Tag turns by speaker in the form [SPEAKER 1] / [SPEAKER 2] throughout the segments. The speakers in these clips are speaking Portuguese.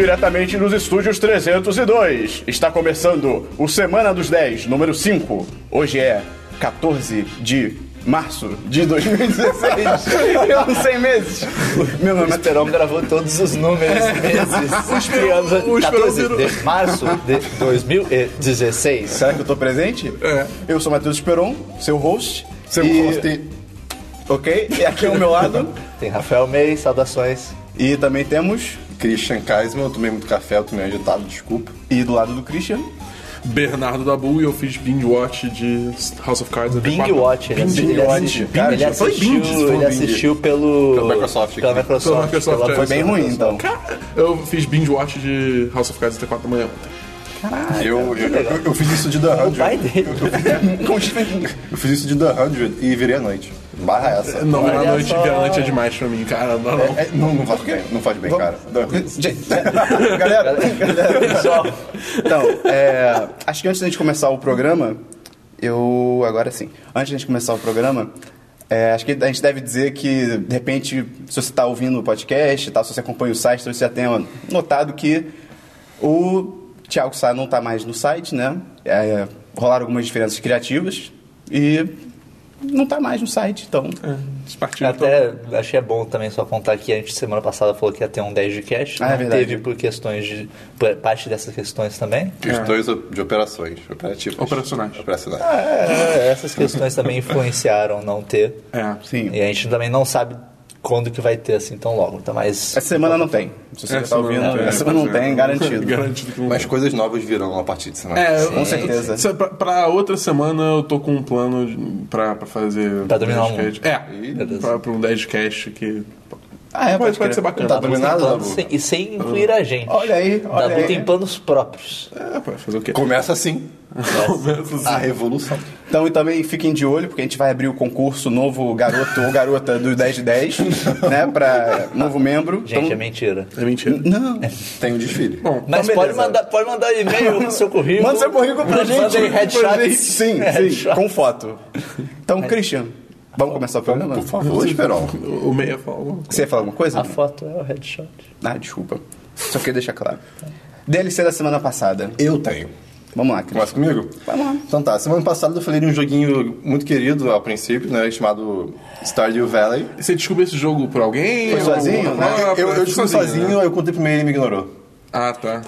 [SPEAKER 1] diretamente nos estúdios 302. Está começando o Semana dos 10, número 5. Hoje é 14 de março de 2016. Eu não sei meses. Meu nome
[SPEAKER 2] O
[SPEAKER 1] é
[SPEAKER 2] Esperão gravou todos os números meses. Os triângulos.
[SPEAKER 3] o Esperão
[SPEAKER 2] 14
[SPEAKER 3] virou-
[SPEAKER 2] de março de 2016.
[SPEAKER 1] Será que eu tô presente?
[SPEAKER 3] É.
[SPEAKER 1] Eu sou Matheus Esperon, seu host.
[SPEAKER 4] Seu
[SPEAKER 1] e...
[SPEAKER 4] host.
[SPEAKER 1] Ok? E aqui ao meu lado.
[SPEAKER 2] Tem Rafael May, saudações.
[SPEAKER 1] E também temos.
[SPEAKER 4] Christian Kaisman, eu tomei muito café, eu tomei agitado, desculpa.
[SPEAKER 1] E do lado do Christian.
[SPEAKER 3] Bernardo Dabu e eu fiz binge watch de House of Cards. até
[SPEAKER 2] Bing
[SPEAKER 3] quatro.
[SPEAKER 2] Watch, ele
[SPEAKER 4] Binge
[SPEAKER 2] assistiu.
[SPEAKER 4] Watch,
[SPEAKER 2] ele
[SPEAKER 4] cara,
[SPEAKER 2] ele
[SPEAKER 4] já
[SPEAKER 3] foi
[SPEAKER 2] assistiu,
[SPEAKER 3] binge, foi
[SPEAKER 2] ele
[SPEAKER 4] binge.
[SPEAKER 2] assisteu pelo.
[SPEAKER 4] Pela Microsoft
[SPEAKER 2] Pela
[SPEAKER 4] aqui.
[SPEAKER 2] Microsoft.
[SPEAKER 3] Pela Microsoft,
[SPEAKER 2] pela-
[SPEAKER 3] é.
[SPEAKER 1] Foi bem ruim, então.
[SPEAKER 3] Cara, Eu fiz binge watch de House of Cards até 4 da manhã ontem.
[SPEAKER 4] eu, eu, eu, eu fiz isso de The
[SPEAKER 2] O pai
[SPEAKER 4] 100.
[SPEAKER 2] dele.
[SPEAKER 4] Eu fiz isso de The 100 e virei à noite. Barra essa.
[SPEAKER 3] Não,
[SPEAKER 2] Olha
[SPEAKER 3] virar a noite,
[SPEAKER 2] só.
[SPEAKER 3] virar a noite é demais pra mim, cara. Não, não.
[SPEAKER 4] É, não, não faz bem, não faz bem, cara.
[SPEAKER 1] Gente, galera, galera, só. Então, é, acho que antes da gente começar o programa, eu. Agora sim. Antes da gente começar o programa, é, acho que a gente deve dizer que, de repente, se você está ouvindo o podcast e tal, se você acompanha o site, talvez você já tenha notado que o Thiago Sá não está mais no site, né? É, rolaram algumas diferenças criativas e não está mais no site, então.
[SPEAKER 3] Esse partido todo.
[SPEAKER 2] Até achei bom também só apontar que a gente semana passada falou que ia ter um 10 de cash.
[SPEAKER 1] Ah, é
[SPEAKER 2] não
[SPEAKER 1] verdade.
[SPEAKER 2] Teve por questões de. por parte dessas questões também.
[SPEAKER 4] Questões de operações, operativas.
[SPEAKER 3] Operacionais.
[SPEAKER 4] Operacionais.
[SPEAKER 2] É, essas questões também influenciaram não ter.
[SPEAKER 3] É.
[SPEAKER 1] Sim.
[SPEAKER 2] E a gente também não sabe quando que vai ter assim tão logo, tá? Mas
[SPEAKER 4] É
[SPEAKER 1] Essa semana não tem. Se você
[SPEAKER 3] Essa
[SPEAKER 1] está ouvindo,
[SPEAKER 3] semana não tem,
[SPEAKER 1] essa semana não
[SPEAKER 3] pois é.
[SPEAKER 1] tem, garantido.
[SPEAKER 3] Garantido que não
[SPEAKER 4] Mas coisas novas virão a partir né? de semana.
[SPEAKER 3] É, eu-
[SPEAKER 1] certeza.
[SPEAKER 3] se- Pra, pra outra semana eu tô com um plano de- pra, pra fazer.
[SPEAKER 2] Pra dominar
[SPEAKER 3] um 10
[SPEAKER 2] o mundo.
[SPEAKER 3] cast. É, pra, pra um 10 cast que.
[SPEAKER 1] Ah, é,
[SPEAKER 3] Pode,
[SPEAKER 1] pode
[SPEAKER 3] pode ser
[SPEAKER 1] crer.
[SPEAKER 3] bacana.
[SPEAKER 4] Tá dominado,
[SPEAKER 2] planos
[SPEAKER 4] Dabu?
[SPEAKER 2] sem- e sem incluir a gente.
[SPEAKER 1] Olha aí, olha
[SPEAKER 2] Dabu
[SPEAKER 1] aí.
[SPEAKER 2] tem planos próprios.
[SPEAKER 4] Então,
[SPEAKER 3] É, pô, fazer o quê?
[SPEAKER 4] Começa assim a revolução.
[SPEAKER 1] Então, e também fiquem de olho, porque a gente vai abrir o concurso novo garoto ou garota do 10 de 10, né? Pra novo membro.
[SPEAKER 2] Gente, é
[SPEAKER 1] então,
[SPEAKER 2] mentira.
[SPEAKER 3] É mentira.
[SPEAKER 1] Não.
[SPEAKER 4] Tem o desfile.
[SPEAKER 3] Bom,
[SPEAKER 2] Mas
[SPEAKER 1] beleza.
[SPEAKER 2] pode mandar, pode mandar e-mail no seu currículo.
[SPEAKER 1] Manda seu currículo pra gente.
[SPEAKER 2] Manda em
[SPEAKER 1] pra
[SPEAKER 2] headshots.
[SPEAKER 1] gente. Sim, sim.
[SPEAKER 2] Headshots.
[SPEAKER 1] Com foto. Então, Christian, vamos começar o programa?
[SPEAKER 4] Por favor, Esperão.
[SPEAKER 3] o, é o meia falou.
[SPEAKER 1] Você ia falar alguma coisa?
[SPEAKER 2] A foto é o headshot.
[SPEAKER 1] Ah, desculpa. Só queria deixar claro. DLC da semana passada.
[SPEAKER 4] Eu tenho.
[SPEAKER 1] Vamos lá, Christian.
[SPEAKER 4] Começa comigo?
[SPEAKER 1] Vamos lá.
[SPEAKER 4] Então tá, semana passada eu falei de um joguinho muito querido ao princípio, né? Chamado Stardew Valley.
[SPEAKER 3] Você descobriu esse jogo por alguém?
[SPEAKER 1] Foi
[SPEAKER 3] Ou-
[SPEAKER 1] sozinho, né?
[SPEAKER 3] Ah,
[SPEAKER 4] Eu, eu
[SPEAKER 3] foi
[SPEAKER 4] descobri sozinho,
[SPEAKER 3] né?
[SPEAKER 4] eu contei pro meio e ele me ignorou.
[SPEAKER 3] Ah, tá.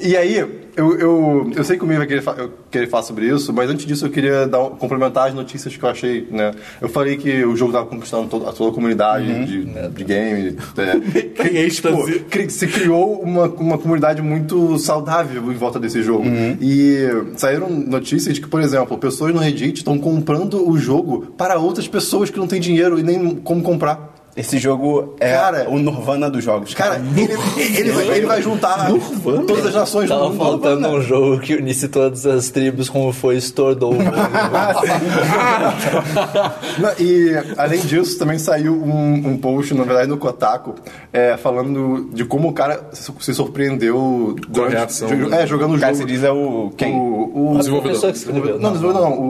[SPEAKER 4] E aí, eu, eu, eu sei que o Meio vai querer, fa- eu querer falar sobre isso, mas antes disso eu queria dar um- complementar as notícias que eu achei, né? Eu falei que o jogo tava conquistando todo- a toda a comunidade de, né, de game. é.
[SPEAKER 3] Tem
[SPEAKER 4] Pô,
[SPEAKER 3] êxtase.
[SPEAKER 4] cri- se criou uma, uma comunidade muito saudável em volta desse jogo. E saíram notícias que, por exemplo, pessoas no Reddit estão comprando o jogo para outras pessoas que não têm dinheiro e nem como comprar.
[SPEAKER 1] Esse jogo é
[SPEAKER 4] Cara-
[SPEAKER 1] o Nirvana dos jogos.
[SPEAKER 4] Cara, ele, ele, vai, ele vai juntar todas
[SPEAKER 2] né?
[SPEAKER 4] as nações do
[SPEAKER 2] Tava
[SPEAKER 4] mundo.
[SPEAKER 2] faltando um jogo que unisse todas as tribos, como foi Stordou.
[SPEAKER 4] Não, E além disso, também saiu um, um post, na verdade, no Kotaku, é, falando de como o cara se se surpreendeu durante,
[SPEAKER 3] reação,
[SPEAKER 4] jo-
[SPEAKER 3] né?
[SPEAKER 4] é, jogando o
[SPEAKER 1] O cara
[SPEAKER 4] jogo.
[SPEAKER 1] se diz é o quem?
[SPEAKER 4] O, o,
[SPEAKER 2] Uma pessoa que escreveu.
[SPEAKER 4] Não, desenvolvedor não.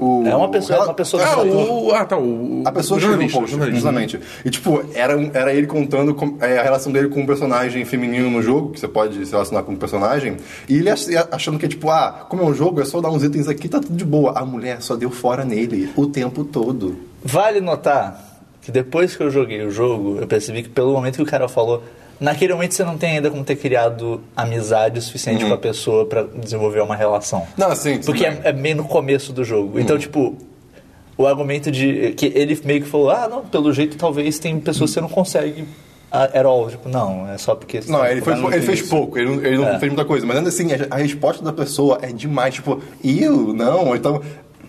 [SPEAKER 4] O, o-
[SPEAKER 2] É uma pessoa-
[SPEAKER 4] ela-
[SPEAKER 2] uma pessoa que
[SPEAKER 4] Ah,
[SPEAKER 3] Ah,
[SPEAKER 4] o-
[SPEAKER 3] o, ah, tá. O, o-
[SPEAKER 4] a pessoa que escreveu o
[SPEAKER 3] jornalista.
[SPEAKER 4] post,
[SPEAKER 3] jornalista.
[SPEAKER 4] justamente. E, tipo, era, um- era ele contando com- é, a relação dele com um personagem feminino no jogo, que você pode se relacionar com um personagem, e ele ach- achando que, tipo, ah, como é um jogo, é só dar uns itens aqui, tá tudo de boa. A mulher só deu fora nele o tempo todo.
[SPEAKER 2] Vale notar que depois que eu joguei o jogo, eu percebi que pelo momento que o cara falou, naquele momento você não tem ainda como ter criado amizade o suficiente
[SPEAKER 4] Uhum.
[SPEAKER 2] com a pessoa pra desenvolver uma relação.
[SPEAKER 4] Não, assim, tudo
[SPEAKER 2] Porque
[SPEAKER 4] bem.
[SPEAKER 2] é, é meio no começo do
[SPEAKER 4] Uhum.
[SPEAKER 2] jogo. Então, tipo, o argumento de. que ele meio que falou, ah, não, pelo jeito talvez tem pessoas que você não consegue. ah, At all. Tipo, não, é só porque.
[SPEAKER 4] Não, ele, foi,
[SPEAKER 1] Tá no
[SPEAKER 4] ele fez
[SPEAKER 1] início.
[SPEAKER 4] pouco, ele não, ele não
[SPEAKER 2] É.
[SPEAKER 4] fez muita coisa. Mas ainda assim, a, a resposta da pessoa é demais. Tipo, eu? Não, ou então.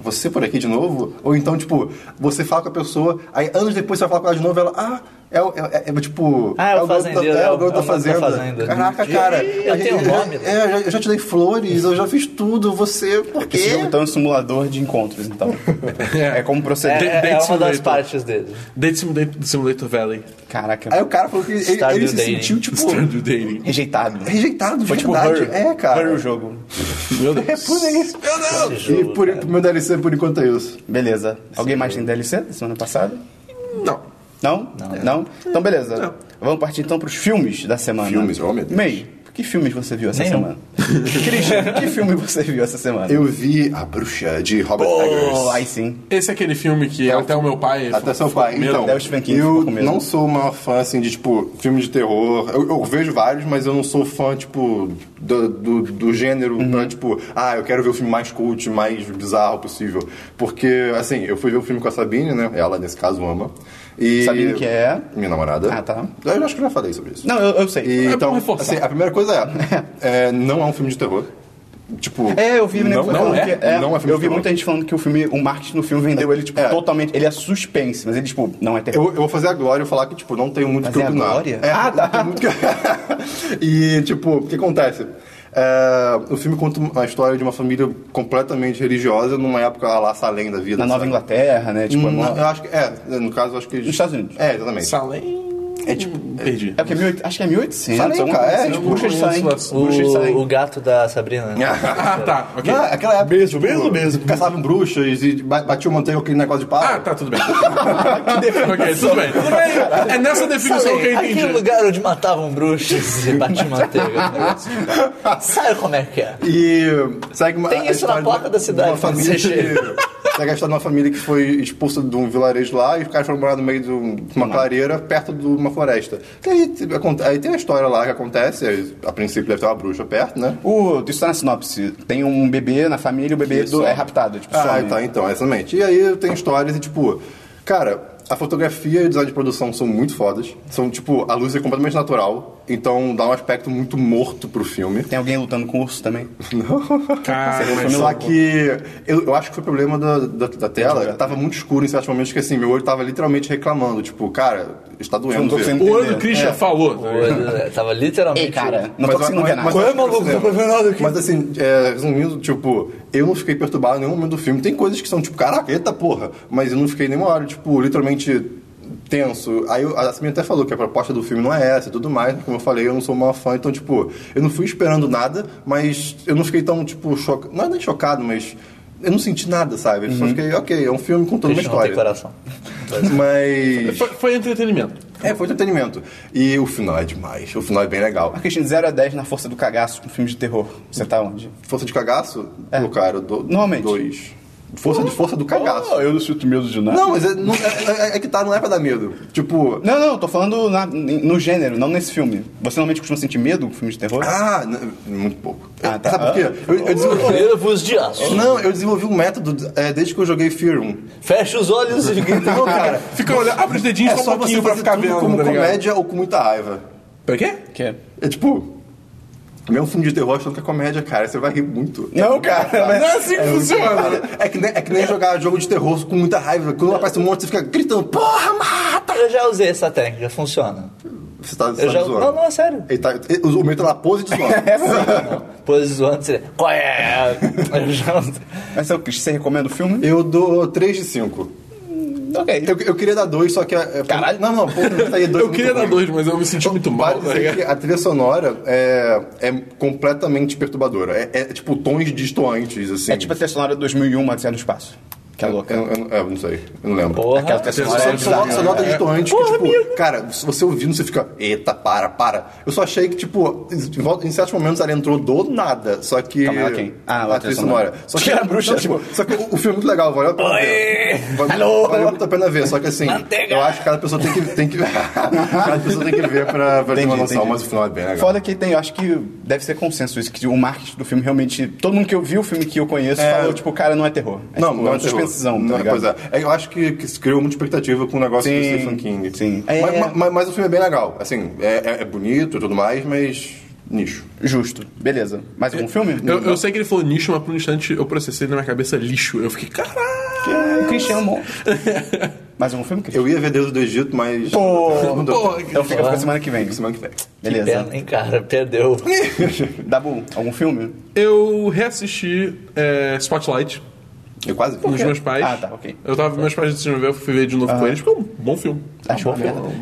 [SPEAKER 4] Você por aqui de novo? Ou então, tipo, você fala com a pessoa, aí anos depois você fala com ela de novo, ela, ah, é, o- é, é, é, tipo.
[SPEAKER 2] Ah, é o
[SPEAKER 4] garoto da-
[SPEAKER 2] fazendeiro,
[SPEAKER 4] é,
[SPEAKER 2] é o- é o
[SPEAKER 4] o garoto da
[SPEAKER 2] garoto da
[SPEAKER 4] fazenda.
[SPEAKER 2] fazenda.
[SPEAKER 4] Caraca, cara.
[SPEAKER 2] Eu
[SPEAKER 4] a gente-
[SPEAKER 2] tenho um
[SPEAKER 4] eu já-
[SPEAKER 2] nome.
[SPEAKER 4] É, eu já, eu já te dei flores, eu já fiz tudo, você, por
[SPEAKER 1] Esse jogo
[SPEAKER 4] quê?
[SPEAKER 2] tá
[SPEAKER 1] então é um simulador de encontros, então. é como
[SPEAKER 2] É,
[SPEAKER 1] proceder.
[SPEAKER 2] é- é uma das
[SPEAKER 3] Simulator.
[SPEAKER 2] partes dele.
[SPEAKER 3] Date Simulator, Simulator Valley.
[SPEAKER 1] Caraca.
[SPEAKER 4] É. Aí o cara falou que ele,
[SPEAKER 2] Stardew
[SPEAKER 4] ele se
[SPEAKER 2] Dating.
[SPEAKER 4] sentiu, tipo,
[SPEAKER 3] Stardew Dating.
[SPEAKER 1] Rejeitado.
[SPEAKER 4] rejeitado, de
[SPEAKER 1] Foi tipo
[SPEAKER 4] verdade.
[SPEAKER 1] Her.
[SPEAKER 4] É, cara.
[SPEAKER 1] Her o jogo.
[SPEAKER 3] Meu Deus.
[SPEAKER 4] É por isso.
[SPEAKER 2] Esse
[SPEAKER 4] E
[SPEAKER 2] jogo,
[SPEAKER 4] por,
[SPEAKER 2] cara.
[SPEAKER 4] meu DLC por enquanto é isso.
[SPEAKER 1] Beleza. Alguém
[SPEAKER 4] é-
[SPEAKER 1] mais tem DLC da semana passada?
[SPEAKER 3] Não.
[SPEAKER 1] Não? Não. Então, beleza.
[SPEAKER 3] Não.
[SPEAKER 1] Vamos partir então pros filmes da semana.
[SPEAKER 4] Filmes, oh, meu Deus.
[SPEAKER 1] Meio. Que filmes você viu essa
[SPEAKER 2] Nenhum.
[SPEAKER 1] semana? Christian, que filme você viu essa semana?
[SPEAKER 4] Eu vi A Bruxa de Robert
[SPEAKER 1] Oh, aí
[SPEAKER 4] Eggers.
[SPEAKER 1] sim.
[SPEAKER 3] Esse é aquele filme que
[SPEAKER 4] É o-
[SPEAKER 3] até o meu pai.
[SPEAKER 4] Até seu pai.
[SPEAKER 3] Medo.
[SPEAKER 4] Então,
[SPEAKER 1] Até o Stephen King ficou
[SPEAKER 4] eu
[SPEAKER 1] com medo.
[SPEAKER 4] não sou o maior fã, assim, de, tipo, filme de terror. Eu, eu vejo vários, mas eu não sou fã, tipo, do, do, do gênero
[SPEAKER 1] Uhum.
[SPEAKER 4] pra, tipo, ah, eu quero ver o filme mais cult, mais bizarro possível. Porque, assim, eu fui ver o filme com a Sabine, né? Ela, nesse caso, ama. E...
[SPEAKER 1] Sabine que é?
[SPEAKER 4] Minha namorada.
[SPEAKER 1] Ah, tá.
[SPEAKER 4] Eu acho que eu já falei sobre isso.
[SPEAKER 1] Não, eu, eu sei.
[SPEAKER 4] E,
[SPEAKER 3] É bom
[SPEAKER 4] então,
[SPEAKER 3] reforçar.
[SPEAKER 4] assim, a primeira coisa é, é, não é um filme de terror. Tipo,
[SPEAKER 1] É, eu vi, né?
[SPEAKER 4] não,
[SPEAKER 1] falando
[SPEAKER 3] não é.
[SPEAKER 1] que,
[SPEAKER 4] Não é filme
[SPEAKER 1] eu vi muita
[SPEAKER 4] de terror.
[SPEAKER 1] gente falando que o filme, o marketing do filme vendeu ele, tipo,
[SPEAKER 4] É.
[SPEAKER 1] totalmente. Ele é suspense, mas ele, tipo, não é
[SPEAKER 4] Eu,
[SPEAKER 1] terror.
[SPEAKER 4] eu vou fazer a glória e falar que, tipo, não tenho muito o que
[SPEAKER 1] Fazer a
[SPEAKER 4] opinar.
[SPEAKER 1] glória?
[SPEAKER 4] É, ah, tá. Muito... que- e, tipo, o que acontece? É, o filme conta a história de uma família completamente religiosa numa época lá Salem da vida.
[SPEAKER 1] Na Nova
[SPEAKER 4] sabe?
[SPEAKER 1] Inglaterra, né? Tipo, é
[SPEAKER 4] Hum,
[SPEAKER 1] mó-
[SPEAKER 4] eu acho que, é, no caso, eu acho que...
[SPEAKER 1] Nos Estados Unidos.
[SPEAKER 4] É, exatamente.
[SPEAKER 3] Salem.
[SPEAKER 4] É tipo-
[SPEAKER 3] Perdi.
[SPEAKER 1] É porque é 1800, acho que é 1800.
[SPEAKER 4] Salem,
[SPEAKER 1] alguma
[SPEAKER 4] cara,
[SPEAKER 1] coisa
[SPEAKER 4] é,
[SPEAKER 1] assim,
[SPEAKER 4] tipo,
[SPEAKER 1] bruxas de
[SPEAKER 3] conheço
[SPEAKER 1] Salem.
[SPEAKER 3] as-
[SPEAKER 1] Bruxas de Salem.
[SPEAKER 2] O, o gato da Sabrina. né?
[SPEAKER 4] É,
[SPEAKER 3] Ah, tá. Ok.
[SPEAKER 4] Não, é- aquela época.
[SPEAKER 2] Mesmo,
[SPEAKER 4] tipo,
[SPEAKER 2] mesmo, mesmo.
[SPEAKER 4] Caçavam bruxas e ba- batiam manteiga com aquele negócio de pau.
[SPEAKER 3] Ah, tá, tudo bem. ok, tudo bem. É nessa definição que eu entendi.
[SPEAKER 2] Aquele lugar onde matavam bruxas e batiam manteiga. Sabe como é que é?
[SPEAKER 4] E segue uma,
[SPEAKER 2] Tem
[SPEAKER 4] a
[SPEAKER 2] isso
[SPEAKER 4] história
[SPEAKER 2] na
[SPEAKER 4] de uma-
[SPEAKER 2] placa da cidade,
[SPEAKER 4] Uma
[SPEAKER 2] quando
[SPEAKER 4] família
[SPEAKER 2] você chega.
[SPEAKER 4] que, segue a história de uma família que foi expulsa de um vilarejo lá e os caras foram morar no meio de um- de uma clareira perto de uma floresta. E aí, tipo, aconte- aí tem a história lá que acontece, aí, a princípio deve ter uma bruxa perto, né?
[SPEAKER 1] O, isso tá na sinopse. Tem um bebê na família e o bebê do-
[SPEAKER 4] some.
[SPEAKER 1] é raptado. Tipo,
[SPEAKER 4] Ah,
[SPEAKER 1] some.
[SPEAKER 4] tá, então, exatamente. E aí tem histórias e tipo, cara, a fotografia e o design de produção são muito fodas. São tipo, a luz é completamente natural, então dá um aspecto muito morto pro filme.
[SPEAKER 1] Tem alguém lutando com urso também.
[SPEAKER 3] Cara, mas-
[SPEAKER 1] é
[SPEAKER 4] Só que eu, eu acho que foi problema da, da, da tela. Tava muito escuro em certos momentos que assim, meu olho tava literalmente reclamando. Tipo, cara, está
[SPEAKER 1] Eu não
[SPEAKER 4] doendo.
[SPEAKER 1] tô
[SPEAKER 4] ver.
[SPEAKER 1] conseguindo
[SPEAKER 3] o olho do
[SPEAKER 1] entender.
[SPEAKER 3] Christian
[SPEAKER 1] É.
[SPEAKER 3] falou. tá
[SPEAKER 2] O olho- Tava literalmente.
[SPEAKER 1] Ei, cara, não
[SPEAKER 4] Mas-
[SPEAKER 1] tô conseguindo ver
[SPEAKER 4] mas-
[SPEAKER 1] nada.
[SPEAKER 4] mas-
[SPEAKER 2] Qual é, maluco? Não tô vendo nada aqui.
[SPEAKER 4] Mas assim, é, resumindo, tipo, eu não fiquei perturbado em nenhum momento do filme. Tem coisas que são tipo, caraca, eita porra. Mas eu não fiquei nenhuma hora, tipo, literalmente tenso. Aí eu- a Samir até falou que a proposta do filme não é essa e tudo mais. Como eu falei, eu não sou uma fã, então, tipo, eu não fui esperando nada, mas eu não fiquei tão, tipo, chocado. Não é nem chocado, mas. Eu não senti nada, sabe? Eu Só fiquei, ok, é um filme contando uma
[SPEAKER 2] Christian Uhum. não tem coração.
[SPEAKER 4] história. Mas.
[SPEAKER 3] Foi, foi entretenimento.
[SPEAKER 4] É, foi entretenimento. E o final é demais. O final é bem legal.
[SPEAKER 1] Ah, Christian, 0 a 10 na força do cagaço no filme de terror. Você tá onde?
[SPEAKER 4] Força de cagaço? Pô, cara, eu dou
[SPEAKER 1] Normalmente.
[SPEAKER 4] dois. Força de força do cagaço.
[SPEAKER 1] Oh, eu não sinto medo de nada.
[SPEAKER 4] Não, mas é, não- é- é- é que tá, não é pra dar medo. Tipo,
[SPEAKER 1] Não, não, tô falando na- no gênero, não nesse filme. Você normalmente costuma sentir medo com filme de terror?
[SPEAKER 4] ah, n- muito pouco. É,
[SPEAKER 1] Ah, tá.
[SPEAKER 4] Sabe por quê? Eu, eu desenvolvi,
[SPEAKER 2] Nervos de aço.
[SPEAKER 4] não, eu desenvolvi um método é, desde que eu joguei Fear 1.
[SPEAKER 2] Fecha os olhos e grita.
[SPEAKER 4] Não, cara,
[SPEAKER 3] Fica olhando, abre os dedinhos
[SPEAKER 4] é
[SPEAKER 3] só um
[SPEAKER 4] só você
[SPEAKER 3] pouquinho pra
[SPEAKER 4] fazer
[SPEAKER 3] ficar
[SPEAKER 4] tudo
[SPEAKER 3] vendo.
[SPEAKER 4] como
[SPEAKER 3] tá ligado?
[SPEAKER 4] comédia ou com muita raiva.
[SPEAKER 3] O quê?
[SPEAKER 1] Que?
[SPEAKER 4] É tipo, mesmo filme de terror achando que é comédia, cara, você vai rir muito.
[SPEAKER 1] Não, cara, mas
[SPEAKER 3] Não é assim que
[SPEAKER 4] um
[SPEAKER 3] funciona.
[SPEAKER 4] Cara, É que, nem, é que nem jogar jogo de terror com muita raiva. Quando aparece um monte, você fica gritando, porra, mata!
[SPEAKER 2] Eu já usei essa técnica, funciona.
[SPEAKER 4] Você tá, você
[SPEAKER 2] Eu
[SPEAKER 4] tá
[SPEAKER 2] já...
[SPEAKER 4] me zoando.
[SPEAKER 2] Não, não, é sério.
[SPEAKER 4] Ele tá, ele- o metrô na pose de zoando.
[SPEAKER 2] Pois zoando, você. Qual é? Eu já usei.
[SPEAKER 1] Mas seu Christian, você recomenda o filme?
[SPEAKER 4] Eu dou 3 de 5.
[SPEAKER 1] Ok.
[SPEAKER 4] Eu, eu queria dar 2, só que... A, a-
[SPEAKER 1] Caralho.
[SPEAKER 4] Não, não, pô, tá aí dois
[SPEAKER 3] Eu queria dar dois, mas eu me senti muito mal. tá
[SPEAKER 4] dizer
[SPEAKER 3] ligado?
[SPEAKER 4] que a trilha sonora é, é completamente perturbadora. É, é, tipo tons distoantes, assim.
[SPEAKER 1] É tipo a trilha sonora de 2001, Odisseia do Espaço. Que é
[SPEAKER 4] Eu,
[SPEAKER 1] louca.
[SPEAKER 4] eu, Ah, eu- é, eu não sei, eu não lembro.
[SPEAKER 2] Porra.
[SPEAKER 1] Aquela trilha sonora é
[SPEAKER 3] Trilha
[SPEAKER 4] Só,
[SPEAKER 1] bizarra.
[SPEAKER 4] só nota distoante que,
[SPEAKER 2] Porra,
[SPEAKER 4] tipo,
[SPEAKER 2] amigo.
[SPEAKER 4] cara, se você ouvindo, você fica, eita, para, para. Eu só achei que, tipo, em volta- em certos momentos ela entrou do nada, só que.
[SPEAKER 1] Calma, ela quem? Ah, ela
[SPEAKER 4] a trilha
[SPEAKER 1] trilha
[SPEAKER 4] sonora.
[SPEAKER 1] sonora.
[SPEAKER 4] Só
[SPEAKER 1] Que era é bruxa.
[SPEAKER 4] não, tipo, só que o, o filme é muito legal, valeu a pena ver. Valeu,
[SPEAKER 2] Alô.
[SPEAKER 4] valeu muito a pena ver, só que assim,
[SPEAKER 2] Manteiga.
[SPEAKER 4] eu acho que cada pessoa tem que, tem que cada pessoa tem que ver pra, pra ter
[SPEAKER 1] Entendi,
[SPEAKER 4] uma noção,
[SPEAKER 1] entendi.
[SPEAKER 4] mas o final é bem legal.
[SPEAKER 1] Foda que tem, eu acho que deve ser consenso isso, que o marketing do filme realmente. Todo mundo que eu vi o filme que eu conheço
[SPEAKER 4] É.
[SPEAKER 1] falou, tipo, cara, não é terror. É,
[SPEAKER 4] Não,
[SPEAKER 1] tipo,
[SPEAKER 4] não
[SPEAKER 1] é
[SPEAKER 4] é
[SPEAKER 1] uma suspensão,
[SPEAKER 4] terror.
[SPEAKER 1] tá
[SPEAKER 4] Não,
[SPEAKER 1] ligado?
[SPEAKER 4] Pois é. É, Eu acho que, que se criou muita expectativa com o negócio do
[SPEAKER 1] Sim,
[SPEAKER 4] Stephen King.
[SPEAKER 1] sim.
[SPEAKER 4] Mas,
[SPEAKER 1] É.
[SPEAKER 4] mas- mas o filme é bem legal. Assim, é, é- é bonito e tudo mais, mas nicho.
[SPEAKER 1] Justo. Beleza. Mais algum filme?
[SPEAKER 3] Eu, eu sei que ele falou nicho, mas por um instante eu processei na minha cabeça lixo. Eu fiquei, caralho!
[SPEAKER 1] O Christian é um monstro. Mais algum filme, Christian?
[SPEAKER 4] Eu ia ver Deus do Egito, mas.
[SPEAKER 1] Pô,
[SPEAKER 4] Não deu
[SPEAKER 3] pô,
[SPEAKER 4] tempo.
[SPEAKER 1] Então fica pra semana que vem.
[SPEAKER 4] Semana que vem.
[SPEAKER 2] Que
[SPEAKER 1] Beleza.
[SPEAKER 2] pena, hein, cara? Perdeu.
[SPEAKER 1] Dabu, algum filme?
[SPEAKER 3] Eu reassisti é, Spotlight
[SPEAKER 4] Eu quase vi.
[SPEAKER 3] com os meus pais.
[SPEAKER 1] Ah, tá, ok.
[SPEAKER 3] Eu tava, meus pais decidiram ver, eu fui ver de novo com eles, porque é um bom filme.
[SPEAKER 1] Acho uma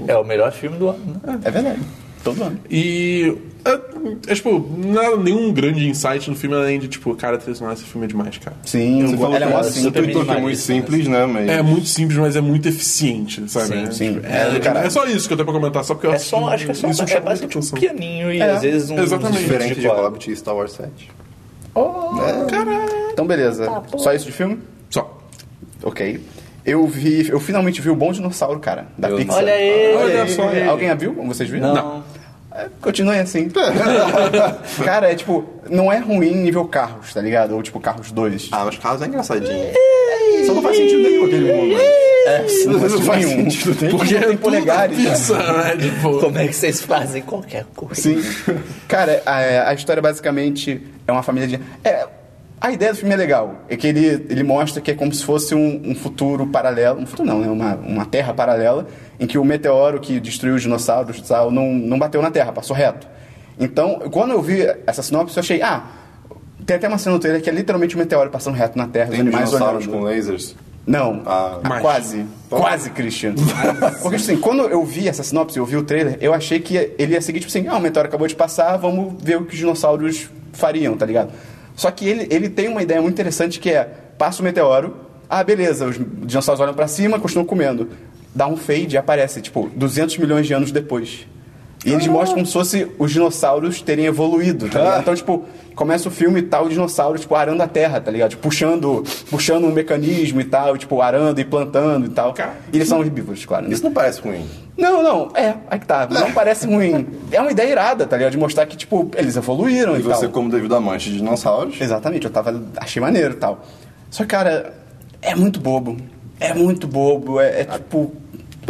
[SPEAKER 2] É o melhor filme do ano, né?
[SPEAKER 1] É verdade. Todo ano.
[SPEAKER 3] E. é, é tipo, nada, nenhum grande insight no filme além de, tipo, cara, trilha sonora, esse filme é demais, cara.
[SPEAKER 1] Sim,
[SPEAKER 4] Você falou
[SPEAKER 1] ela é
[SPEAKER 4] que
[SPEAKER 1] mó
[SPEAKER 4] é
[SPEAKER 2] assim,
[SPEAKER 1] simples.
[SPEAKER 2] super
[SPEAKER 4] intuitor que é muito
[SPEAKER 2] minimalista,
[SPEAKER 4] simples, né? Mas...
[SPEAKER 3] É muito simples, mas é muito eficiente, sabe?
[SPEAKER 2] Sim,
[SPEAKER 3] É,
[SPEAKER 1] sim.
[SPEAKER 3] tipo,
[SPEAKER 1] É,
[SPEAKER 3] É,
[SPEAKER 1] cara.
[SPEAKER 3] é só isso que eu tenho pra comentar, só porque eu
[SPEAKER 2] É só, acho que é só
[SPEAKER 3] isso me
[SPEAKER 2] é
[SPEAKER 3] chama muita
[SPEAKER 2] basicamente um
[SPEAKER 3] atenção. É.
[SPEAKER 2] piano e às vezes um.
[SPEAKER 3] exatamente.
[SPEAKER 4] Diferente de
[SPEAKER 2] tipo,
[SPEAKER 1] é.
[SPEAKER 4] Hobbit e Star Wars 7.
[SPEAKER 1] Então, beleza. Só isso de filme?
[SPEAKER 3] Só.
[SPEAKER 2] é
[SPEAKER 1] Ok. Eu vi, eu finalmente vi o Bom Dinossauro, cara, da
[SPEAKER 5] Eu-
[SPEAKER 1] Pixar.
[SPEAKER 2] Olha aí!
[SPEAKER 3] Olha Tá só. aí.
[SPEAKER 1] Alguém a viu? Vocês viram?
[SPEAKER 2] Não.
[SPEAKER 1] É, Continuem assim. cara, é tipo, não é ruim nível Carros, tá ligado? Ou tipo Carros 2.
[SPEAKER 4] Ah, mas Carlos é engraçadinho. Só não faz sentido nenhum aquele né? momento.
[SPEAKER 1] É. não faz
[SPEAKER 4] não faz
[SPEAKER 1] nenhum.
[SPEAKER 4] sentido nenhum.
[SPEAKER 3] Porque
[SPEAKER 1] tem
[SPEAKER 3] é tudo
[SPEAKER 1] polegares, cara.
[SPEAKER 3] pizza, né? Tipo,
[SPEAKER 2] Como é que vocês fazem qualquer coisa?
[SPEAKER 1] Sim. Cara, a, a história basicamente é uma família de. É, a ideia do filme é legal. É que ele, ele mostra que é como se fosse um, um futuro paralelo. Um futuro não, né? Uma, uma terra paralela em que o meteoro que destruiu os dinossauros e tal, não, não bateu na Terra, passou reto. Então, quando eu vi essa sinopse, eu achei, ah, tem até uma cena no trailer que é literalmente um meteoro passando reto na Terra, os
[SPEAKER 4] Tem
[SPEAKER 1] animais
[SPEAKER 4] dinossauros
[SPEAKER 1] olhando.
[SPEAKER 4] com lasers.
[SPEAKER 1] Não.
[SPEAKER 4] Ah.
[SPEAKER 1] Ah,
[SPEAKER 3] Mas-
[SPEAKER 1] quase. Quase, Christian. Porque assim, quando eu vi essa sinopse, eu vi o trailer, eu achei que ele ia seguir, tipo assim, ah, o meteoro acabou de passar, vamos ver o que os dinossauros fariam, tá ligado? Só que ele, ele tem uma ideia muito interessante que é, passa o meteoro, ah, beleza, os dinossauros olham pra cima, continuam comendo. Dá um fade e aparece, tipo, 200 milhões de anos depois. E eles mostram como se fosse os dinossauros terem evoluído, tá
[SPEAKER 4] Ah.
[SPEAKER 1] ligado? Então, tipo, começa o filme e tal, o dinossauro, tipo, arando a terra, tá ligado? Tipo, puxando, puxando um mecanismo e tal, tipo, arando e plantando e tal.
[SPEAKER 3] Cara.
[SPEAKER 1] E eles são herbívoros, claro, né?
[SPEAKER 4] Isso não parece ruim.
[SPEAKER 1] Não, não, é, aí que tá.
[SPEAKER 4] Ah.
[SPEAKER 1] Não parece ruim. É uma ideia irada, tá ligado? De mostrar que, tipo, eles evoluíram e,
[SPEAKER 4] E você,
[SPEAKER 1] tal.
[SPEAKER 4] como devido amante de dinossauros,
[SPEAKER 1] Exatamente, eu tava. Achei maneiro e tal. Só que, cara, é muito bobo. É muito bobo, é, é tipo.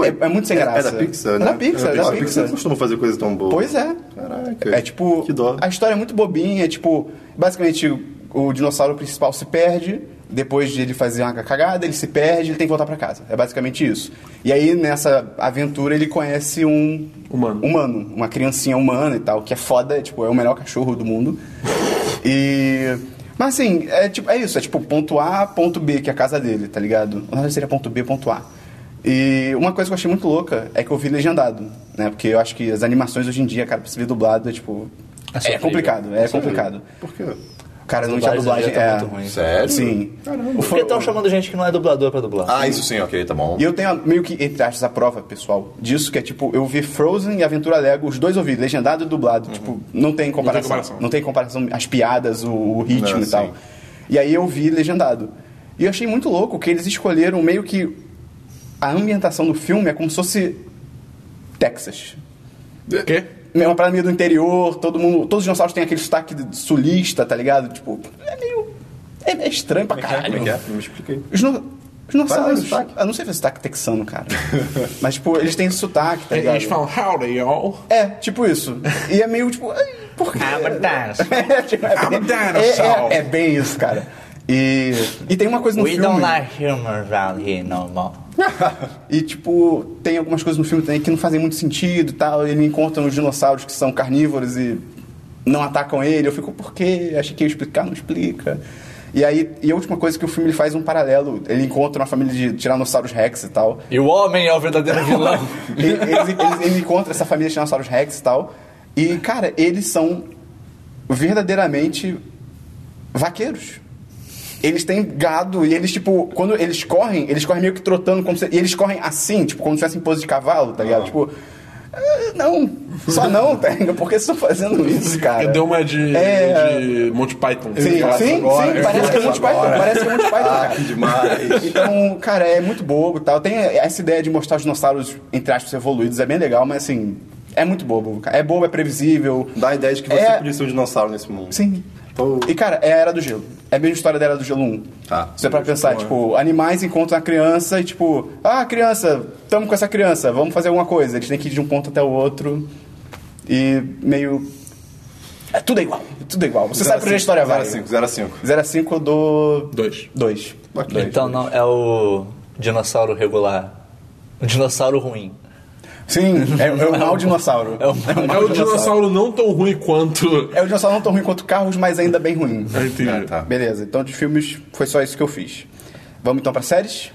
[SPEAKER 1] é, é muito sem
[SPEAKER 4] Ah. é,
[SPEAKER 1] graça.
[SPEAKER 4] é da Pixar, né?
[SPEAKER 1] É da Pixar, é da
[SPEAKER 4] A Pixar
[SPEAKER 1] Pixar.
[SPEAKER 4] não costuma fazer coisa tão boa.
[SPEAKER 1] Pois é.
[SPEAKER 4] Caraca.
[SPEAKER 1] É tipo.
[SPEAKER 4] Que dó.
[SPEAKER 1] A história é muito bobinha, é tipo. Basicamente, o- o dinossauro principal se perde. Depois de ele fazer uma cagada, ele se perde ele tem que voltar pra casa. É basicamente isso. E aí, nessa aventura, ele conhece um.
[SPEAKER 3] Humano.
[SPEAKER 1] Humano. Uma criancinha humana e tal, que é foda, é, tipo, é o melhor cachorro do mundo. E. Mas assim, é, tipo, é isso, é tipo ponto A, ponto B, que é a casa dele, tá ligado? Na verdade seria ponto B, ponto A. E uma coisa que eu achei muito louca é que eu vi legendado, né? Porque eu acho que as animações hoje em dia, cara, pra se ver dublado é tipo.
[SPEAKER 2] É
[SPEAKER 1] É,
[SPEAKER 2] sofrível.
[SPEAKER 1] complicado, é complicado.
[SPEAKER 4] Por quê?
[SPEAKER 1] Cara,
[SPEAKER 2] As
[SPEAKER 1] não tinha
[SPEAKER 2] dublagens
[SPEAKER 1] dublagem.
[SPEAKER 2] hoje em dia
[SPEAKER 1] É,
[SPEAKER 2] tá muito ruim.
[SPEAKER 4] Sério?
[SPEAKER 1] Sim.
[SPEAKER 2] Porque estão chamando gente que não é dublador pra dublar.
[SPEAKER 4] Ah, isso sim, ok, tá bom.
[SPEAKER 1] E eu tenho meio que, entre aspas, a prova, pessoal, disso, que é tipo, eu vi Frozen e Aventura Lego, os dois eu vi, legendado e dublado. Tipo, não tem comparação.
[SPEAKER 3] comparação.
[SPEAKER 1] Não tem comparação, as piadas, o, o ritmo
[SPEAKER 4] Não,
[SPEAKER 1] e tal.
[SPEAKER 4] sim.
[SPEAKER 1] E aí eu vi legendado. E eu achei muito louco que eles escolheram meio que. A ambientação do filme é como se fosse. Texas.
[SPEAKER 3] o quê?
[SPEAKER 1] É uma parada meio do interior, todo mundo. Todos os dinossauros têm aquele sotaque sulista, tá ligado? Tipo, é meio. É, é estranho pra caralho.
[SPEAKER 4] Como é que é? Me expliquei.
[SPEAKER 1] Os, no... os
[SPEAKER 4] Fala aí,
[SPEAKER 1] dinossauros.
[SPEAKER 4] sotaque.
[SPEAKER 1] Eu não sei fazer sotaque texano, cara. Mas, tipo, eles têm sotaque, tá ligado?
[SPEAKER 3] É, Eles falam, howdy, y'all.
[SPEAKER 1] É, tipo isso. E é meio tipo. ai, Por quê?
[SPEAKER 2] Abadanço.
[SPEAKER 1] É, tipo, é, bem,
[SPEAKER 3] Abadanço.
[SPEAKER 1] é, é, é bem isso, cara. E, e tem uma coisa no
[SPEAKER 2] We
[SPEAKER 1] filme.
[SPEAKER 2] don't like humans around here no more.
[SPEAKER 1] E, tipo, tem algumas coisas no filme também que não fazem muito sentido e tal. Ele encontra uns dinossauros que são carnívoros e não atacam ele. Eu fico, por quê? Achei que ia explicar, não explica. E aí, e a última coisa que o filme ele faz um paralelo. Ele encontra uma família de tiranossauros rex e tal.
[SPEAKER 2] E o homem é o verdadeiro vilão.
[SPEAKER 1] ele, ele- ele- ele encontra essa família de dinossauros Rex e tal. E, cara, eles são verdadeiramente vaqueiros. Eles têm gado e eles, tipo, quando eles correm, eles correm meio que trotando, como se, e eles correm assim, tipo, como se tivessem pose de cavalo, tá ligado? Tipo, "Ah, não, só não, tá ligado? Por que vocês estão fazendo isso, cara?
[SPEAKER 3] Deu uma de,
[SPEAKER 1] É.
[SPEAKER 3] de Monty Python. assim,
[SPEAKER 1] Sim, sim,
[SPEAKER 4] Fala
[SPEAKER 1] sim,
[SPEAKER 4] agora, eu
[SPEAKER 1] parece que é
[SPEAKER 4] falo
[SPEAKER 1] Monty Python,
[SPEAKER 4] agora.
[SPEAKER 1] parece que é Monty Python,
[SPEAKER 4] Ah,
[SPEAKER 1] cara.
[SPEAKER 4] que demais.
[SPEAKER 1] Então, cara, é muito bobo e tal. Tem essa ideia de mostrar os dinossauros, entre aspas, evoluídos, é bem legal, mas assim, é muito bobo. cara. É bobo, é previsível.
[SPEAKER 4] Dá a ideia de que você
[SPEAKER 1] É.
[SPEAKER 4] podia ser um dinossauro nesse mundo.
[SPEAKER 1] Sim.
[SPEAKER 4] Então-
[SPEAKER 1] E, cara, é a Era do Gelo. É a mesma história da Era do Gelo 1.
[SPEAKER 4] Tá.
[SPEAKER 1] Você pra pensar, tipo, animais encontram a criança e, tipo, ah, criança, tamo com essa criança, vamos fazer alguma coisa. Eles têm que ir de um ponto até o outro e meio. É tudo é igual, é tudo é igual. Você sabe pra onde a história vai. né?
[SPEAKER 4] 05, 05.
[SPEAKER 1] 05 do.
[SPEAKER 3] Dois.
[SPEAKER 1] 2.
[SPEAKER 2] então não, é o dinossauro regular. O dinossauro ruim.
[SPEAKER 1] Sim, é, é o mau dinossauro.
[SPEAKER 2] É o mau
[SPEAKER 3] É o dinossauro não tão ruim quanto.
[SPEAKER 1] É o dinossauro não tão ruim quanto carros, mas ainda bem ruim.
[SPEAKER 3] Eu entendi.
[SPEAKER 4] Ah, tá.
[SPEAKER 1] Beleza, então de filmes foi só isso que eu fiz. Vamos então pra séries?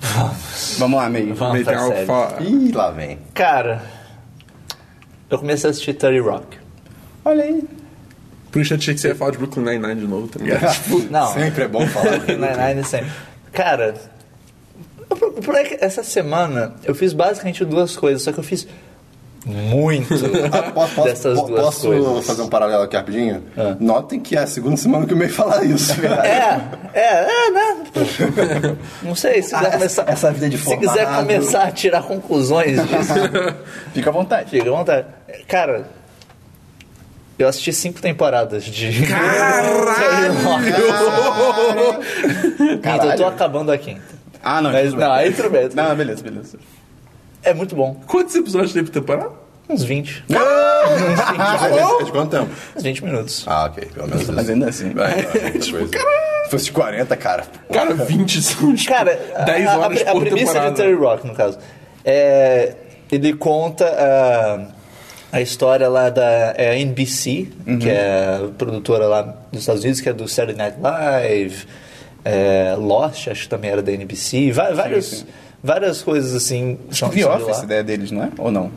[SPEAKER 1] Vamos. Vamos lá, meio.
[SPEAKER 2] Vamos pra
[SPEAKER 3] Legal,
[SPEAKER 2] série.
[SPEAKER 3] fala.
[SPEAKER 4] Ih, lá vem.
[SPEAKER 2] Cara, eu comecei a assistir 30 Rock.
[SPEAKER 1] Olha aí.
[SPEAKER 3] Por um instante achei que você ia falar de Brooklyn Nine-Nine de novo, tá ligado?
[SPEAKER 2] Não.
[SPEAKER 4] Sempre é bom falar.
[SPEAKER 2] Nine-Nine sempre. Cara, o pro- o problema é que essa semana eu fiz basicamente duas coisas, só que eu fiz muito
[SPEAKER 4] Posso, posso-
[SPEAKER 2] dessas
[SPEAKER 4] po-
[SPEAKER 2] duas
[SPEAKER 4] posso
[SPEAKER 2] coisas.
[SPEAKER 4] fazer um paralelo aqui rapidinho? Notem que é a segunda semana que eu meio falar isso, verdade.
[SPEAKER 2] É, é, é, né? Não sei, se quiser
[SPEAKER 4] Ah, essa-
[SPEAKER 2] começar.
[SPEAKER 4] essa vida de
[SPEAKER 2] Se quiser
[SPEAKER 4] formado.
[SPEAKER 2] começar a tirar conclusões disso,
[SPEAKER 1] Fica à vontade.
[SPEAKER 2] fica à vontade. Cara, eu assisti cinco temporadas de. Caralho! Então eu tô
[SPEAKER 1] Caralho.
[SPEAKER 2] acabando a quinta.
[SPEAKER 1] Ah, não.
[SPEAKER 2] Mas
[SPEAKER 1] tudo bem.
[SPEAKER 2] não, aí tudo bem. tudo bem.
[SPEAKER 1] Não, beleza, beleza.
[SPEAKER 2] É muito bom.
[SPEAKER 3] Quantos episódios teve por temporada?
[SPEAKER 2] Uns 20.
[SPEAKER 4] Ah, de quanto tempo?
[SPEAKER 2] Uns 20 minutos.
[SPEAKER 4] Ah, ok. Pelo menos isso.
[SPEAKER 1] É Mas ainda assim.
[SPEAKER 4] Vai, vai, outra coisa. Se fosse de 40, cara.
[SPEAKER 3] Cara, 20 são tipo,
[SPEAKER 2] Cara,
[SPEAKER 3] 10
[SPEAKER 2] a, a-
[SPEAKER 3] horas
[SPEAKER 2] a,
[SPEAKER 3] por
[SPEAKER 2] premissa
[SPEAKER 3] temporada.
[SPEAKER 2] de Terry Rock, no caso. É, ele conta a, a história lá da é, NBC,
[SPEAKER 3] Uhum.
[SPEAKER 2] que é a produtora lá dos Estados Unidos, que é do Saturday Night Live, é, Lost, acho que também era da NBC, va- vários, várias coisas assim. são-
[SPEAKER 1] The
[SPEAKER 2] são de
[SPEAKER 1] Office,
[SPEAKER 2] lá.
[SPEAKER 1] ideia deles, não é? Ou não?
[SPEAKER 3] né?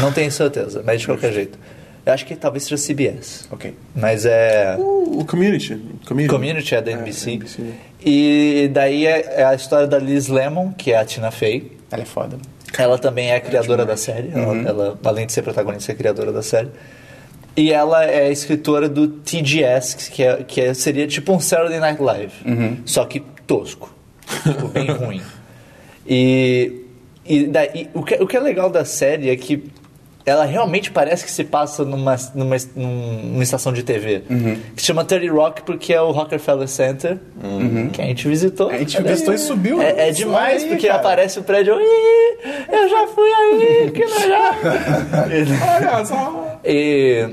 [SPEAKER 2] Não tenho certeza, mas
[SPEAKER 3] Uhum.
[SPEAKER 2] de qualquer jeito. Eu acho que talvez seja CBS.
[SPEAKER 1] Ok.
[SPEAKER 2] Mas é.
[SPEAKER 3] O Community. Community.
[SPEAKER 2] Community é da
[SPEAKER 3] Uh. É,
[SPEAKER 2] NBC.
[SPEAKER 3] NBC.
[SPEAKER 2] E daí é é a história da Liz Lemon, que é a Tina Fey.
[SPEAKER 1] Ela é foda.
[SPEAKER 2] Ela também é a criadora da série. Ela,
[SPEAKER 1] Uhum.
[SPEAKER 2] ela, além de ser protagonista, é criadora da série. E ela é escritora do TGS, que, é, que é- seria tipo um Saturday Night Live.
[SPEAKER 1] Uhum.
[SPEAKER 2] Só que tosco. Tipo, bem ruim. E, e daí, o, que, o que é legal da série é que ela realmente parece que se passa numa, numa, numa estação de TV.
[SPEAKER 1] Uhum.
[SPEAKER 2] Que se chama 30 Rock porque é o Rockefeller Center. Que a gente visitou.
[SPEAKER 1] Uhum. A gente
[SPEAKER 2] Olha aí.
[SPEAKER 1] visitou e subiu. né?
[SPEAKER 2] É, é
[SPEAKER 1] Isso
[SPEAKER 2] demais
[SPEAKER 1] aí,
[SPEAKER 2] porque
[SPEAKER 1] cara.
[SPEAKER 2] aparece o prédio. "Ih, Eu já fui aí, que é legal!
[SPEAKER 3] Olha só.
[SPEAKER 2] E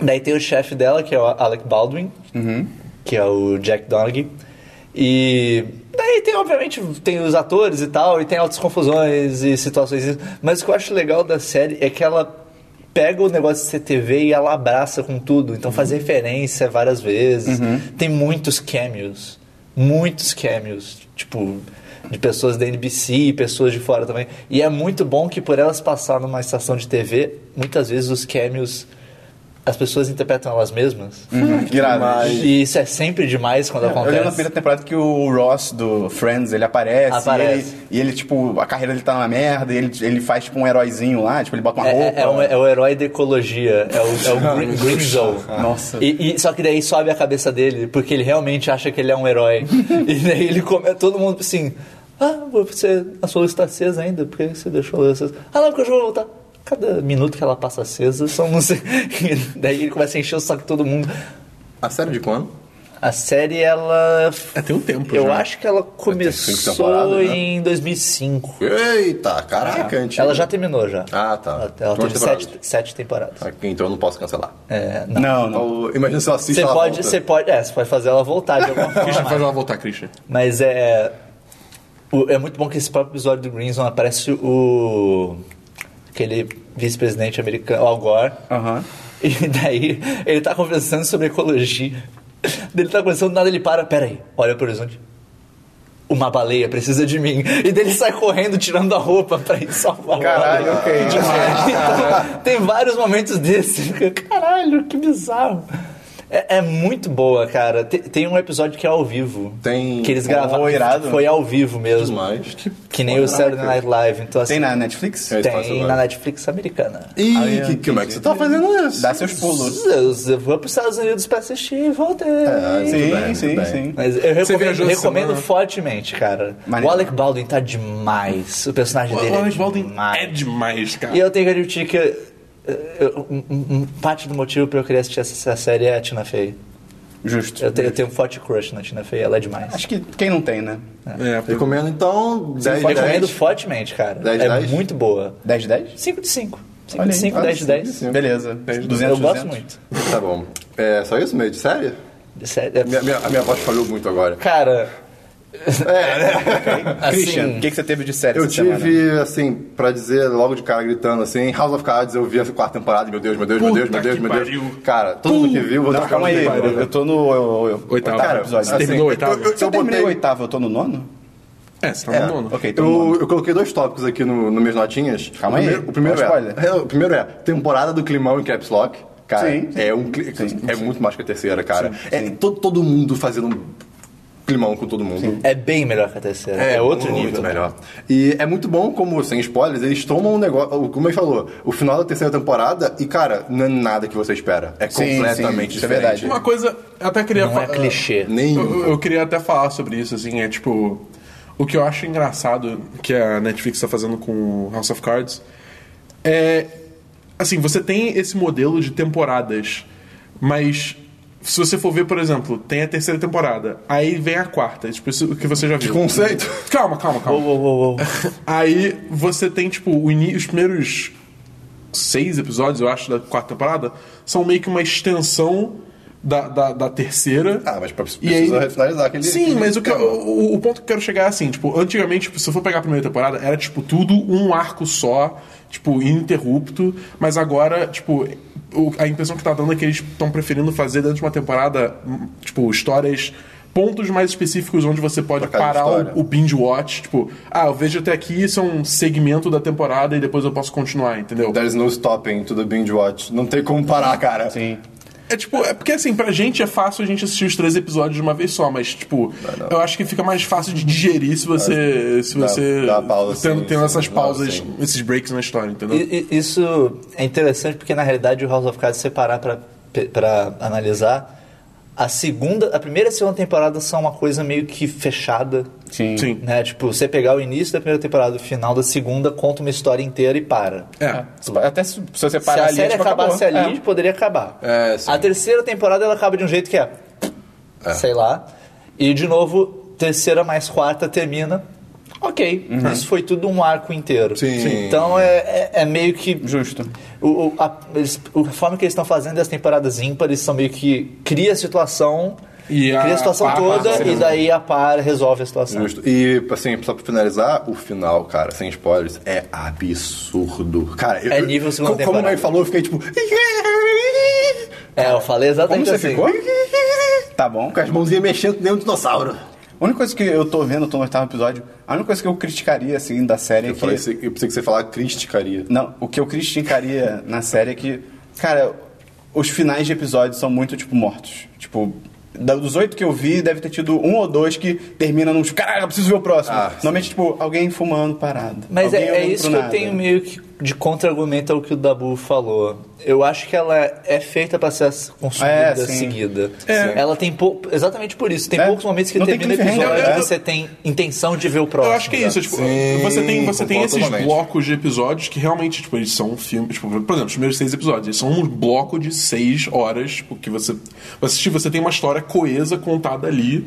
[SPEAKER 2] daí tem o chefe dela, que é o Alec Baldwin, que é o Jack Donaghy. E daí tem, obviamente, tem os atores e tal, e tem altas confusões e situações. Mas o que eu acho legal da série é que ela pega o negócio de ser TV e ela abraça com tudo. Então faz referência várias vezes. Tem muitos cameos. Muitos cameos. Tipo, de pessoas da NBC, pessoas de fora também. E é muito bom que por elas passar numa estação de TV, muitas vezes os cameos... As pessoas interpretam elas mesmas.
[SPEAKER 1] Hum, Irado.
[SPEAKER 2] E isso é sempre demais quando
[SPEAKER 1] Eu lembro na
[SPEAKER 2] Hum, acontece.
[SPEAKER 1] primeira temporada que o Ross do Friends, ele aparece.
[SPEAKER 2] Aparece.
[SPEAKER 1] E ele, e ele, tipo, a carreira dele tá na merda. E ele, ele faz, tipo, um heróizinho lá. Tipo, ele bota uma
[SPEAKER 2] É,
[SPEAKER 1] roupa.
[SPEAKER 2] é- é um- é o herói da ecologia, é o, é o Green, Green Zone.
[SPEAKER 1] Nossa.
[SPEAKER 2] E, e- só que daí sobe a cabeça dele, porque ele realmente acha que ele é um herói. e daí ele come, todo mundo assim. Ah, você, a sua luz está acesa ainda, por que você deixou a luz acesa? Ah, não, porque eu já vou voltar. Cada minuto que ela passa acesa, são não sei. E daí ele começa a encher o saco de todo mundo.
[SPEAKER 4] A série de quando?
[SPEAKER 2] A série, ela.
[SPEAKER 3] É, tem um tempo
[SPEAKER 2] Eu
[SPEAKER 3] já.
[SPEAKER 2] acho que ela
[SPEAKER 4] cinco temporadas,
[SPEAKER 2] começou
[SPEAKER 4] né?
[SPEAKER 2] em 2005.
[SPEAKER 4] Eita, caraca, antigo.
[SPEAKER 2] Ela já terminou já.
[SPEAKER 4] Ah, tá.
[SPEAKER 2] Ela, ela teve
[SPEAKER 4] Quantas temporadas?
[SPEAKER 2] sete, sete temporadas.
[SPEAKER 4] Ok, então eu não posso cancelar.
[SPEAKER 2] É,
[SPEAKER 1] Não,
[SPEAKER 2] não.
[SPEAKER 1] não.
[SPEAKER 4] Então, imagina se eu assisto
[SPEAKER 2] Você
[SPEAKER 4] ela
[SPEAKER 2] pode,
[SPEAKER 4] volta.
[SPEAKER 2] você pode, é, você pode fazer ela voltar de alguma
[SPEAKER 3] Christian, faz
[SPEAKER 2] forma.
[SPEAKER 3] ela voltar, Christian.
[SPEAKER 2] Mas é, o- é muito bom que esse próprio episódio do Green Zone aparece o aquele vice-presidente americano, Al Gore.
[SPEAKER 1] Aham.
[SPEAKER 2] E daí ele tá conversando sobre ecologia. Ele tá conversando, nada ele para, peraí, olha pro horizonte. Uma baleia precisa de mim. E daí ele sai correndo, tirando a roupa pra ir salvar a
[SPEAKER 1] Caralho,
[SPEAKER 2] baleia.
[SPEAKER 1] ok.
[SPEAKER 2] Então, tem vários momentos desses. Fica, Caralho, que bizarro. É, é muito boa, cara. Tem, tem um episódio que é ao vivo.
[SPEAKER 4] Tem-
[SPEAKER 2] Que eles
[SPEAKER 4] Oh,
[SPEAKER 2] gravaram.
[SPEAKER 1] um irado. né?
[SPEAKER 2] Foi ao vivo mesmo.
[SPEAKER 4] Demais.
[SPEAKER 2] Que, nem o Saturday Night Live. Então, assim,
[SPEAKER 1] Tem na Netflix?
[SPEAKER 4] É.
[SPEAKER 2] tem
[SPEAKER 4] Espaço
[SPEAKER 2] na
[SPEAKER 4] Live.
[SPEAKER 2] Netflix americana.
[SPEAKER 4] Ih,
[SPEAKER 1] Aí,
[SPEAKER 4] que, que, como é que você tá fazendo isso?
[SPEAKER 1] Dá seus pulos.
[SPEAKER 2] Eu, eu vou para os Estados Unidos para assistir e voltei.
[SPEAKER 4] Ah,
[SPEAKER 1] Sim,
[SPEAKER 4] Tudo bem,
[SPEAKER 1] sim,
[SPEAKER 4] tudo bem.
[SPEAKER 1] sim.
[SPEAKER 2] Mas eu recomendo,
[SPEAKER 3] viajou essa
[SPEAKER 2] recomendo
[SPEAKER 3] semana?
[SPEAKER 2] fortemente, cara.
[SPEAKER 1] Maneiro.
[SPEAKER 2] O Alec Baldwin tá demais. O personagem
[SPEAKER 3] O
[SPEAKER 2] dele
[SPEAKER 3] Alec
[SPEAKER 2] é
[SPEAKER 3] Baldwin
[SPEAKER 2] demais.
[SPEAKER 3] é demais, cara.
[SPEAKER 2] E eu tenho que admitir que eh, eu- um- um- parte do motivo pra eu querer assistir essa, essa série é a Tina Fey.
[SPEAKER 1] Justo.
[SPEAKER 2] Eu, te- eu tenho um forte crush na Tina Fey, ela é demais.
[SPEAKER 1] Acho que quem não tem, né?
[SPEAKER 3] É, porque
[SPEAKER 4] Recomendo então 10
[SPEAKER 2] Eu recomendo
[SPEAKER 4] 10.
[SPEAKER 2] fortemente, cara.
[SPEAKER 4] Dez de
[SPEAKER 2] é
[SPEAKER 4] dez?
[SPEAKER 2] muito boa.
[SPEAKER 1] 10 de 10?
[SPEAKER 2] 5 de 5. 5
[SPEAKER 1] Olha
[SPEAKER 2] de
[SPEAKER 1] aí,
[SPEAKER 2] 5,
[SPEAKER 1] olha,
[SPEAKER 2] 10 de
[SPEAKER 4] cinco de
[SPEAKER 2] 10.
[SPEAKER 4] cinco.
[SPEAKER 1] Beleza.
[SPEAKER 3] de
[SPEAKER 1] 200,
[SPEAKER 2] Eu gosto
[SPEAKER 1] 200.
[SPEAKER 2] muito.
[SPEAKER 4] Tá bom. É só isso mesmo? Sério?
[SPEAKER 2] De série- é-
[SPEAKER 4] Minha, minha, a minha voz falhou muito agora.
[SPEAKER 2] Cara,
[SPEAKER 1] Christian,
[SPEAKER 2] Assim-
[SPEAKER 1] o que, que você teve de série
[SPEAKER 4] Eu
[SPEAKER 1] essa
[SPEAKER 4] tive,
[SPEAKER 1] semana?
[SPEAKER 4] assim, pra dizer logo de cara gritando assim, House of Cards, eu vi a quarta temporada, meu Deus, meu Deus, meu Deus, meu
[SPEAKER 3] Puta
[SPEAKER 4] Deus,
[SPEAKER 3] que
[SPEAKER 4] meu Deus.
[SPEAKER 3] pariu.
[SPEAKER 4] Cara, todo mundo que viu, vou um né?
[SPEAKER 1] Não, calma aí. Eu, eu tô no eu, eu,
[SPEAKER 3] Oitavo.
[SPEAKER 1] oitavo
[SPEAKER 4] Cara,
[SPEAKER 1] episódio.
[SPEAKER 3] você
[SPEAKER 4] assim,
[SPEAKER 3] terminou o oitavo?
[SPEAKER 4] eu- eu-
[SPEAKER 1] Se eu,
[SPEAKER 4] eu
[SPEAKER 1] terminei
[SPEAKER 4] botei-
[SPEAKER 1] o oitavo, eu tô no nono?
[SPEAKER 3] é, você tá
[SPEAKER 4] É,
[SPEAKER 3] no nono.
[SPEAKER 1] Ok, tô no nono.
[SPEAKER 4] Eu, eu coloquei dois tópicos aqui no, no minhas notinhas.
[SPEAKER 1] Calma
[SPEAKER 4] o
[SPEAKER 1] aí,
[SPEAKER 4] primeiro, o primeiro
[SPEAKER 1] dá um spoiler.
[SPEAKER 4] é, é, O primeiro é temporada do climão em Caps Lock. Cara,
[SPEAKER 1] Sim, sim.
[SPEAKER 4] é um cli-
[SPEAKER 1] Sim,
[SPEAKER 4] é muito mais que a terceira, cara.
[SPEAKER 1] Sim,
[SPEAKER 4] é
[SPEAKER 1] sim.
[SPEAKER 4] todo, todo mundo fazendo um climão com todo mundo.
[SPEAKER 2] É bem melhor que a terceira. É, outro
[SPEAKER 4] muito
[SPEAKER 2] nível.
[SPEAKER 4] melhor. E é muito bom como, sem spoilers, eles tomam um negócio. o- Como ele falou, o final da terceira temporada, e cara, não é nada que você espera. É
[SPEAKER 1] Sim,
[SPEAKER 4] completamente
[SPEAKER 1] sim, isso é
[SPEAKER 4] diferente.
[SPEAKER 1] verdade.
[SPEAKER 3] Uma coisa, eu até queria
[SPEAKER 2] Não é
[SPEAKER 3] fa-
[SPEAKER 2] clichê.
[SPEAKER 4] Nem. um
[SPEAKER 3] Eu, eu queria até falar sobre isso, assim, é tipo. O que eu acho engraçado que a Netflix tá fazendo com House of Cards é. Assim, você tem esse modelo de temporadas, mas. Se você for ver, por exemplo, tem a terceira temporada, aí vem a quarta, tipo, isso que você já viu.
[SPEAKER 4] Conceito.
[SPEAKER 3] Calma, calma, calma.
[SPEAKER 2] Uou, uou, uou, uou.
[SPEAKER 3] Aí você tem, tipo, o ini- os primeiros seis episódios, eu acho, da quarta temporada, são meio que uma extensão da, da, da terceira.
[SPEAKER 4] Ah, mas pra- precisa
[SPEAKER 3] E aí-
[SPEAKER 4] finalizar aquele.
[SPEAKER 3] Sim,
[SPEAKER 4] aquele
[SPEAKER 3] mas o, que eu-
[SPEAKER 4] tema.
[SPEAKER 3] o, o ponto que eu quero chegar é assim, tipo, antigamente, tipo, se eu for pegar a primeira temporada, era, tipo, tudo um arco só, tipo, ininterrupto, mas agora, tipo, o- a impressão que tá dando é que eles estão preferindo fazer dentro de uma temporada, hum, tipo, histórias, pontos mais específicos onde você pode
[SPEAKER 4] Pra cada
[SPEAKER 3] parar
[SPEAKER 4] história.
[SPEAKER 3] o, o binge watch, tipo, ah, eu vejo até aqui, isso é um segmento da temporada e depois eu posso continuar, entendeu?
[SPEAKER 4] There is no stopping to the binge watch. Não tem como parar, cara.
[SPEAKER 1] Sim.
[SPEAKER 3] É tipo, é porque assim, pra gente é fácil a gente assistir os três episódios de uma vez só, mas tipo, eu acho que fica mais fácil de digerir se você. Se
[SPEAKER 4] Dá-
[SPEAKER 3] você.
[SPEAKER 4] dá pausa,
[SPEAKER 3] tendo
[SPEAKER 4] sim,
[SPEAKER 3] tendo
[SPEAKER 4] sim.
[SPEAKER 3] essas
[SPEAKER 4] Não,
[SPEAKER 3] pausas,
[SPEAKER 4] sim.
[SPEAKER 3] esses breaks na história, entendeu?
[SPEAKER 2] I- i- Isso é interessante porque na realidade o House of Cards se você parar pra, pe- pra analisar a segunda, a primeira e a segunda temporada são uma coisa meio que fechada,
[SPEAKER 1] Sim.
[SPEAKER 3] Sim.
[SPEAKER 2] né? Tipo, você pegar o início da primeira temporada, o final da segunda, conta uma história inteira e para.
[SPEAKER 3] É.
[SPEAKER 1] Até se se você
[SPEAKER 2] Se
[SPEAKER 1] parar
[SPEAKER 2] a
[SPEAKER 1] ali,
[SPEAKER 2] série
[SPEAKER 1] tipo,
[SPEAKER 2] acabasse
[SPEAKER 1] acabou.
[SPEAKER 2] ali, poderia acabar.
[SPEAKER 4] É, sim.
[SPEAKER 2] a terceira temporada ela acaba de um jeito que é, sei lá. E de novo, terceira mais quarta termina. Ok, isso foi tudo um arco inteiro.
[SPEAKER 4] Sim. Sim.
[SPEAKER 2] Então é, é, é meio que.
[SPEAKER 1] É. Justo.
[SPEAKER 2] O, o- a, eles- o- a forma que eles estão fazendo das temporadas ímpares são meio que cria a situação,
[SPEAKER 3] E a
[SPEAKER 2] cria a situação
[SPEAKER 3] par-
[SPEAKER 2] toda
[SPEAKER 3] par-
[SPEAKER 2] e daí a par resolve a situação.
[SPEAKER 4] Justo. E, assim, só pra finalizar, o final, cara, sem spoilers, é absurdo. Cara, eu,
[SPEAKER 2] É nível segunda
[SPEAKER 4] co- Como o
[SPEAKER 2] temporada.
[SPEAKER 4] Mike falou, eu fiquei tipo.
[SPEAKER 2] É, eu falei
[SPEAKER 1] Como
[SPEAKER 2] exatamente
[SPEAKER 1] você
[SPEAKER 2] assim.
[SPEAKER 1] ficou? Tá bom.
[SPEAKER 4] Com as mãozinhas mexendo que nem um dinossauro.
[SPEAKER 1] A única coisa que eu tô vendo, eu tô no oitavo episódio, a única coisa que eu criticaria, assim, da série é
[SPEAKER 4] Eu,
[SPEAKER 1] que...
[SPEAKER 4] falei, eu pensei que você falava cristicaria.
[SPEAKER 1] Não, o que eu criticaria na série é que, cara, os finais de episódios são muito, tipo, mortos. Tipo, da- dos oito que eu vi, deve ter tido um ou dois que terminam num, tipo, caralho, eu preciso ver o próximo.
[SPEAKER 4] Ah,
[SPEAKER 1] Normalmente, tipo, alguém fumando parado.
[SPEAKER 2] Mas
[SPEAKER 1] alguém
[SPEAKER 2] é, é
[SPEAKER 1] olhando
[SPEAKER 2] isso
[SPEAKER 1] pro
[SPEAKER 2] que eu
[SPEAKER 1] nada.
[SPEAKER 2] tenho meio que de contra-argumento ao que o Dabu falou. Eu acho que ela é feita pra ser consumida
[SPEAKER 1] É, sim.
[SPEAKER 2] seguida. Ela tem pouco. Exatamente por isso. Tem
[SPEAKER 1] É.
[SPEAKER 2] poucos momentos que
[SPEAKER 1] Não tem
[SPEAKER 2] termina o
[SPEAKER 1] cliffhanger,
[SPEAKER 2] episódio
[SPEAKER 1] né?
[SPEAKER 2] que você tem intenção de ver o próximo.
[SPEAKER 3] Eu acho que é isso, tipo,
[SPEAKER 4] Sim,
[SPEAKER 3] você tem, você tem
[SPEAKER 4] concordo
[SPEAKER 3] esses
[SPEAKER 4] totalmente.
[SPEAKER 3] blocos de episódios que realmente, tipo, eles são filmes, tipo, por exemplo, os primeiros seis episódios, eles são um bloco de seis horas, tipo, que você vai assistir, você tem uma história coesa contada ali,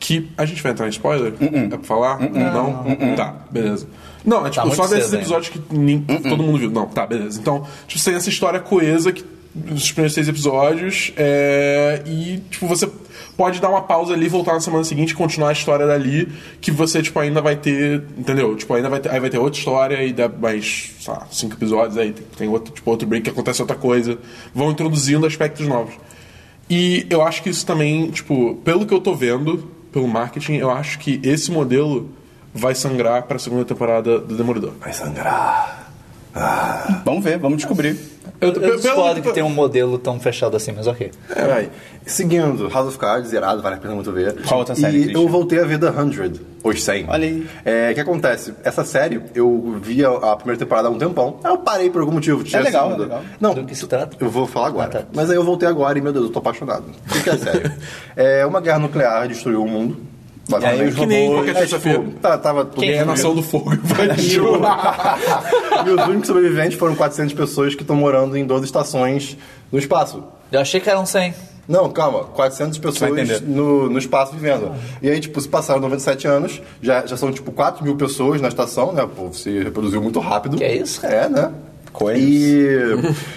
[SPEAKER 3] que a gente vai entrar em spoiler?
[SPEAKER 4] Uh-uh.
[SPEAKER 3] É pra falar? Não? Tá, beleza. Não, é tipo,
[SPEAKER 2] muito
[SPEAKER 3] só desses
[SPEAKER 2] cedo ainda.
[SPEAKER 3] episódios que nin- todo mundo viu. Não, tá, beleza. Então, tipo, você tem essa história coesa que os primeiros seis episódios é, e, tipo, você pode dar uma pausa ali, voltar na semana seguinte, continuar a história dali, que você, tipo, ainda vai ter, entendeu? Tipo, ainda vai ter, aí vai ter outra história e dá mais, sei lá, cinco episódios, aí tem, tem outro, tipo, outro break que acontece outra coisa. Vão introduzindo aspectos novos. E eu acho que isso também, tipo, pelo que eu tô vendo, pelo marketing, eu acho que esse modelo vai sangrar pra segunda temporada do Demolidor.
[SPEAKER 4] Vai sangrar.
[SPEAKER 1] Vamos ver, vamos descobrir.
[SPEAKER 3] Eu,
[SPEAKER 2] Eu discordo que tem um modelo tão fechado assim, mas ok.
[SPEAKER 4] É. vai. Seguindo, House of Cards, zerado, vale a pena muito ver.
[SPEAKER 1] Qual outra série,
[SPEAKER 4] E
[SPEAKER 1] Christian?
[SPEAKER 4] eu voltei a ver The 100, os 100.
[SPEAKER 1] Olha aí.
[SPEAKER 4] É, O que acontece? Essa série, eu vi a, a primeira temporada há um tempão, aí eu parei por algum motivo. tinha a
[SPEAKER 1] legal,
[SPEAKER 4] segunda.
[SPEAKER 1] é legal.
[SPEAKER 4] Não,
[SPEAKER 2] Do que se trata?
[SPEAKER 4] eu vou falar agora.
[SPEAKER 2] Ah, tá.
[SPEAKER 4] Mas aí eu voltei agora e, meu Deus, eu tô apaixonado. O que que é sério? é, uma guerra nuclear destruiu o mundo. basicamente.
[SPEAKER 1] aí os
[SPEAKER 3] Que nem
[SPEAKER 1] robôs-
[SPEAKER 3] qualquer
[SPEAKER 4] É, tipo,
[SPEAKER 3] terça-feira.
[SPEAKER 4] tá- tava tudo
[SPEAKER 3] Quem é a nação do fogo invadiu.
[SPEAKER 4] e os únicos sobreviventes foram 400 pessoas que estão morando em 12 estações no espaço.
[SPEAKER 2] Eu achei que um eram 100.
[SPEAKER 4] Não, calma, 400
[SPEAKER 1] Vai
[SPEAKER 4] pessoas
[SPEAKER 1] entender.
[SPEAKER 4] no, no espaço vivendo. E aí, tipo, se passaram 97 anos, já, já são, tipo, 4 mil pessoas na estação, né? O povo se reproduziu muito rápido.
[SPEAKER 2] Que é isso, cara?
[SPEAKER 4] É, né?
[SPEAKER 1] Coisas.
[SPEAKER 4] E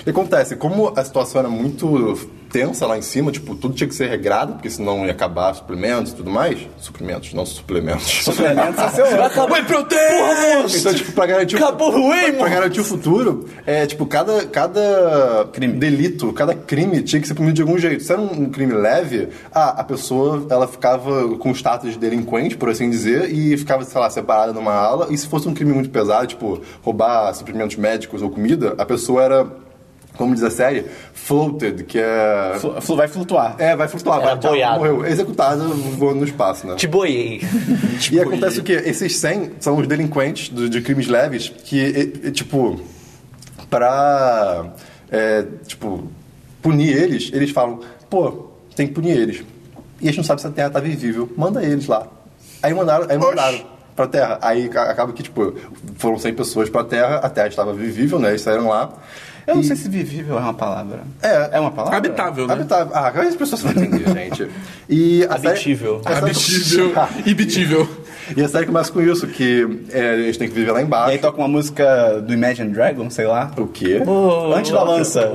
[SPEAKER 4] o que acontece? Como a situação era muito tensa lá em cima, tipo, tudo tinha que ser regrado, porque senão ia acabar suplementos e tudo mais. Suplementos, não suplementos.
[SPEAKER 1] Suplementos a seu ano.
[SPEAKER 2] Acabou em proteína!
[SPEAKER 4] Então, tipo, pra garantir,
[SPEAKER 2] Acabou o Waymo!
[SPEAKER 4] pra garantir o futuro, é, tipo, cada, cada
[SPEAKER 1] Crime.
[SPEAKER 4] delito, cada crime tinha que ser punido de algum jeito. Se era um, um crime leve, ah, a pessoa ela ficava com o status de delinquente, por assim dizer, e ficava, sei lá, separada numa ala. E se fosse um crime muito pesado, tipo, roubar suprimentos médicos ou comida, a pessoa era como diz a série, floated, que é.
[SPEAKER 1] Flu- flu- vai flutuar.
[SPEAKER 4] É, vai flutuar,
[SPEAKER 2] Era
[SPEAKER 4] vai tchau,
[SPEAKER 2] boiado.
[SPEAKER 4] morreu. Executado voando no espaço, né?
[SPEAKER 2] Te boiei.
[SPEAKER 4] e acontece o quê? Esses 100 são os delinquentes do- de crimes leves que, e- e, tipo, pra, é, tipo, punir eles, eles falam, pô, tem que punir eles. E eles não sabem se a Terra tá vivível. Manda eles lá. Aí mandaram, aí mandaram pra Terra. Aí ca- acaba que, tipo, foram 100 pessoas pra Terra, a Terra estava vivível, né? Eles saíram lá.
[SPEAKER 1] Eu não
[SPEAKER 4] E-
[SPEAKER 1] sei se vivível é uma palavra.
[SPEAKER 4] É.
[SPEAKER 1] É uma palavra?
[SPEAKER 3] Habitável, né?
[SPEAKER 4] Habitável. Ah, agora as pessoas vão entender, gente. E a série-
[SPEAKER 2] Habitível.
[SPEAKER 4] a série-
[SPEAKER 3] Habitível. Ibitível.
[SPEAKER 4] E a série começa com isso, que é, eles têm que viver lá
[SPEAKER 1] E
[SPEAKER 4] embaixo.
[SPEAKER 1] aí toca uma música do Imagine Dragon, sei lá.
[SPEAKER 4] O quê?
[SPEAKER 1] Antes da lança.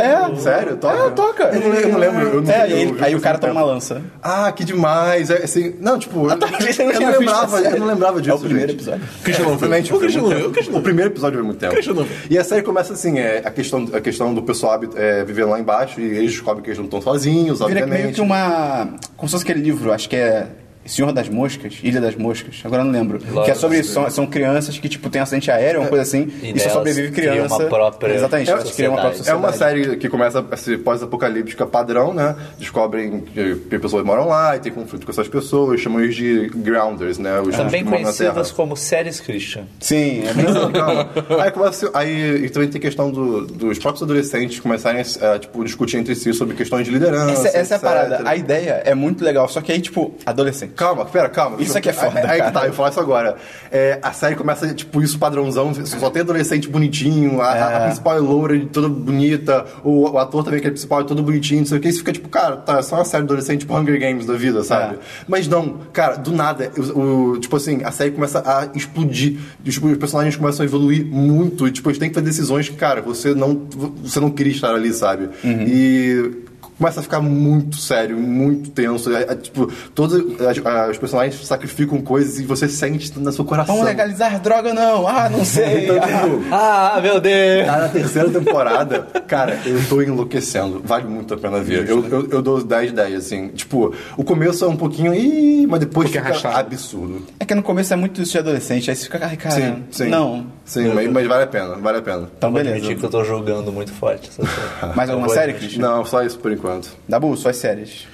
[SPEAKER 4] É, sério? Toca?
[SPEAKER 1] É, toca.
[SPEAKER 4] Eu não, le- eu não lembro. Eu não
[SPEAKER 1] É,
[SPEAKER 4] eu
[SPEAKER 1] e ele-
[SPEAKER 4] vi
[SPEAKER 1] aí o
[SPEAKER 4] faz
[SPEAKER 1] cara
[SPEAKER 4] um
[SPEAKER 1] toma
[SPEAKER 4] tempo.
[SPEAKER 1] uma lança.
[SPEAKER 4] Ah, que demais. É, assim, não, tipo, eu,
[SPEAKER 1] tá, gente, eu não
[SPEAKER 4] eu
[SPEAKER 1] tinha
[SPEAKER 4] não
[SPEAKER 1] visto
[SPEAKER 4] lembrava,
[SPEAKER 1] a série.
[SPEAKER 4] eu não lembrava disso,
[SPEAKER 1] É o primeiro
[SPEAKER 4] gente.
[SPEAKER 1] episódio.
[SPEAKER 3] Christian não viu.
[SPEAKER 4] Realmente,
[SPEAKER 3] O
[SPEAKER 4] foi
[SPEAKER 3] Christian
[SPEAKER 4] muito
[SPEAKER 3] não viu.
[SPEAKER 4] tempo.
[SPEAKER 3] O Christian
[SPEAKER 4] O
[SPEAKER 3] não viu.
[SPEAKER 4] primeiro episódio foi muito tempo.
[SPEAKER 3] Christian não viu.
[SPEAKER 4] E a série começa assim, é, a, questão, a questão do pessoal habi- é, viver lá embaixo e eles descobrem que eles não estão sozinhos,
[SPEAKER 1] Vira é meio
[SPEAKER 4] obviamente. né?
[SPEAKER 1] que uma. Como se fosse aquele livro, acho que é. Senhor das Moscas, Ilha das Moscas, agora eu não lembro. que é sobre isso. São, são crianças que, tipo, tem acidente aéreo, uma coisa assim,
[SPEAKER 2] E
[SPEAKER 1] e só
[SPEAKER 2] delas
[SPEAKER 1] sobrevive
[SPEAKER 2] criam
[SPEAKER 1] criança.
[SPEAKER 2] uma própria
[SPEAKER 1] Exatamente, elas criam uma própria
[SPEAKER 2] sociedade.
[SPEAKER 4] É uma
[SPEAKER 1] um sociedade.
[SPEAKER 4] série que começa a ser pós-apocalíptica padrão, né? Descobrem que que pessoas moram lá e tem conflito com essas pessoas, chamam eles de grounders, né? Os
[SPEAKER 2] Também
[SPEAKER 4] que moram na Terra.
[SPEAKER 2] conhecidas como séries Christian.
[SPEAKER 1] Sim, é bem
[SPEAKER 4] Não, calma. Aí, começa, aí e também tem questão do- dos próprios adolescentes começarem a tipo, discutir entre si sobre questões de liderança.
[SPEAKER 1] Essa, essa é a
[SPEAKER 4] etc.
[SPEAKER 1] parada. A ideia é muito legal, só que aí, tipo, adolescente.
[SPEAKER 4] Calma, pera, calma.
[SPEAKER 1] Isso aqui é foda,
[SPEAKER 4] Aí, aí
[SPEAKER 1] cara.
[SPEAKER 4] que tá, eu vou falar isso agora. É, a série começa, tipo, isso padrãozão, só tem adolescente bonitinho, a, a- a principal é loura, toda bonita, o, o ator também que é principal é todo bonitinho, não sei o que. Isso fica tipo, cara, tá, é só uma série adolescente, tipo Hunger Games da vida, sabe?
[SPEAKER 1] É.
[SPEAKER 4] Mas não, cara, do nada, o, o- tipo assim, a série começa a explodir. Tipo, os personagens começam a evoluir muito, e tipo, eles têm que fazer decisões que, cara, você não, você não queria estar ali, sabe? E começa a ficar muito sério, muito tenso. É, é, tipo, todos as- as- os personagens sacrificam coisas e você sente no seu coração.
[SPEAKER 1] Vamos
[SPEAKER 2] é,
[SPEAKER 1] legalizar droga ou não? Ah, não sei.
[SPEAKER 4] Então,
[SPEAKER 1] Ah,
[SPEAKER 4] tipo,
[SPEAKER 2] Ah, meu Deus!
[SPEAKER 4] Tá na terceira temporada, cara, eu tô enlouquecendo. Vale muito a pena ver. Eu, eu, eu dou 10 10, assim. Tipo, o começo é um pouquinho. Ih, mas depois
[SPEAKER 3] Porque
[SPEAKER 4] fica
[SPEAKER 3] arrastado.
[SPEAKER 4] absurdo.
[SPEAKER 1] É que no começo é muito isso de adolescente, aí você fica, ai, cara,
[SPEAKER 4] Sim, sim.
[SPEAKER 1] É. não.
[SPEAKER 4] Sim, mas, mas vale a pena, vale a pena.
[SPEAKER 1] Então,
[SPEAKER 2] Vou
[SPEAKER 1] beleza.
[SPEAKER 2] admitir que eu tô jogando muito forte. essa série.
[SPEAKER 1] Mais
[SPEAKER 2] Eu
[SPEAKER 1] alguma
[SPEAKER 2] vou
[SPEAKER 1] série,
[SPEAKER 2] admitir.
[SPEAKER 1] Christian?
[SPEAKER 4] Não, só isso por enquanto.
[SPEAKER 1] Dabu, suas séries.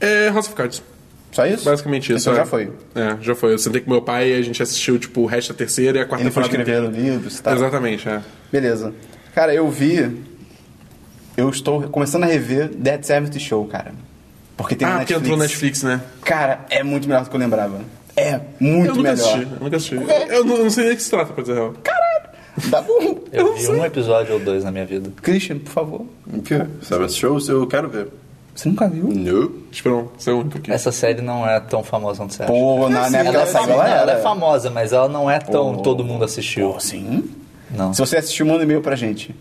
[SPEAKER 3] É House of Cards.
[SPEAKER 1] Só isso?
[SPEAKER 3] Basicamente isso.
[SPEAKER 1] Então
[SPEAKER 3] é.
[SPEAKER 1] já foi.
[SPEAKER 3] É, já foi. Eu sentei com meu pai e a gente assistiu, tipo, o resto da terceira e a quarta
[SPEAKER 1] Ele foi
[SPEAKER 3] temporada. inteira.
[SPEAKER 1] escrevendo livros e tal.
[SPEAKER 3] Exatamente, é.
[SPEAKER 1] Beleza. Cara, eu vi. Eu estou começando a rever Dead Seventh Show, cara. Porque tem
[SPEAKER 3] ah,
[SPEAKER 1] na
[SPEAKER 3] porque
[SPEAKER 1] Netflix.
[SPEAKER 3] entrou no Netflix, né?
[SPEAKER 1] Cara, é muito melhor do que eu lembrava. É muito
[SPEAKER 3] eu
[SPEAKER 1] melhor.
[SPEAKER 3] nunca assisti, eu nunca assisti. Eu, não, eu não sei nem o que se trata, pra dizer a real.
[SPEAKER 1] Dabu, eu,
[SPEAKER 2] Eu
[SPEAKER 1] não
[SPEAKER 2] vi
[SPEAKER 1] sei.
[SPEAKER 2] um episódio ou dois na minha vida.
[SPEAKER 1] Tá. Christian, por favor.
[SPEAKER 4] O quê? Sabe esses shows? Eu quero ver.
[SPEAKER 1] Você nunca viu?
[SPEAKER 4] No.
[SPEAKER 3] Esperão, você é o único aqui.
[SPEAKER 2] Essa série não é tão famosa quanto você acha.
[SPEAKER 1] Pô, na, na época que ela saiu, ela era.
[SPEAKER 2] ela é famosa, mas ela não é tão
[SPEAKER 1] Pô.
[SPEAKER 2] todo mundo assistiu.
[SPEAKER 1] Pô, sim.
[SPEAKER 2] Não.
[SPEAKER 1] Se você assistiu, manda um e-mail pra gente.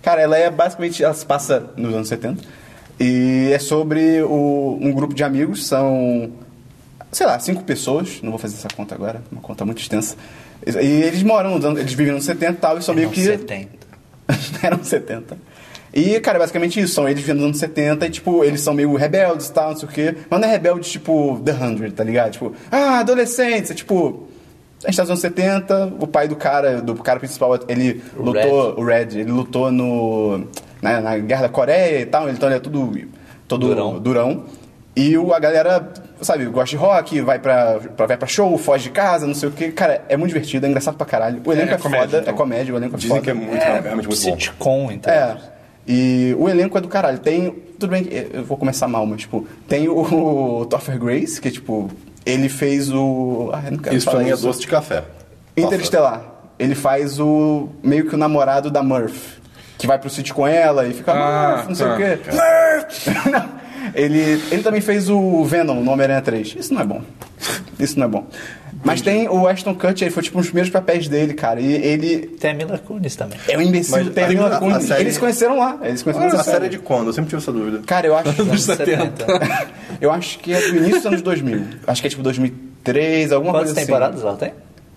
[SPEAKER 1] Cara, ela é basicamente. Ela se passa nos anos 70. E é sobre o- um grupo de amigos, são. Sei lá, cinco pessoas. Não vou fazer essa conta agora, uma conta muito extensa. E eles moram, nos anos- eles vivem nos 70 e tal, e são meio
[SPEAKER 2] Não,
[SPEAKER 1] que.
[SPEAKER 2] 70.
[SPEAKER 1] Eram 70. E, cara, é basicamente isso. São eles vindo dos anos 70 e, tipo, eles são meio rebeldes e tal, não sei o quê. Mas não é rebelde, tipo, The Hundred, tá ligado? Tipo, ah, adolescentes, é tipo... A gente tá nos anos 70, o pai do cara, do cara principal, ele
[SPEAKER 2] O
[SPEAKER 1] lutou... O Red, ele lutou no... Na, na Guerra da Coreia e tal, então ele é tudo... Todo
[SPEAKER 2] Durão.
[SPEAKER 1] durão. E o, a galera, sabe, gosta de rock, vai pra, pra, vai pra show, foge de casa, não sei o quê. Cara, é muito divertido, é engraçado pra caralho. O elenco é,
[SPEAKER 3] comédia,
[SPEAKER 1] foda,
[SPEAKER 3] então.
[SPEAKER 1] é comédia, o elenco é
[SPEAKER 4] Dizem
[SPEAKER 1] foda.
[SPEAKER 4] que é muito, realmente muito bom.
[SPEAKER 2] um Sitcom, então.
[SPEAKER 1] É. E o elenco é do caralho. Tem. Tudo bem, que eu vou começar mal, mas tipo, tem o, Topher Grace, que tipo, ele fez o. Ah, eu não quero
[SPEAKER 4] Isso pra
[SPEAKER 1] falar
[SPEAKER 4] mim é doce de café.
[SPEAKER 1] Interestelar. Ele faz o. meio que o namorado da Murph. Que vai pro sítio com ela e fica.
[SPEAKER 3] Ah,
[SPEAKER 1] Murph, não sei
[SPEAKER 3] tá.
[SPEAKER 1] o quê. Murph! Não, ele, ele também fez o Venom no Homem-Aranha 3. Isso não é bom. Isso não é bom. Mas tem o Ashton Kutcher, ele foi tipo um dos primeiros papéis dele, cara. E ele
[SPEAKER 2] Tem a Mila Kunis também.
[SPEAKER 1] é um imbecil
[SPEAKER 4] Mas
[SPEAKER 1] tem
[SPEAKER 4] a-
[SPEAKER 1] a Mila
[SPEAKER 4] a- a
[SPEAKER 1] Kunis.
[SPEAKER 4] série-
[SPEAKER 1] Eles se conheceram lá. Eles se conheceram
[SPEAKER 4] Nossa,
[SPEAKER 1] na
[SPEAKER 4] a série é
[SPEAKER 1] série.
[SPEAKER 4] de quando? Eu sempre tive essa dúvida.
[SPEAKER 1] Cara, eu acho,
[SPEAKER 2] Anos
[SPEAKER 3] 70.
[SPEAKER 2] 70.
[SPEAKER 1] eu acho que é do início dos anos 2000. Acho que é tipo 2003, alguma
[SPEAKER 2] Quantas
[SPEAKER 1] coisa assim.
[SPEAKER 2] temporadas ela tem?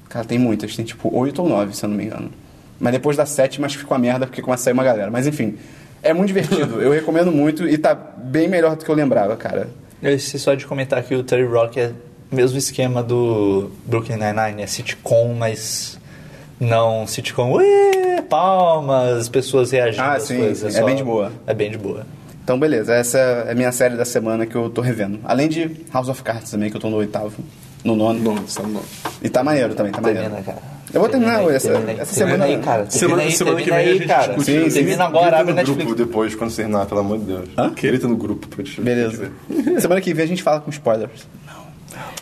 [SPEAKER 1] Cara, tem muitas. Tem tipo 8 ou 9, se eu não me engano. Mas depois da sétima, acho que ficou a merda, porque começa a sair uma galera. Mas enfim, é muito divertido. eu recomendo muito e tá bem melhor do que eu lembrava, cara.
[SPEAKER 2] Eu esqueci só de comentar que o Terry Rock é o mesmo esquema do Brooklyn Nine-Nine. É sitcom, mas não sitcom. Ué! palmas, pessoas reagindo
[SPEAKER 1] Ah,
[SPEAKER 2] às
[SPEAKER 1] sim,
[SPEAKER 2] coisas.
[SPEAKER 1] sim. É bem de boa.
[SPEAKER 2] É bem de boa.
[SPEAKER 1] Então, beleza, essa é a minha série da semana que eu tô revendo. Além de House of Cards também, que eu tô no oitavo, no nono.
[SPEAKER 3] Não, você tá no nome.
[SPEAKER 1] E tá maneiro também, tá maneiro.
[SPEAKER 2] Termina, cara.
[SPEAKER 1] Eu vou terminar
[SPEAKER 2] Termina aí,
[SPEAKER 1] essa-
[SPEAKER 2] termina aí,
[SPEAKER 1] essa
[SPEAKER 2] termina
[SPEAKER 1] semana.
[SPEAKER 2] aí, cara.
[SPEAKER 3] Semana-
[SPEAKER 2] termina aí,
[SPEAKER 3] semana que
[SPEAKER 2] termina
[SPEAKER 3] vem a
[SPEAKER 2] aí,
[SPEAKER 3] gente
[SPEAKER 2] cara.
[SPEAKER 3] discute
[SPEAKER 1] isso.
[SPEAKER 2] termina
[SPEAKER 4] Grita
[SPEAKER 2] agora, abre
[SPEAKER 4] no
[SPEAKER 2] Netflix.
[SPEAKER 4] grupo depois, quando você terminar, pelo amor de Deus.
[SPEAKER 1] Hã?
[SPEAKER 4] Grita no grupo pra te
[SPEAKER 1] Beleza. Semana que vem a gente fala com spoilers.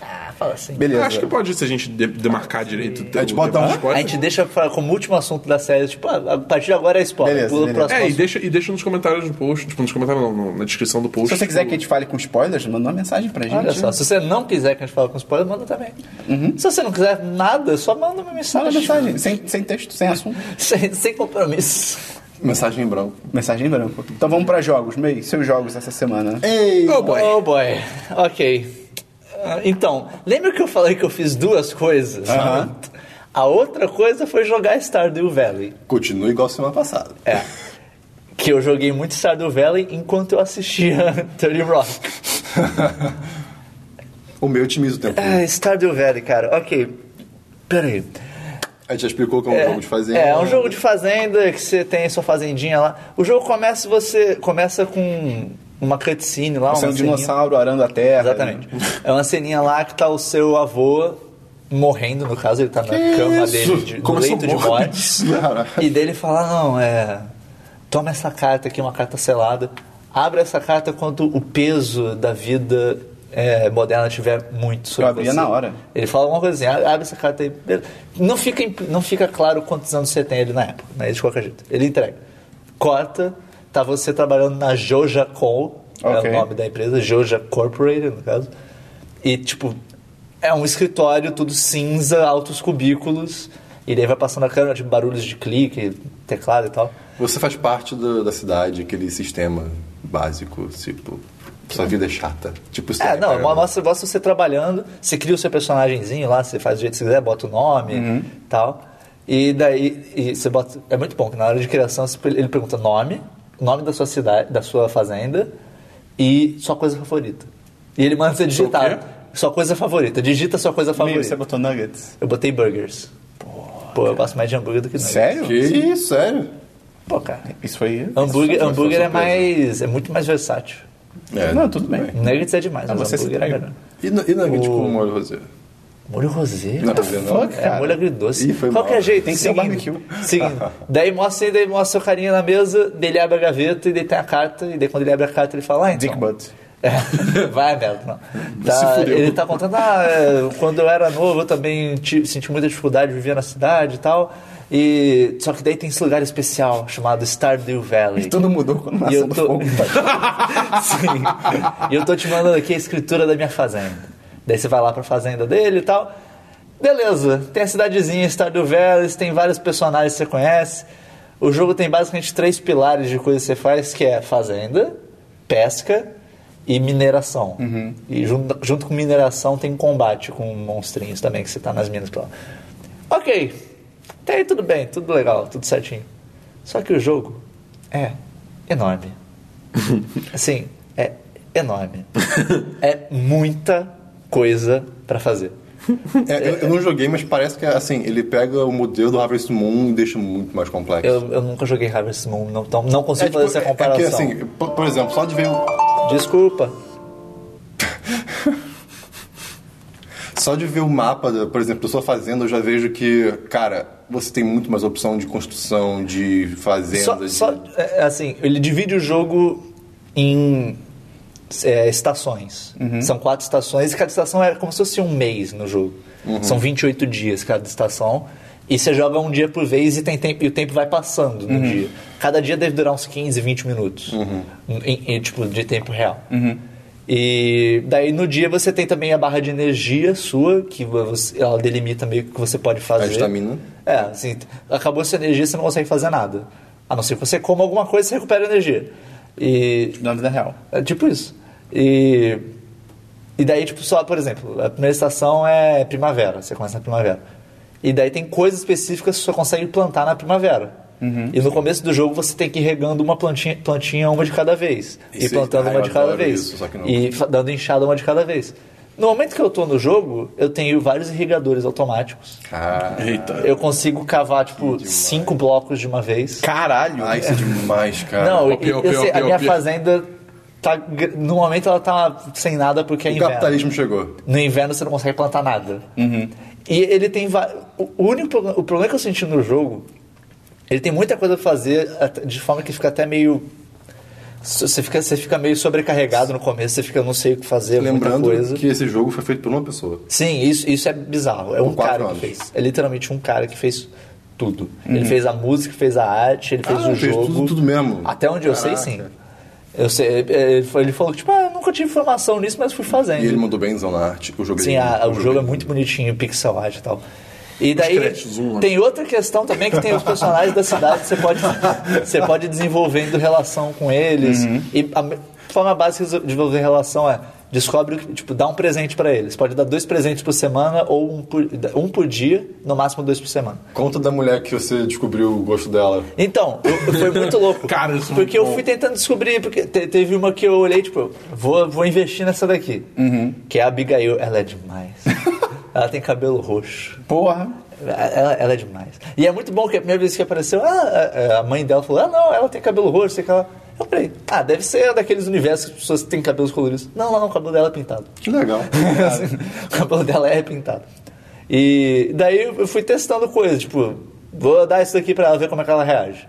[SPEAKER 2] Ah, fala assim.
[SPEAKER 1] Beleza.
[SPEAKER 3] Ah, acho que pode se a gente de- demarcar direito.
[SPEAKER 4] A gente bota um-
[SPEAKER 2] A gente deixa pra- como último assunto da série, tipo, ah, a partir de agora é spoiler.
[SPEAKER 1] Beleza,
[SPEAKER 2] Pula o
[SPEAKER 1] beleza.
[SPEAKER 2] próximo
[SPEAKER 3] É, e
[SPEAKER 2] assunto.
[SPEAKER 3] deixa, e deixa nos comentários do post. Tipo, nos comentários não, no- na descrição do post.
[SPEAKER 1] Se você quiser que a
[SPEAKER 3] tipo,
[SPEAKER 1] gente fale com spoilers, manda uma mensagem pra gente.
[SPEAKER 2] Olha só, se você não quiser que a gente fale com spoiler, manda também. Se você não quiser nada, só manda uma
[SPEAKER 1] Uhum. Manda
[SPEAKER 2] mensagem.
[SPEAKER 1] mensagem, sem, sem texto, sem assunto.
[SPEAKER 2] Sem, sem compromisso.
[SPEAKER 4] Mensagem em branco.
[SPEAKER 1] Mensagem em branco. Então vamos pra jogos, May. Seus jogos essa semana.
[SPEAKER 4] Ei!
[SPEAKER 3] Oh boy.
[SPEAKER 2] Oh boy. Ok. Ah, Então, lembra que eu falei que eu fiz duas coisas?
[SPEAKER 1] Aham.
[SPEAKER 2] A outra coisa foi jogar Stardew Valley.
[SPEAKER 4] Continua igual semana passada.
[SPEAKER 2] É. Que eu joguei muito Stardew Valley enquanto eu assistia 30 Rock.
[SPEAKER 4] O meu otimiza o tempo.
[SPEAKER 2] Ah, Stardew Valley, cara. Ok. Pera aí.
[SPEAKER 4] A gente já explicou que é um jogo de fazenda.
[SPEAKER 2] É, é um jogo de fazenda que você tem sua fazendinha lá. O jogo começa você começa com uma cutscene lá,
[SPEAKER 1] Você é
[SPEAKER 2] uma
[SPEAKER 1] um
[SPEAKER 2] ceninha.
[SPEAKER 1] dinossauro arando a terra.
[SPEAKER 2] Exatamente. É uma ceninha lá que tá o seu avô morrendo, no caso, ele tá na cama dele, de, no
[SPEAKER 3] Começou
[SPEAKER 2] leito de
[SPEAKER 3] morto.
[SPEAKER 2] morte.
[SPEAKER 1] né,
[SPEAKER 4] Cara.
[SPEAKER 2] E dele fala, não, é... Toma essa carta aqui, uma carta selada. Abra essa carta quando o peso da vida é, moderna tiver muito sobre
[SPEAKER 1] Eu abria
[SPEAKER 2] você.
[SPEAKER 1] na hora.
[SPEAKER 2] Ele fala uma coisa assim, "Ah, abre essa carta aí. Não fica, imp- não fica claro quantos anos você tem ali na época, mas de qualquer jeito. Ele entrega. Corta, tá você trabalhando na Joja Call,
[SPEAKER 1] Ok.
[SPEAKER 2] é o nome da empresa, Joja Corporated, no caso. E, tipo, é um escritório tudo cinza, altos cubículos, e daí vai passando a câmera, tipo, barulhos de clique, teclado e tal.
[SPEAKER 4] Você faz parte do- da cidade, aquele sistema básico, tipo. Sua vida é chata. Tipo, isso
[SPEAKER 2] É,
[SPEAKER 4] também,
[SPEAKER 2] não,
[SPEAKER 4] cara.
[SPEAKER 2] mo- mostra, mostra você trabalhando, você cria o seu personagemzinho lá, você faz do jeito que você quiser, bota o nome e tal. E daí, e você bota. É muito bom, que na hora de criação você- ele pergunta nome, nome da sua cidade, da sua fazenda e sua coisa favorita. E ele manda você
[SPEAKER 3] quê?
[SPEAKER 2] digitar. Sua coisa favorita, digita sua coisa
[SPEAKER 1] May,
[SPEAKER 2] favorita.
[SPEAKER 1] você botou nuggets?
[SPEAKER 2] Eu botei burgers. Pô, eu gosto mais de hambúrguer do que nuggets.
[SPEAKER 1] Sério?
[SPEAKER 4] Que isso, sério?
[SPEAKER 2] Pô, cara.
[SPEAKER 1] Isso é foi...
[SPEAKER 2] Hambúrguer,
[SPEAKER 4] foi
[SPEAKER 2] hambúrguer é
[SPEAKER 4] surpresa.
[SPEAKER 2] mais. é muito mais versátil.
[SPEAKER 4] É.
[SPEAKER 1] Não, tudo bem.
[SPEAKER 2] Nuggets é demais,
[SPEAKER 1] Ah,
[SPEAKER 2] mas
[SPEAKER 1] você se
[SPEAKER 2] hambúrguer é
[SPEAKER 1] traiu.
[SPEAKER 2] melhor.
[SPEAKER 4] E, no- e nugget com molho rosé?
[SPEAKER 2] Molho rosé?
[SPEAKER 4] um Não,
[SPEAKER 2] What the
[SPEAKER 4] rosé não.
[SPEAKER 2] fuck?
[SPEAKER 1] Cara.
[SPEAKER 2] É, molho agridoce.
[SPEAKER 4] Ih, foi mal.
[SPEAKER 2] Qualquer jeito,
[SPEAKER 1] Tem que ser um
[SPEAKER 2] seguindo.
[SPEAKER 1] barbecue.
[SPEAKER 2] Seguindo. daí mostra, daí mostra o carinha na mesa, dele abre a gaveta e daí tem a carta. E daí quando ele abre a carta, ele fala, ah, então.
[SPEAKER 1] Dick Butt.
[SPEAKER 2] É, vai, Melo, não. Tá,
[SPEAKER 3] Se fudeu.
[SPEAKER 2] ele tá contando, ah, é, quando eu era novo eu também ti- senti muita dificuldade, vivia na cidade e tal. E, só que daí tem esse lugar especial chamado Stardew Valley.
[SPEAKER 1] Tudo mudou quando
[SPEAKER 2] E
[SPEAKER 1] nasceu
[SPEAKER 2] eu
[SPEAKER 1] do
[SPEAKER 2] tô...
[SPEAKER 1] fogo. tá?
[SPEAKER 2] Sim. E eu tô te mandando aqui a escritura da minha fazenda. Daí você vai lá pra fazenda dele e tal. Beleza, tem a cidadezinha, Stardew Valley, tem vários personagens que você conhece. O jogo tem basicamente três pilares de coisas que você faz, que é fazenda, pesca e mineração. E junto, junto com mineração tem combate com monstrinhos também, que você tá nas minas pra lá. Ok, até aí tudo bem, tudo legal, tudo certinho. Só que o jogo é enorme. Assim, é enorme. é muita coisa pra fazer.
[SPEAKER 4] É, eu, eu não joguei, mas parece que assim, ele pega o modelo do Harvest Moon e deixa muito mais complexo.
[SPEAKER 2] Eu, eu nunca joguei Harvest Moon, não, então não consigo
[SPEAKER 4] tipo,
[SPEAKER 2] fazer essa comparação.
[SPEAKER 4] que, assim, por, por exemplo, só de ver o,
[SPEAKER 2] Desculpa.
[SPEAKER 4] Só de ver o mapa, da- por exemplo, da sua fazenda, eu já vejo que, cara, você tem muito mais opção de construção, de fazenda.
[SPEAKER 2] Só,
[SPEAKER 4] de...
[SPEAKER 2] só, é, assim, ele divide o jogo em é, estações. São quatro estações e cada estação é como se fosse um mês no jogo. São 28 dias cada estação. E você joga um dia por vez e, tem tempo, e o tempo vai passando no dia. Cada dia deve durar uns 15, 20 minutos. Em- em, tipo, de tempo real. E daí no dia você tem também a barra de energia sua, que você- ela delimita meio que o que você pode fazer.
[SPEAKER 4] estamina.
[SPEAKER 2] É, assim, t- acabou a sua energia, você não consegue fazer nada. A não ser que você coma alguma coisa e você recupera a energia. E.
[SPEAKER 1] Na vida real.
[SPEAKER 2] É tipo isso. E. E daí, tipo, só, por exemplo, a primeira estação é primavera, você começa na primavera. E daí tem coisas específicas que você só consegue plantar na primavera.
[SPEAKER 4] Uhum.
[SPEAKER 2] E no começo do jogo você tem que ir regando uma plantinha, plantinha uma de cada vez.
[SPEAKER 4] Isso
[SPEAKER 2] e plantando
[SPEAKER 4] aí,
[SPEAKER 2] uma
[SPEAKER 4] eu
[SPEAKER 2] de cada
[SPEAKER 4] adoro
[SPEAKER 2] vez.
[SPEAKER 4] isso, só que não-
[SPEAKER 2] E fa- dando enxada uma de cada vez. No momento que eu tô no jogo, eu tenho vários irrigadores automáticos.
[SPEAKER 4] Ah,
[SPEAKER 3] Eita.
[SPEAKER 2] Eu consigo cavar, tipo, cinco blocos de uma vez.
[SPEAKER 1] Caralho!
[SPEAKER 4] ah, isso é demais, cara.
[SPEAKER 2] Não,
[SPEAKER 3] Opi,
[SPEAKER 2] eu-
[SPEAKER 3] opi,
[SPEAKER 2] eu sei,
[SPEAKER 3] opi,
[SPEAKER 2] a minha
[SPEAKER 3] opi.
[SPEAKER 2] fazenda tá. gr- No momento ela tá sem nada porque é
[SPEAKER 4] o
[SPEAKER 2] inverno.
[SPEAKER 4] capitalismo Uhum. chegou.
[SPEAKER 2] No inverno você não consegue plantar nada. E ele tem. va- O o único problema, o problema que eu senti no jogo, ele tem muita coisa pra fazer até- de forma que fica até meio. so- Você fica, você fica meio sobrecarregado no começo, você fica, eu não sei o que fazer, muita
[SPEAKER 4] Lembrando
[SPEAKER 2] coisa.
[SPEAKER 4] que esse jogo foi feito por uma pessoa.
[SPEAKER 2] Sim, isso, isso é bizarro. É um
[SPEAKER 4] quatro
[SPEAKER 2] cara
[SPEAKER 4] anos. Uhum.
[SPEAKER 2] que fez. É literalmente um cara que fez tudo. Ele fez a música, fez a arte, ele fez
[SPEAKER 4] Ah,
[SPEAKER 2] o
[SPEAKER 4] fez
[SPEAKER 2] jogo.
[SPEAKER 4] tudo- tudo mesmo.
[SPEAKER 2] Até onde eu sei,
[SPEAKER 4] Caraca.
[SPEAKER 2] sim. Eu sei, é, é, foi- ele falou que, tipo, ah, eu nunca tive formação nisso, mas fui fazendo.
[SPEAKER 4] E ele mandou benzão na arte. Eu joguei.
[SPEAKER 2] Sim, a-
[SPEAKER 4] eu
[SPEAKER 2] o jogo
[SPEAKER 4] joguei.
[SPEAKER 2] é muito bonitinho, pixel art e tal. E daí
[SPEAKER 3] créditos, um, né?
[SPEAKER 2] tem outra questão também que tem os personagens da cidade que você pode você pode ir desenvolvendo relação com eles
[SPEAKER 3] Uhum.
[SPEAKER 2] e a me- forma básica de desenvolver relação é descobre o que- tipo dá um presente pra eles pode dar dois presentes por semana ou um por, um por dia no máximo dois por semana
[SPEAKER 4] Conta da mulher que você descobriu o gosto dela.
[SPEAKER 2] então, eu- eu- foi muito louco.
[SPEAKER 3] Cara, isso é
[SPEAKER 2] Porque
[SPEAKER 3] muito
[SPEAKER 2] eu
[SPEAKER 3] bom.
[SPEAKER 2] fui tentando descobrir, porque te- teve uma que eu olhei, tipo, eu vou, vou investir nessa daqui.
[SPEAKER 3] Uhum.
[SPEAKER 2] Que é a Abigail. Ela é demais. ela tem cabelo roxo.
[SPEAKER 1] Porra!
[SPEAKER 2] Ela, ela é demais. E é muito bom que a primeira vez que apareceu, ah, a, a mãe dela falou: Ah, não, ela tem cabelo roxo, sei que ela. Eu falei, ah, deve ser daqueles universos que as pessoas têm cabelos coloridos. Não, não, não, o cabelo dela é pintado.
[SPEAKER 4] Que legal.
[SPEAKER 2] Assim, o cabelo dela é pintado. E daí eu fui testando coisas, tipo, vou dar isso daqui pra ela ver como é que ela reage.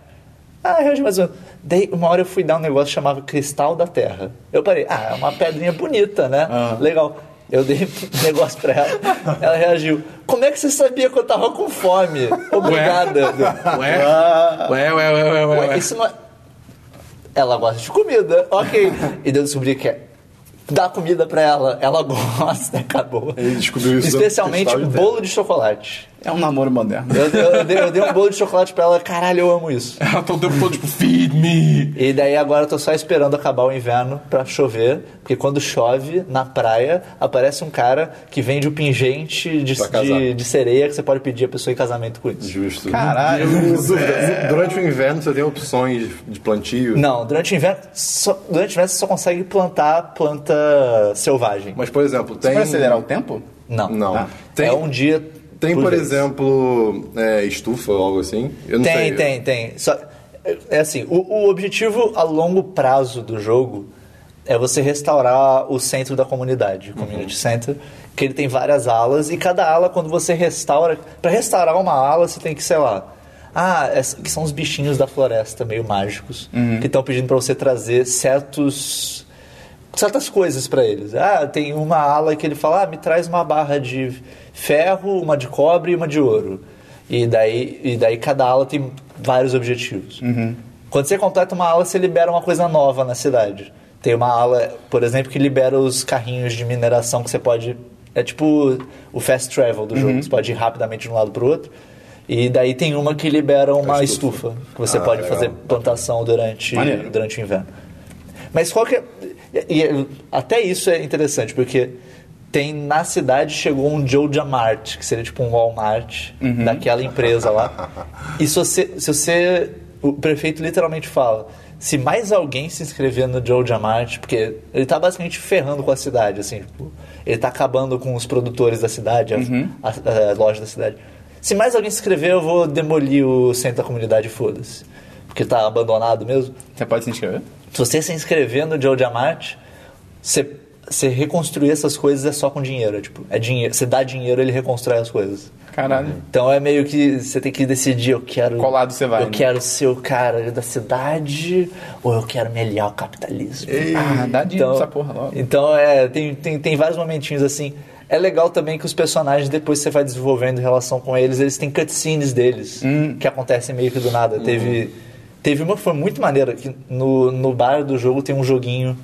[SPEAKER 2] Ah, reage mais ou menos. Daí uma hora eu fui dar um negócio que chamava Cristal da Terra. Eu parei, ah, é uma pedrinha bonita, né? Legal. Eu dei um negócio pra ela, ela reagiu. Como é que você sabia que eu tava com fome? Obrigada.
[SPEAKER 3] Ué? Ué, ué, ué, ué, ué,
[SPEAKER 2] Ué,
[SPEAKER 3] ué.
[SPEAKER 2] isso não é... Ela gosta de comida, ok. e daí eu descobri que é dar comida pra ela, ela gosta, acabou.
[SPEAKER 4] Ele descobriu isso
[SPEAKER 2] Especialmente
[SPEAKER 4] no cristal de
[SPEAKER 2] bolo de chocolate.
[SPEAKER 1] É um namoro moderno.
[SPEAKER 2] Eu, eu- eu dei, eu dei um bolo de chocolate pra ela, caralho, eu amo isso.
[SPEAKER 3] Ela tá o tempo todo tipo, feed me!
[SPEAKER 2] E daí agora eu tô só esperando acabar o inverno pra chover, porque quando chove na praia, aparece um cara que vende o pingente de,
[SPEAKER 4] Pra casar.
[SPEAKER 2] de, de sereia que você pode pedir a pessoa em casamento com isso.
[SPEAKER 4] Justo.
[SPEAKER 1] Caralho!
[SPEAKER 4] Durante o inverno você tem opções de plantio.
[SPEAKER 2] Não, durante o inverno, só- durante o inverno você só consegue plantar planta selvagem.
[SPEAKER 4] Mas, por exemplo, tem.
[SPEAKER 1] Pra acelerar o tempo?
[SPEAKER 2] Não.
[SPEAKER 4] Não.
[SPEAKER 1] Ah.
[SPEAKER 4] Tem,
[SPEAKER 2] é um dia.
[SPEAKER 4] tem, por
[SPEAKER 2] vez.
[SPEAKER 4] exemplo, é, estufa ou algo assim. Eu não
[SPEAKER 2] Tem,
[SPEAKER 4] sei.
[SPEAKER 2] tem, tem. Só, é assim, o, o objetivo a longo prazo do jogo é você restaurar o centro da comunidade, o community
[SPEAKER 4] Uhum.
[SPEAKER 2] center, que ele tem várias alas e cada ala quando você restaura, Pra restaurar uma ala você tem que, sei lá, ah, essa- que são os bichinhos da floresta meio mágicos
[SPEAKER 4] Uhum.
[SPEAKER 2] que estão pedindo pra você trazer certos certas coisas pra eles. Ah, tem uma ala que ele fala, ah, me traz uma barra de ferro, uma de cobre e uma de ouro. E daí, e daí cada ala tem vários objetivos.
[SPEAKER 4] Uhum.
[SPEAKER 2] Quando você completa uma ala, você libera uma coisa nova na cidade. Tem uma ala, por exemplo, que libera os carrinhos de mineração que você pode... É tipo o fast travel do
[SPEAKER 4] Uhum.
[SPEAKER 2] jogo, você pode ir rapidamente de um lado pro outro. E daí tem uma que libera uma estufa, que você
[SPEAKER 4] Ah,
[SPEAKER 2] pode
[SPEAKER 4] legal.
[SPEAKER 2] fazer plantação durante,
[SPEAKER 1] Maneiro.
[SPEAKER 2] durante o inverno. Mas qual que é... e- e- até isso é interessante, porque tem na cidade chegou um Joe Jamart, que seria tipo um Walmart daquela empresa lá. E se você, se você... O prefeito literalmente fala, se mais alguém se inscrever no Joe Jamart, porque ele tá basicamente ferrando com a cidade, assim, tipo, ele tá acabando com os produtores da cidade, a, a- a loja da cidade. Se mais alguém se inscrever, eu vou demolir o centro da comunidade, foda-se. Porque tá abandonado mesmo.
[SPEAKER 1] Você pode se inscrever?
[SPEAKER 2] Se você se inscrever no Joe Diamante, você, você reconstruir essas coisas é só com dinheiro. é Tipo, é dinheiro. Você dá dinheiro, ele reconstrói as coisas.
[SPEAKER 1] Caralho.
[SPEAKER 2] Então é meio que você tem que decidir, eu quero.
[SPEAKER 1] Qual lado você vai,
[SPEAKER 2] Eu
[SPEAKER 1] né?
[SPEAKER 2] quero ser o cara da cidade ou eu quero me aliar ao capitalismo.
[SPEAKER 1] Ah, dá dinheiro
[SPEAKER 2] Então,
[SPEAKER 1] nessa porra logo.
[SPEAKER 2] então é, tem, tem, tem vários momentinhos assim. É legal também que os personagens, depois que você vai desenvolvendo relação com eles, eles têm cutscenes deles,
[SPEAKER 1] Hum.
[SPEAKER 2] que acontecem meio que do nada. Teve, teve uma que foi muito maneira, que no, no bar do jogo tem um joguinho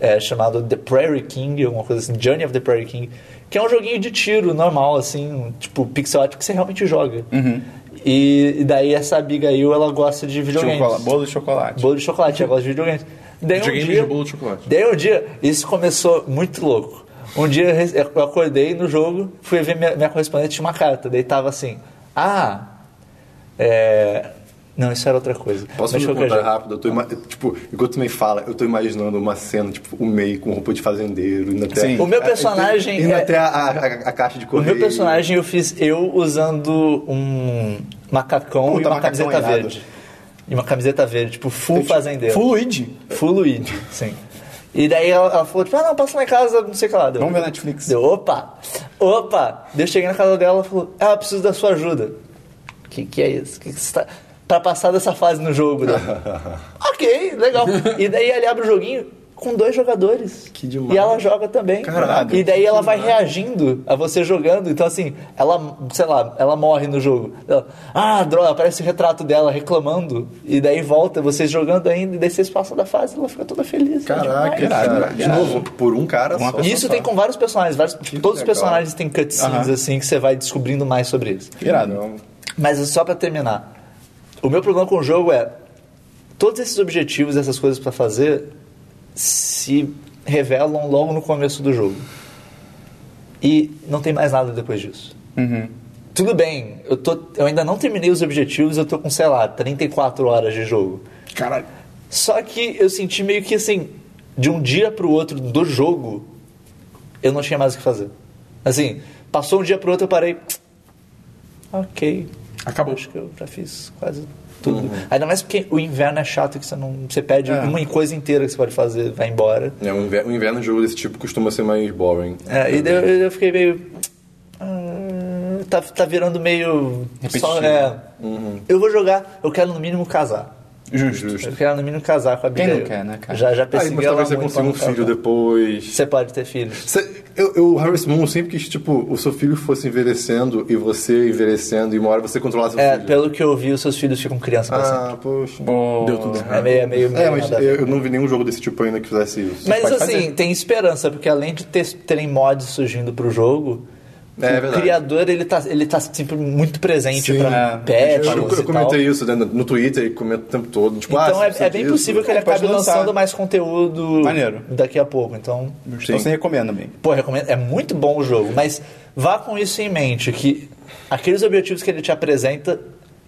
[SPEAKER 2] é, chamado The Prairie King, alguma coisa assim, Journey of the Prairie King, que é um joguinho de tiro normal, assim, um tipo pixel art que você realmente joga.
[SPEAKER 1] Uhum.
[SPEAKER 2] E, e daí essa Abigail, ela gosta de videogames.
[SPEAKER 1] Chocola- Bolo de chocolate.
[SPEAKER 2] Bolo de chocolate, eu gosto de videogame. Daí um
[SPEAKER 3] Videogame
[SPEAKER 2] dia,
[SPEAKER 3] de bolo de chocolate.
[SPEAKER 2] Daí um dia, isso começou muito louco. Um dia eu rece- eu acordei no jogo, fui ver minha, minha correspondente, tinha uma carta. Daí tava assim, ah, é, Não, isso era outra coisa.
[SPEAKER 4] Posso
[SPEAKER 2] Mas de
[SPEAKER 4] te
[SPEAKER 2] qualquer
[SPEAKER 4] contar
[SPEAKER 2] jeito.
[SPEAKER 4] rápido? Eu tô ima- Tipo, enquanto tu me fala, eu tô imaginando uma cena, tipo, o meio com roupa de fazendeiro, indo até...
[SPEAKER 1] Sim.
[SPEAKER 2] O meu
[SPEAKER 4] Ah,
[SPEAKER 2] personagem
[SPEAKER 4] Indo
[SPEAKER 2] é-
[SPEAKER 4] até a, a- a- a caixa de
[SPEAKER 2] O
[SPEAKER 4] correio.
[SPEAKER 2] meu personagem eu fiz eu usando um macacão
[SPEAKER 1] Puta,
[SPEAKER 2] e uma
[SPEAKER 1] macacão
[SPEAKER 2] camiseta
[SPEAKER 1] irado.
[SPEAKER 2] verde. E uma camiseta verde, tipo full fazendeiro.
[SPEAKER 1] Full Luigi.
[SPEAKER 2] Full Luigi, sim. E daí ela, ela falou, tipo, ah não, passa lá em casa, não sei o que lá. Deu.
[SPEAKER 1] Vamos ver Netflix.
[SPEAKER 2] Deu, opa, opa. Daí eu cheguei na casa dela e falou, ah, eu preciso da sua ajuda. Que que é isso? Que que você tá... Pra passar dessa fase no jogo. Né? ok, legal. E daí ele abre o joguinho com dois jogadores.
[SPEAKER 4] Que demais.
[SPEAKER 2] E ela joga também.
[SPEAKER 4] Caraca,
[SPEAKER 2] E daí ela vai reagindo a você jogando. Então, assim, ela, sei lá, ela morre no jogo. Ela, ah, droga, aparece o retrato dela reclamando. E daí volta, vocês jogando ainda. E daí vocês passam da fase ela fica toda feliz.
[SPEAKER 4] Caraca,
[SPEAKER 2] É demais.
[SPEAKER 4] cara.
[SPEAKER 1] irado,
[SPEAKER 4] De
[SPEAKER 1] irado.
[SPEAKER 4] novo, por um cara
[SPEAKER 1] Uma
[SPEAKER 4] só.
[SPEAKER 1] pessoa
[SPEAKER 2] E isso tem com vários personagens. vários- tipo, todos os
[SPEAKER 4] legal.
[SPEAKER 2] personagens têm cutscenes,
[SPEAKER 1] Aham.
[SPEAKER 2] assim, que você vai descobrindo mais sobre eles.
[SPEAKER 1] Irado.
[SPEAKER 2] Mas só pra terminar, o meu problema com o jogo é todos esses objetivos, essas coisas pra fazer, se revelam logo no começo do jogo. E não tem mais nada depois disso. Tudo bem, eu, tô, eu ainda não terminei os objetivos, eu tô com, sei lá, 34 horas de jogo.
[SPEAKER 3] Caralho.
[SPEAKER 2] Só que eu senti meio que assim, de um dia pro outro do jogo, eu não tinha mais o que fazer. Assim, passou um dia pro outro, eu parei. Ok.
[SPEAKER 3] Acabou.
[SPEAKER 2] Acho que eu já fiz quase tudo. Ainda mais porque o inverno é chato que você não. Você perde uma coisa inteira que você pode fazer, vai embora.
[SPEAKER 4] É, um inverno, um inverno jogo desse tipo costuma ser mais boring.
[SPEAKER 2] É, e daí eu, eu fiquei meio. "Ah, Tá, tá virando meio. Só,
[SPEAKER 1] Repetitivo.
[SPEAKER 2] é, Eu vou jogar, eu quero no mínimo casar.
[SPEAKER 4] Justo. Justo.
[SPEAKER 2] Eu quero no mínimo casar com a
[SPEAKER 1] Quem
[SPEAKER 2] Abigail.
[SPEAKER 1] não quer, né, cara?
[SPEAKER 2] Já, já
[SPEAKER 4] Aí,
[SPEAKER 2] persegui
[SPEAKER 4] mas
[SPEAKER 2] ela
[SPEAKER 4] talvez você
[SPEAKER 2] muito pra
[SPEAKER 4] consiga um
[SPEAKER 2] não
[SPEAKER 4] filho
[SPEAKER 2] casar.
[SPEAKER 4] depois.
[SPEAKER 2] Você pode ter filhos.
[SPEAKER 4] Cê- Eu, eu, Harris Moon, eu sempre quis, tipo, o seu filho fosse envelhecendo e você envelhecendo e uma hora você controlar seu
[SPEAKER 2] É,
[SPEAKER 4] filho.
[SPEAKER 2] pelo que eu vi, os seus filhos ficam criança pra sempre.
[SPEAKER 4] Ah, poxa.
[SPEAKER 3] Deu tudo errado.
[SPEAKER 2] É meio, é meio, meio
[SPEAKER 4] É, mas
[SPEAKER 2] nada a
[SPEAKER 4] eu,
[SPEAKER 2] ver.
[SPEAKER 4] eu não vi nenhum jogo desse tipo ainda que fizesse isso.
[SPEAKER 2] Mas
[SPEAKER 4] Pode
[SPEAKER 2] assim,
[SPEAKER 4] fazer.
[SPEAKER 2] tem esperança, porque além de ter, terem mods surgindo pro jogo,
[SPEAKER 4] É, é
[SPEAKER 2] o
[SPEAKER 4] verdade.
[SPEAKER 2] criador ele tá, ele tá sempre muito presente
[SPEAKER 4] Sim,
[SPEAKER 2] pra É,
[SPEAKER 4] Eu,
[SPEAKER 2] patches
[SPEAKER 4] eu
[SPEAKER 2] e tal.
[SPEAKER 4] comentei isso né, no no Twitter e comento o tempo todo. Tipo,
[SPEAKER 2] Então
[SPEAKER 4] ah,
[SPEAKER 2] é, é bem possível que ele
[SPEAKER 1] É, pode
[SPEAKER 2] acabe
[SPEAKER 1] lançar.
[SPEAKER 2] lançando mais conteúdo
[SPEAKER 1] Maneiro.
[SPEAKER 2] daqui a pouco. Então,
[SPEAKER 1] Então você recomenda bem.
[SPEAKER 2] pô, recomendo. É muito bom o jogo, mas vá com isso em mente, que aqueles objetivos que ele te apresenta,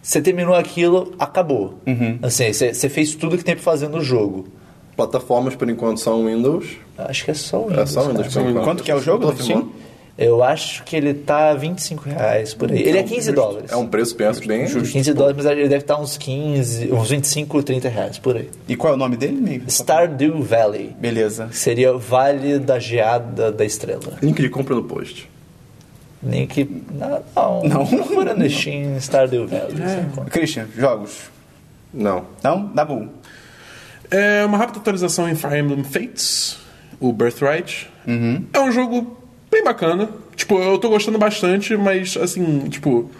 [SPEAKER 2] você terminou aquilo, acabou.
[SPEAKER 4] Uhum.
[SPEAKER 2] Assim, você você fez tudo que tem pra fazer no jogo.
[SPEAKER 4] Plataformas, por enquanto, são Windows.
[SPEAKER 2] Acho que é só o
[SPEAKER 4] É
[SPEAKER 2] Windows.
[SPEAKER 4] só
[SPEAKER 2] cara.
[SPEAKER 4] Windows, por enquanto.
[SPEAKER 1] Quanto que é o jogo
[SPEAKER 4] Tô
[SPEAKER 1] do Steam?
[SPEAKER 4] afirmando.
[SPEAKER 2] Eu acho que ele tá 25 reais por aí. Ele é 15 dólares.
[SPEAKER 4] É um preço, penso, bem...
[SPEAKER 2] 15 dólares, mas ele deve estar uns 15, uns 25, 30 reais por aí.
[SPEAKER 1] E qual é o nome dele, meio?
[SPEAKER 2] Stardew Valley.
[SPEAKER 1] Beleza.
[SPEAKER 2] Seria Vale da Geada da Estrela.
[SPEAKER 4] Link de compra no post.
[SPEAKER 2] Link. Não, não.
[SPEAKER 1] Não.
[SPEAKER 2] Procura no Steam Stardew
[SPEAKER 4] É.
[SPEAKER 2] Valley. assim. você encontra.
[SPEAKER 1] Christian, jogos.
[SPEAKER 4] Não.
[SPEAKER 1] Não? Dá bom.
[SPEAKER 3] É uma rápida atualização em Fire Emblem Fates, o Birthright.
[SPEAKER 4] Uhum.
[SPEAKER 3] É um jogo bem bacana. Tipo, eu tô gostando bastante, mas assim, tipo.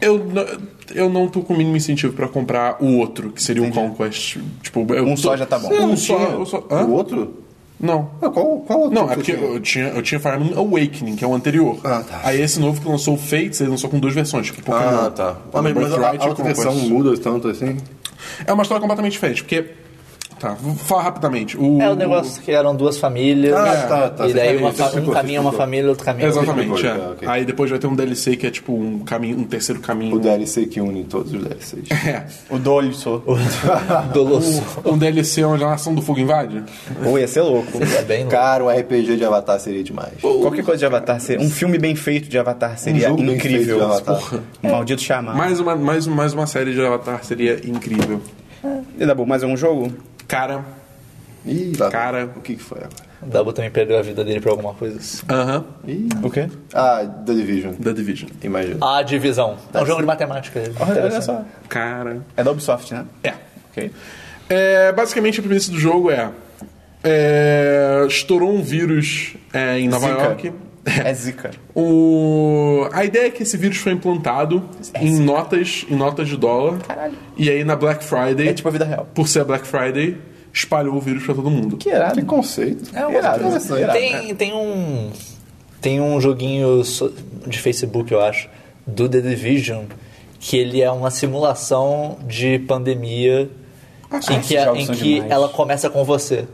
[SPEAKER 3] Eu, n- eu não tô com o mínimo incentivo pra comprar o outro, que seria o Conquest. Tipo, eu
[SPEAKER 1] Um
[SPEAKER 3] tô-
[SPEAKER 1] só já tá bom.
[SPEAKER 3] Um
[SPEAKER 4] Não
[SPEAKER 3] só.
[SPEAKER 4] tinha.
[SPEAKER 3] eu só- Hã?
[SPEAKER 4] Hum. O outro?
[SPEAKER 3] Não.
[SPEAKER 4] Ah, qual, qual outro?
[SPEAKER 3] Não, é
[SPEAKER 4] que
[SPEAKER 3] porque
[SPEAKER 4] tinha?
[SPEAKER 3] eu tinha, eu tinha Fire Emblem Awakening, que é o anterior.
[SPEAKER 4] Ah, tá.
[SPEAKER 3] Aí esse novo que lançou o Fates, ele lançou com duas versões, tipo Pokémon.
[SPEAKER 4] Ah, tá.
[SPEAKER 3] O
[SPEAKER 4] Ah, mas, mas a,
[SPEAKER 3] Birthright e
[SPEAKER 4] a
[SPEAKER 3] o
[SPEAKER 4] outra versão
[SPEAKER 3] Conquest.
[SPEAKER 4] muda tanto assim?
[SPEAKER 3] É uma história completamente diferente, porque. Tá, vou falar rapidamente. O,
[SPEAKER 2] É o negócio que eram duas famílias.
[SPEAKER 4] Ah, tá, tá.
[SPEAKER 2] E daí
[SPEAKER 4] Você então.
[SPEAKER 2] uma fa-
[SPEAKER 4] explicou,
[SPEAKER 2] um
[SPEAKER 4] você
[SPEAKER 2] caminho é uma
[SPEAKER 4] explicou.
[SPEAKER 2] família, outro caminho é outro.
[SPEAKER 3] Exatamente,
[SPEAKER 4] Depois,
[SPEAKER 3] é.
[SPEAKER 4] tá, ok.
[SPEAKER 3] Aí depois vai ter um DLC que é tipo um caminho, um terceiro caminho.
[SPEAKER 4] O DLC que une todos os DLCs.
[SPEAKER 3] É.
[SPEAKER 1] O Dolho sou.
[SPEAKER 2] Dolosso.
[SPEAKER 4] Uh.
[SPEAKER 3] Um DLC onde a nação do fogo invade?
[SPEAKER 1] Ou ia ser louco.
[SPEAKER 2] É bem louco.
[SPEAKER 4] Cara, um RPG de Avatar seria demais.
[SPEAKER 1] Qualquer coisa de Avatar seria. Um filme bem feito de Avatar seria
[SPEAKER 4] jogo bem feito
[SPEAKER 1] incrível.
[SPEAKER 4] de Avatar.
[SPEAKER 1] Porra. Um Maldito chamar.
[SPEAKER 3] Mais uma, mais, mais uma série de Avatar seria incrível.
[SPEAKER 1] E Dabu, mais algum jogo?
[SPEAKER 3] Cara,
[SPEAKER 4] Ih, lá.
[SPEAKER 3] Cara.
[SPEAKER 4] O que, que foi agora?
[SPEAKER 2] O Dabu também perdeu a vida dele por alguma coisa. assim.
[SPEAKER 3] aham,
[SPEAKER 4] Ih.
[SPEAKER 1] O quê?
[SPEAKER 4] Ah, The Division.
[SPEAKER 3] The Division.
[SPEAKER 4] Imagina.
[SPEAKER 2] A divisão. É um jogo de matemática.
[SPEAKER 1] Olha, olha
[SPEAKER 2] Interessante.
[SPEAKER 1] só.
[SPEAKER 3] Cara.
[SPEAKER 1] É da Ubisoft, né?
[SPEAKER 3] É.
[SPEAKER 1] Ok.
[SPEAKER 3] É, basicamente a premissa do jogo é. é, estourou um vírus é, em Nova
[SPEAKER 1] Zika.
[SPEAKER 3] York.
[SPEAKER 1] É zica.
[SPEAKER 3] O... A ideia é que esse vírus foi implantado em notas, em notas de dólar. Caralho. E aí na Black Friday.
[SPEAKER 1] É tipo a vida real.
[SPEAKER 3] por ser Black Friday, espalhou o vírus pra todo mundo.
[SPEAKER 1] Que irado.
[SPEAKER 4] Que Ah, conceito.
[SPEAKER 2] É um
[SPEAKER 1] Irado,
[SPEAKER 4] interessante.
[SPEAKER 1] irado.
[SPEAKER 2] Tem, tem um. Tem um joguinho so- de Facebook, eu acho, do The Division, que ele é uma simulação de pandemia em
[SPEAKER 1] Ah, esses
[SPEAKER 2] que, a-
[SPEAKER 1] jogos
[SPEAKER 2] em
[SPEAKER 1] são
[SPEAKER 2] que
[SPEAKER 1] demais. Ah,
[SPEAKER 2] ela começa com você.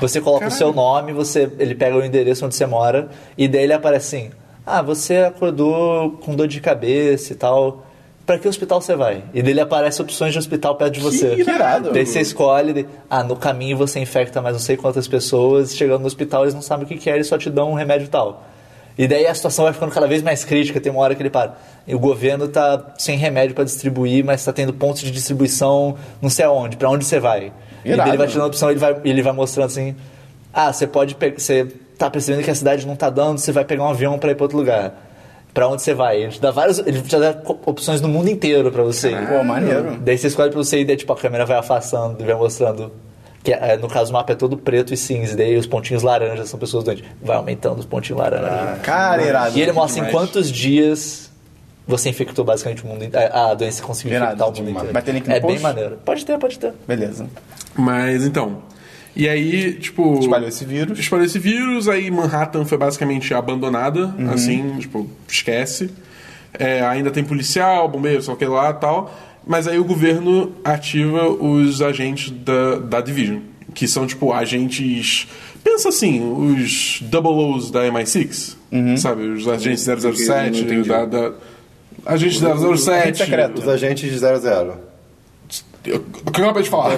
[SPEAKER 2] você coloca o seu nome, você, ele pega o endereço onde você mora, e daí ele aparece assim: Ah, você acordou com dor de cabeça e tal. Pra pra que hospital você vai? E dele aparece opções de hospital perto de você.
[SPEAKER 1] é irado.
[SPEAKER 2] Daí você escolhe, daí- ah, no caminho você infecta mais não sei quantas pessoas, chegando no hospital eles não sabem o que que é, eles só te dão um remédio tal. E daí a situação vai ficando cada vez mais crítica, tem uma hora que ele para. E o governo tá sem remédio pra distribuir, mas tá tendo pontos de distribuição não sei aonde, pra onde você vai. E daí
[SPEAKER 1] Irado.
[SPEAKER 2] ele vai te dando opção, ele vai, ele vai mostrando assim, ah, você pode pe- você tá percebendo que a cidade não tá dando, você vai pegar um avião pra ir pra outro lugar. Pra onde você vai? Ele te dá várias, ele te dá co- opções no mundo inteiro pra você.
[SPEAKER 1] Pô, maneiro.
[SPEAKER 2] Daí você escolhe pra você ir, daí tipo, a câmera vai afastando, vai mostrando. Que é, no caso o mapa é todo preto e cinza, daí os pontinhos laranjas são pessoas doentes. Vai aumentando os pontinhos laranjas.
[SPEAKER 1] Cara, irado.
[SPEAKER 2] e ele é mostra em
[SPEAKER 3] demais.
[SPEAKER 2] quantos dias você infectou basicamente o mundo inteiro. A doença conseguiu
[SPEAKER 1] Irado,
[SPEAKER 2] infectar o mundo
[SPEAKER 1] demais.
[SPEAKER 2] inteiro.
[SPEAKER 1] Vai ter link no
[SPEAKER 2] é bem
[SPEAKER 1] post?
[SPEAKER 2] maneiro. Pode ter, pode ter.
[SPEAKER 1] Beleza.
[SPEAKER 3] Mas então. E aí, tipo.
[SPEAKER 1] Espalhou esse vírus.
[SPEAKER 3] Espalhou esse vírus, aí Manhattan foi basicamente abandonada,
[SPEAKER 1] Uhum.
[SPEAKER 3] assim, tipo, esquece. É, ainda tem policial, bombeiro, só que lá e tal. Mas aí o governo ativa os agentes da, da Division, que são, tipo, agentes. Pensa assim, os Double O's da MI6,
[SPEAKER 1] Uhum.
[SPEAKER 3] sabe? Os agentes
[SPEAKER 4] Não
[SPEAKER 3] 007,
[SPEAKER 4] entendi.
[SPEAKER 3] da. da agentes 007.
[SPEAKER 1] secreto.
[SPEAKER 4] Os agentes de 00.
[SPEAKER 3] Eu, eu acabei de
[SPEAKER 1] É,
[SPEAKER 3] falar.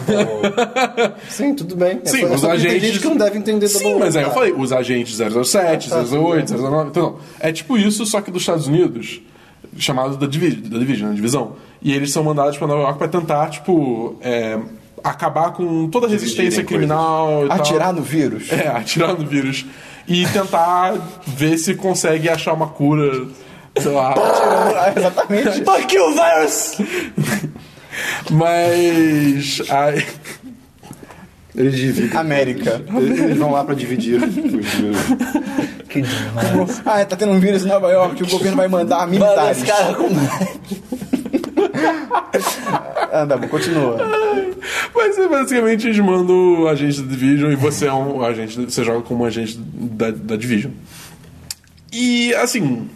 [SPEAKER 4] Sim, tudo bem. É
[SPEAKER 3] Sim,
[SPEAKER 4] só- é
[SPEAKER 3] os
[SPEAKER 4] só que
[SPEAKER 3] agentes.
[SPEAKER 4] Tem gente que não deve entender do
[SPEAKER 3] Sim,
[SPEAKER 4] bom,
[SPEAKER 3] mas aí eu
[SPEAKER 4] cara.
[SPEAKER 3] falei, os agentes
[SPEAKER 4] Ah,
[SPEAKER 3] 007,
[SPEAKER 4] tá.
[SPEAKER 3] 008, 009. Então, não. é tipo isso, só que dos Estados Unidos, chamado da Division, da Division, né, divisão. E eles são mandados pra Nova York pra tentar, tipo, é, acabar com toda a resistência
[SPEAKER 4] coisas.
[SPEAKER 3] criminal e tal.
[SPEAKER 1] Atirar no vírus.
[SPEAKER 3] É, atirar no vírus. E tentar ver se consegue achar uma cura, sei lá.
[SPEAKER 1] Ah, Exatamente.
[SPEAKER 2] Fuck you, virus!
[SPEAKER 3] Mas. Aí,
[SPEAKER 4] Eles dividem.
[SPEAKER 1] América.
[SPEAKER 4] Eles vão lá pra dividir os vírus.
[SPEAKER 2] Que demais.
[SPEAKER 1] Ah, tá tendo um vírus em Nova York, o governo vai mandar
[SPEAKER 2] Mano,
[SPEAKER 1] militares.
[SPEAKER 2] esse cara com...
[SPEAKER 1] Ah, tá bom, continua.
[SPEAKER 3] Mas é, basicamente eles mandam o agente da Division e você é um agente. Você joga como um agente da, da Division. E assim.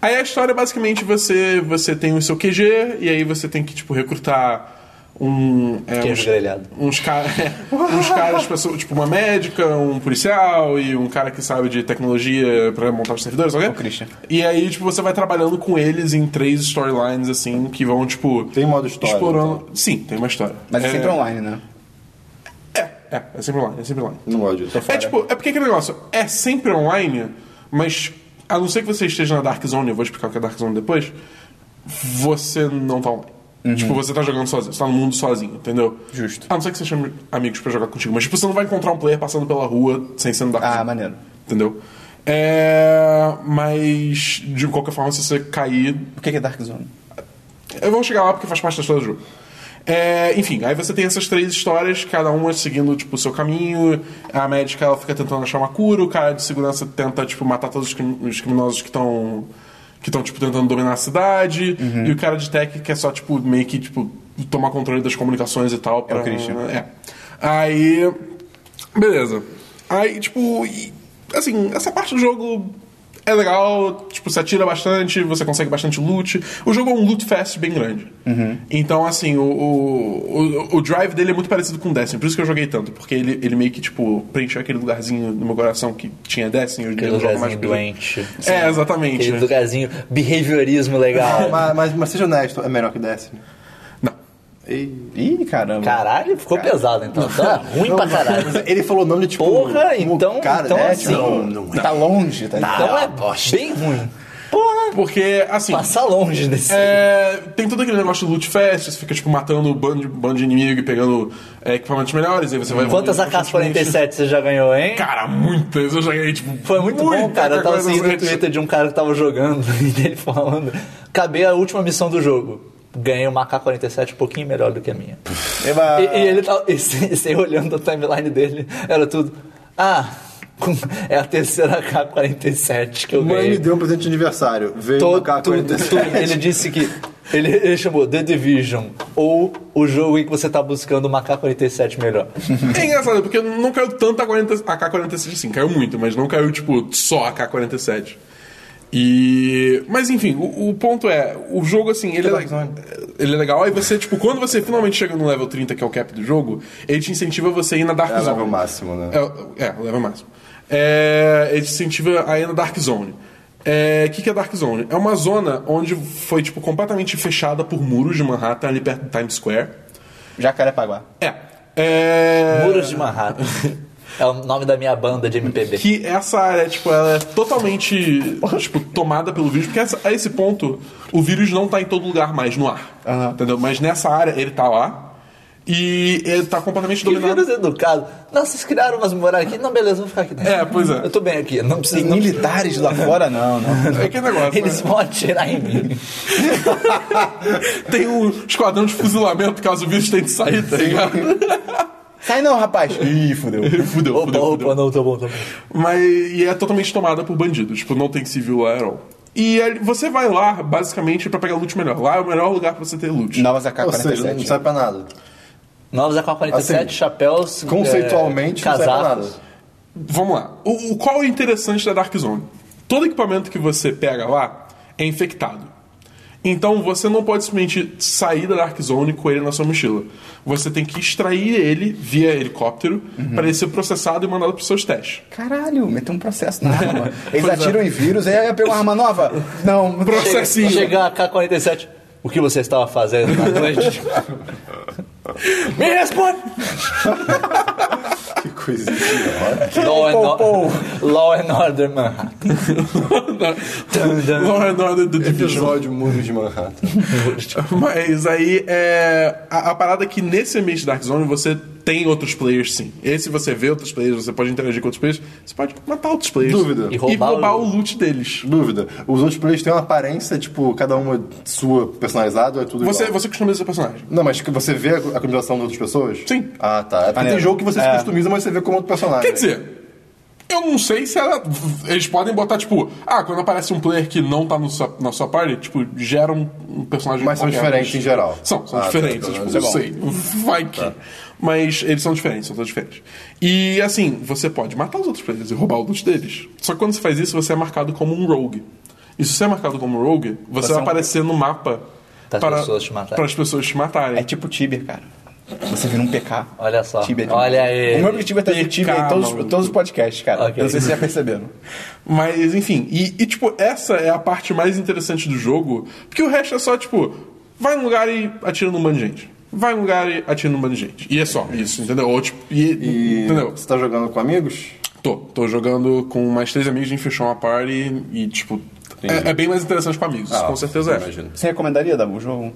[SPEAKER 3] Aí a história é basicamente você você tem o seu QG e aí você tem que tipo recrutar um é,
[SPEAKER 2] Queijo
[SPEAKER 3] uns,
[SPEAKER 2] grelhado.
[SPEAKER 3] uns, ca- uns caras pra so- tipo uma médica, um policial e um cara que sabe de tecnologia pra montar os servidores, ok?
[SPEAKER 1] O Christian.
[SPEAKER 3] E aí tipo você vai trabalhando com eles em três storylines assim que vão tipo
[SPEAKER 4] Tem modo história,
[SPEAKER 3] explorando sim tem uma história
[SPEAKER 1] então. Mas é sempre online, né?
[SPEAKER 3] é, é sempre online, é sempre online.
[SPEAKER 4] Não gosto disso.
[SPEAKER 3] É tipo, é porque aquele negócio, é sempre online, mas a não ser que você esteja na Dark Zone, eu vou explicar o que é Dark Zone depois, você não tá online. Tipo, você tá jogando sozinho, você tá no mundo sozinho, entendeu?
[SPEAKER 1] Uhum. Justo.
[SPEAKER 3] A não ser que você chame amigos pra jogar contigo, mas tipo, você não vai encontrar um player passando pela rua sem ser no Dark Zone.
[SPEAKER 1] Ah, maneiro.
[SPEAKER 3] Entendeu? É. Mas, de qualquer forma, se você cair,
[SPEAKER 1] O que que é Dark Zone?
[SPEAKER 3] eu vou chegar lá porque faz parte da história do jogo. É, enfim, aí você tem essas três histórias, cada uma seguindo tipo, o seu caminho. A médica ela fica tentando achar uma cura, o cara de segurança tenta tipo, matar todos os, crim- os criminosos que estão que estão tipo, tentando dominar a cidade.
[SPEAKER 1] Uhum.
[SPEAKER 3] E o cara de tech quer só tipo, meio que tipo, tomar controle das comunicações e tal. Pra,
[SPEAKER 1] o Christian.
[SPEAKER 3] É. Aí. Beleza. Aí, tipo. e, assim, essa parte do jogo é legal. Tipo, você atira bastante, você consegue bastante loot. O jogo é um loot fest bem grande.
[SPEAKER 2] Uhum.
[SPEAKER 3] Então, assim, o, o, o, o drive dele é muito parecido com o Destiny. Por isso que eu joguei tanto. Porque ele, ele meio que, tipo, preencheu aquele lugarzinho no meu coração que tinha Destiny. Hoje em dia
[SPEAKER 2] Aquele
[SPEAKER 3] eu jogo mais
[SPEAKER 2] lugarzinho
[SPEAKER 3] pelo-
[SPEAKER 2] doente.
[SPEAKER 3] É, exatamente.
[SPEAKER 2] Aquele
[SPEAKER 3] né?
[SPEAKER 2] lugarzinho, behaviorismo legal.
[SPEAKER 4] "Ah, Mas, mas, mas seja honesto, é melhor que Destiny.
[SPEAKER 3] Não.
[SPEAKER 4] Ei.
[SPEAKER 1] Ih, caramba.
[SPEAKER 2] Caralho, ficou pesado então. Tá ruim pra caralho.
[SPEAKER 4] Mas ele falou não de tipo.
[SPEAKER 2] Porra,
[SPEAKER 4] um-
[SPEAKER 2] então-
[SPEAKER 4] Cara,
[SPEAKER 2] então
[SPEAKER 4] é,
[SPEAKER 2] assim-
[SPEAKER 4] tipo, não, não é.
[SPEAKER 1] Tá longe, tá ligado?
[SPEAKER 2] Então é bem ruim. Porra,
[SPEAKER 3] Porque, assim.
[SPEAKER 2] passar longe desse.
[SPEAKER 3] É, tem todo aquele negócio de loot fest, você fica tipo matando o bando de, bando de inimigo e pegando é, equipamentos melhores, aí você vai
[SPEAKER 2] Quantas
[SPEAKER 3] evoluindo constantemente.
[SPEAKER 2] AK-47 você já ganhou, hein?
[SPEAKER 3] Cara, muitas, eu já ganhei tipo.
[SPEAKER 2] Foi muito bom,
[SPEAKER 3] muita
[SPEAKER 2] cara. Eu tava
[SPEAKER 3] coisa
[SPEAKER 2] seguindo o
[SPEAKER 3] antes.
[SPEAKER 2] Twitter de um cara que tava jogando e ele falando. Acabei a última missão do jogo. Ganhei uma AK-47 um pouquinho melhor do que a minha.
[SPEAKER 1] Eba.
[SPEAKER 2] E, e ele tava. E você você olhando a timeline dele, era tudo. Ah, com- é a terceira AK-47 que eu
[SPEAKER 4] Mãe
[SPEAKER 2] ganhei.
[SPEAKER 4] me deu um presente de aniversário. Veio
[SPEAKER 2] Todo,
[SPEAKER 4] o K47.
[SPEAKER 2] tudo. Ele disse que. Ele, ele chamou The Division ou o jogo em que você tá buscando uma K-47 melhor.
[SPEAKER 3] É engraçado, porque não caiu tanto a 40 AK-47 assim, caiu muito, mas não caiu, tipo, só a AK-47. E. Mas enfim, o, o ponto é, o jogo, assim, ele é,
[SPEAKER 2] Tá
[SPEAKER 3] le-
[SPEAKER 2] então.
[SPEAKER 3] ele é legal, aí você, tipo, quando você finalmente chega no level 30, que é o cap do jogo, ele te incentiva você a ir na Dark
[SPEAKER 4] É o
[SPEAKER 3] Zone.
[SPEAKER 4] level máximo, né?
[SPEAKER 3] É, é, o level máximo. É, ele te incentiva a ir na é Dark Zone. É, o que, que é Dark Zone? É uma zona onde foi tipo, completamente fechada por muros de Manhattan, ali perto do Times Square.
[SPEAKER 1] Jacarepaguá.
[SPEAKER 3] É. é...
[SPEAKER 2] Muros de Manhattan. É o nome da minha banda de MPB.
[SPEAKER 3] Que essa área, tipo, ela é totalmente tipo, tomada pelo vírus, porque essa- a esse ponto o vírus não tá em todo lugar mais no ar.
[SPEAKER 1] Aham.
[SPEAKER 3] Entendeu? Mas nessa área ele tá lá e ele tá completamente
[SPEAKER 2] Que
[SPEAKER 3] dominado.
[SPEAKER 2] vírus educado. Nossa, vocês criaram umas muralhas aqui. Não, beleza, vou ficar aqui dentro.
[SPEAKER 3] É, pois é.
[SPEAKER 2] Eu tô bem aqui. Não
[SPEAKER 1] Tem
[SPEAKER 2] preciso. Não...
[SPEAKER 1] militares lá fora? Não, não.
[SPEAKER 3] É que negócio.
[SPEAKER 2] Eles
[SPEAKER 3] né?
[SPEAKER 2] vão atirar em mim.
[SPEAKER 3] Tem um esquadrão de fuzilamento caso o vírus tente sair, tá ligado?
[SPEAKER 1] Sai não, rapaz. Ih, fudeu.
[SPEAKER 3] Fudeu,
[SPEAKER 2] Opa,
[SPEAKER 3] fudeu, fudeu.
[SPEAKER 2] opa, não, tá bom, tá bom.
[SPEAKER 3] Mas, e é totalmente tomada por bandidos. Tipo, não tem civil lá at all. E ali- você vai lá, basicamente, pra pegar loot melhor. Lá é o melhor lugar pra você ter loot.
[SPEAKER 1] Novas
[SPEAKER 4] Ou seja, não
[SPEAKER 1] AK-47.
[SPEAKER 4] serve pra nada.
[SPEAKER 2] Novos AK-47,
[SPEAKER 4] Assim,
[SPEAKER 2] chapéus,
[SPEAKER 4] Conceitualmente,
[SPEAKER 2] é,
[SPEAKER 4] não serve pra
[SPEAKER 2] casacos.
[SPEAKER 4] nada.
[SPEAKER 3] Vamos lá. O, o- qual é o interessante da Dark Zone? Todo equipamento que você pega lá é infectado. Então você não pode simplesmente sair da Dark Zone com ele na sua mochila. Você tem que extrair ele via helicóptero
[SPEAKER 2] Uhum.
[SPEAKER 3] para ele ser processado e mandado para os seus testes.
[SPEAKER 1] Caralho, meteu um processo na arma. Eles
[SPEAKER 3] Pois é.
[SPEAKER 1] atiram em vírus, aí eu pego uma arma nova. Não,
[SPEAKER 3] Processinho.
[SPEAKER 2] Chegar a AK-47. O que você estava fazendo na noite? Me responde!
[SPEAKER 4] Que coisa idiota.
[SPEAKER 2] Law and,
[SPEAKER 1] Pou,
[SPEAKER 2] or- Law and Order Manhattan. Dun, dun.
[SPEAKER 3] Law and Order The Division.
[SPEAKER 4] Episódio Muros de Manhattan.
[SPEAKER 3] Mas aí é. A, a parada é que nesse ambiente Dark Zone você tem outros players sim. Esse você vê outros players, você pode interagir com outros players, você pode matar outros players.
[SPEAKER 4] Dúvida.
[SPEAKER 3] E
[SPEAKER 2] E
[SPEAKER 3] roubar,
[SPEAKER 2] roubar
[SPEAKER 3] o...
[SPEAKER 2] o-
[SPEAKER 3] loot deles.
[SPEAKER 4] Dúvida. Os outros players têm uma aparência, tipo, cada uma sua personalizada, ou é tudo
[SPEAKER 3] Você,
[SPEAKER 4] igual?
[SPEAKER 3] você customiza seu personagem.
[SPEAKER 4] Não, mas que você vê a customização de outras pessoas?
[SPEAKER 3] Sim.
[SPEAKER 4] Ah, tá. É porque
[SPEAKER 1] Maneiro.
[SPEAKER 4] tem jogo que você se
[SPEAKER 1] É.
[SPEAKER 4] customiza, mas você vê como outro personagem.
[SPEAKER 3] Quer dizer, eu não sei se ela. Eles podem botar, tipo, ah, quando aparece um player que não tá no sua, na sua party, tipo, gera um, um personagem
[SPEAKER 4] Mas são
[SPEAKER 3] qualquer,
[SPEAKER 4] diferentes em geral.
[SPEAKER 3] São, são
[SPEAKER 4] Ah, tá,
[SPEAKER 3] diferentes.
[SPEAKER 4] pelo
[SPEAKER 3] tipo,
[SPEAKER 4] menos
[SPEAKER 3] não
[SPEAKER 4] é bom. Tá.
[SPEAKER 3] sei. Vai que. Mas eles são diferentes, são todos diferentes. E assim, você pode matar os outros players e roubar o loot deles. Só que quando você faz isso, você é marcado como um rogue. E se você é marcado como um rogue, você,
[SPEAKER 1] Você é
[SPEAKER 3] vai
[SPEAKER 1] um-
[SPEAKER 3] aparecer no mapa
[SPEAKER 2] Das pessoas te matarem.
[SPEAKER 3] para as pessoas te matarem.
[SPEAKER 1] É tipo Tibia, cara. Você vira um PK.
[SPEAKER 2] Olha só.
[SPEAKER 1] Tibia de-
[SPEAKER 2] Olha aí.
[SPEAKER 1] O meu objetivo é trazer
[SPEAKER 3] PK,
[SPEAKER 1] Tibia em todos,
[SPEAKER 3] maluco.
[SPEAKER 1] todos os podcasts, cara.
[SPEAKER 2] Ok.
[SPEAKER 1] Eu não sei se vocês já perceberam.
[SPEAKER 3] Mas, enfim, e, e, tipo, essa é a parte mais interessante do jogo, porque o resto é só, tipo, vai num lugar e atira num bando de gente. Vai num lugar e atira num bando de gente. E é só isso, entendeu? Ou, tipo, e-
[SPEAKER 4] E
[SPEAKER 3] Entendeu?
[SPEAKER 4] você tá jogando com amigos?
[SPEAKER 3] Tô, tô jogando com mais três amigos, a gente fechou uma party e, tipo, é, é bem mais interessante com amigos,
[SPEAKER 4] Ah,
[SPEAKER 3] com certeza é.
[SPEAKER 4] imagino.
[SPEAKER 1] Você recomendaria, Dabu, o jogo?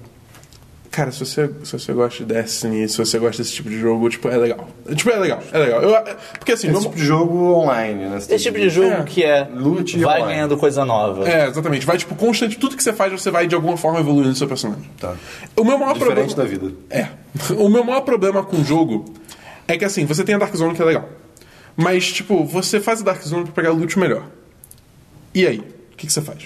[SPEAKER 3] Cara, se você, se você gosta de Destiny, se você gosta desse tipo de jogo, tipo, é legal. Tipo, é legal, é legal. Eu- é- porque assim,
[SPEAKER 4] Esse
[SPEAKER 3] meu-
[SPEAKER 4] tipo de jogo online, né?
[SPEAKER 2] Esse tipo de jogo
[SPEAKER 3] É.
[SPEAKER 2] que é
[SPEAKER 4] Lute e
[SPEAKER 2] vai
[SPEAKER 4] online.
[SPEAKER 2] ganhando coisa nova.
[SPEAKER 3] É, exatamente. Vai, tipo, constante. Tudo que você faz, você vai de alguma forma evoluindo seu personagem.
[SPEAKER 4] Tá.
[SPEAKER 3] O meu maior
[SPEAKER 4] Diferente da
[SPEAKER 3] um problema.
[SPEAKER 4] vida.
[SPEAKER 3] É. O meu maior problema com o jogo é que assim, você tem a Dark Zone que é legal. Mas, tipo, você faz a Dark Zone pra pegar loot melhor. E aí? O que, que você faz?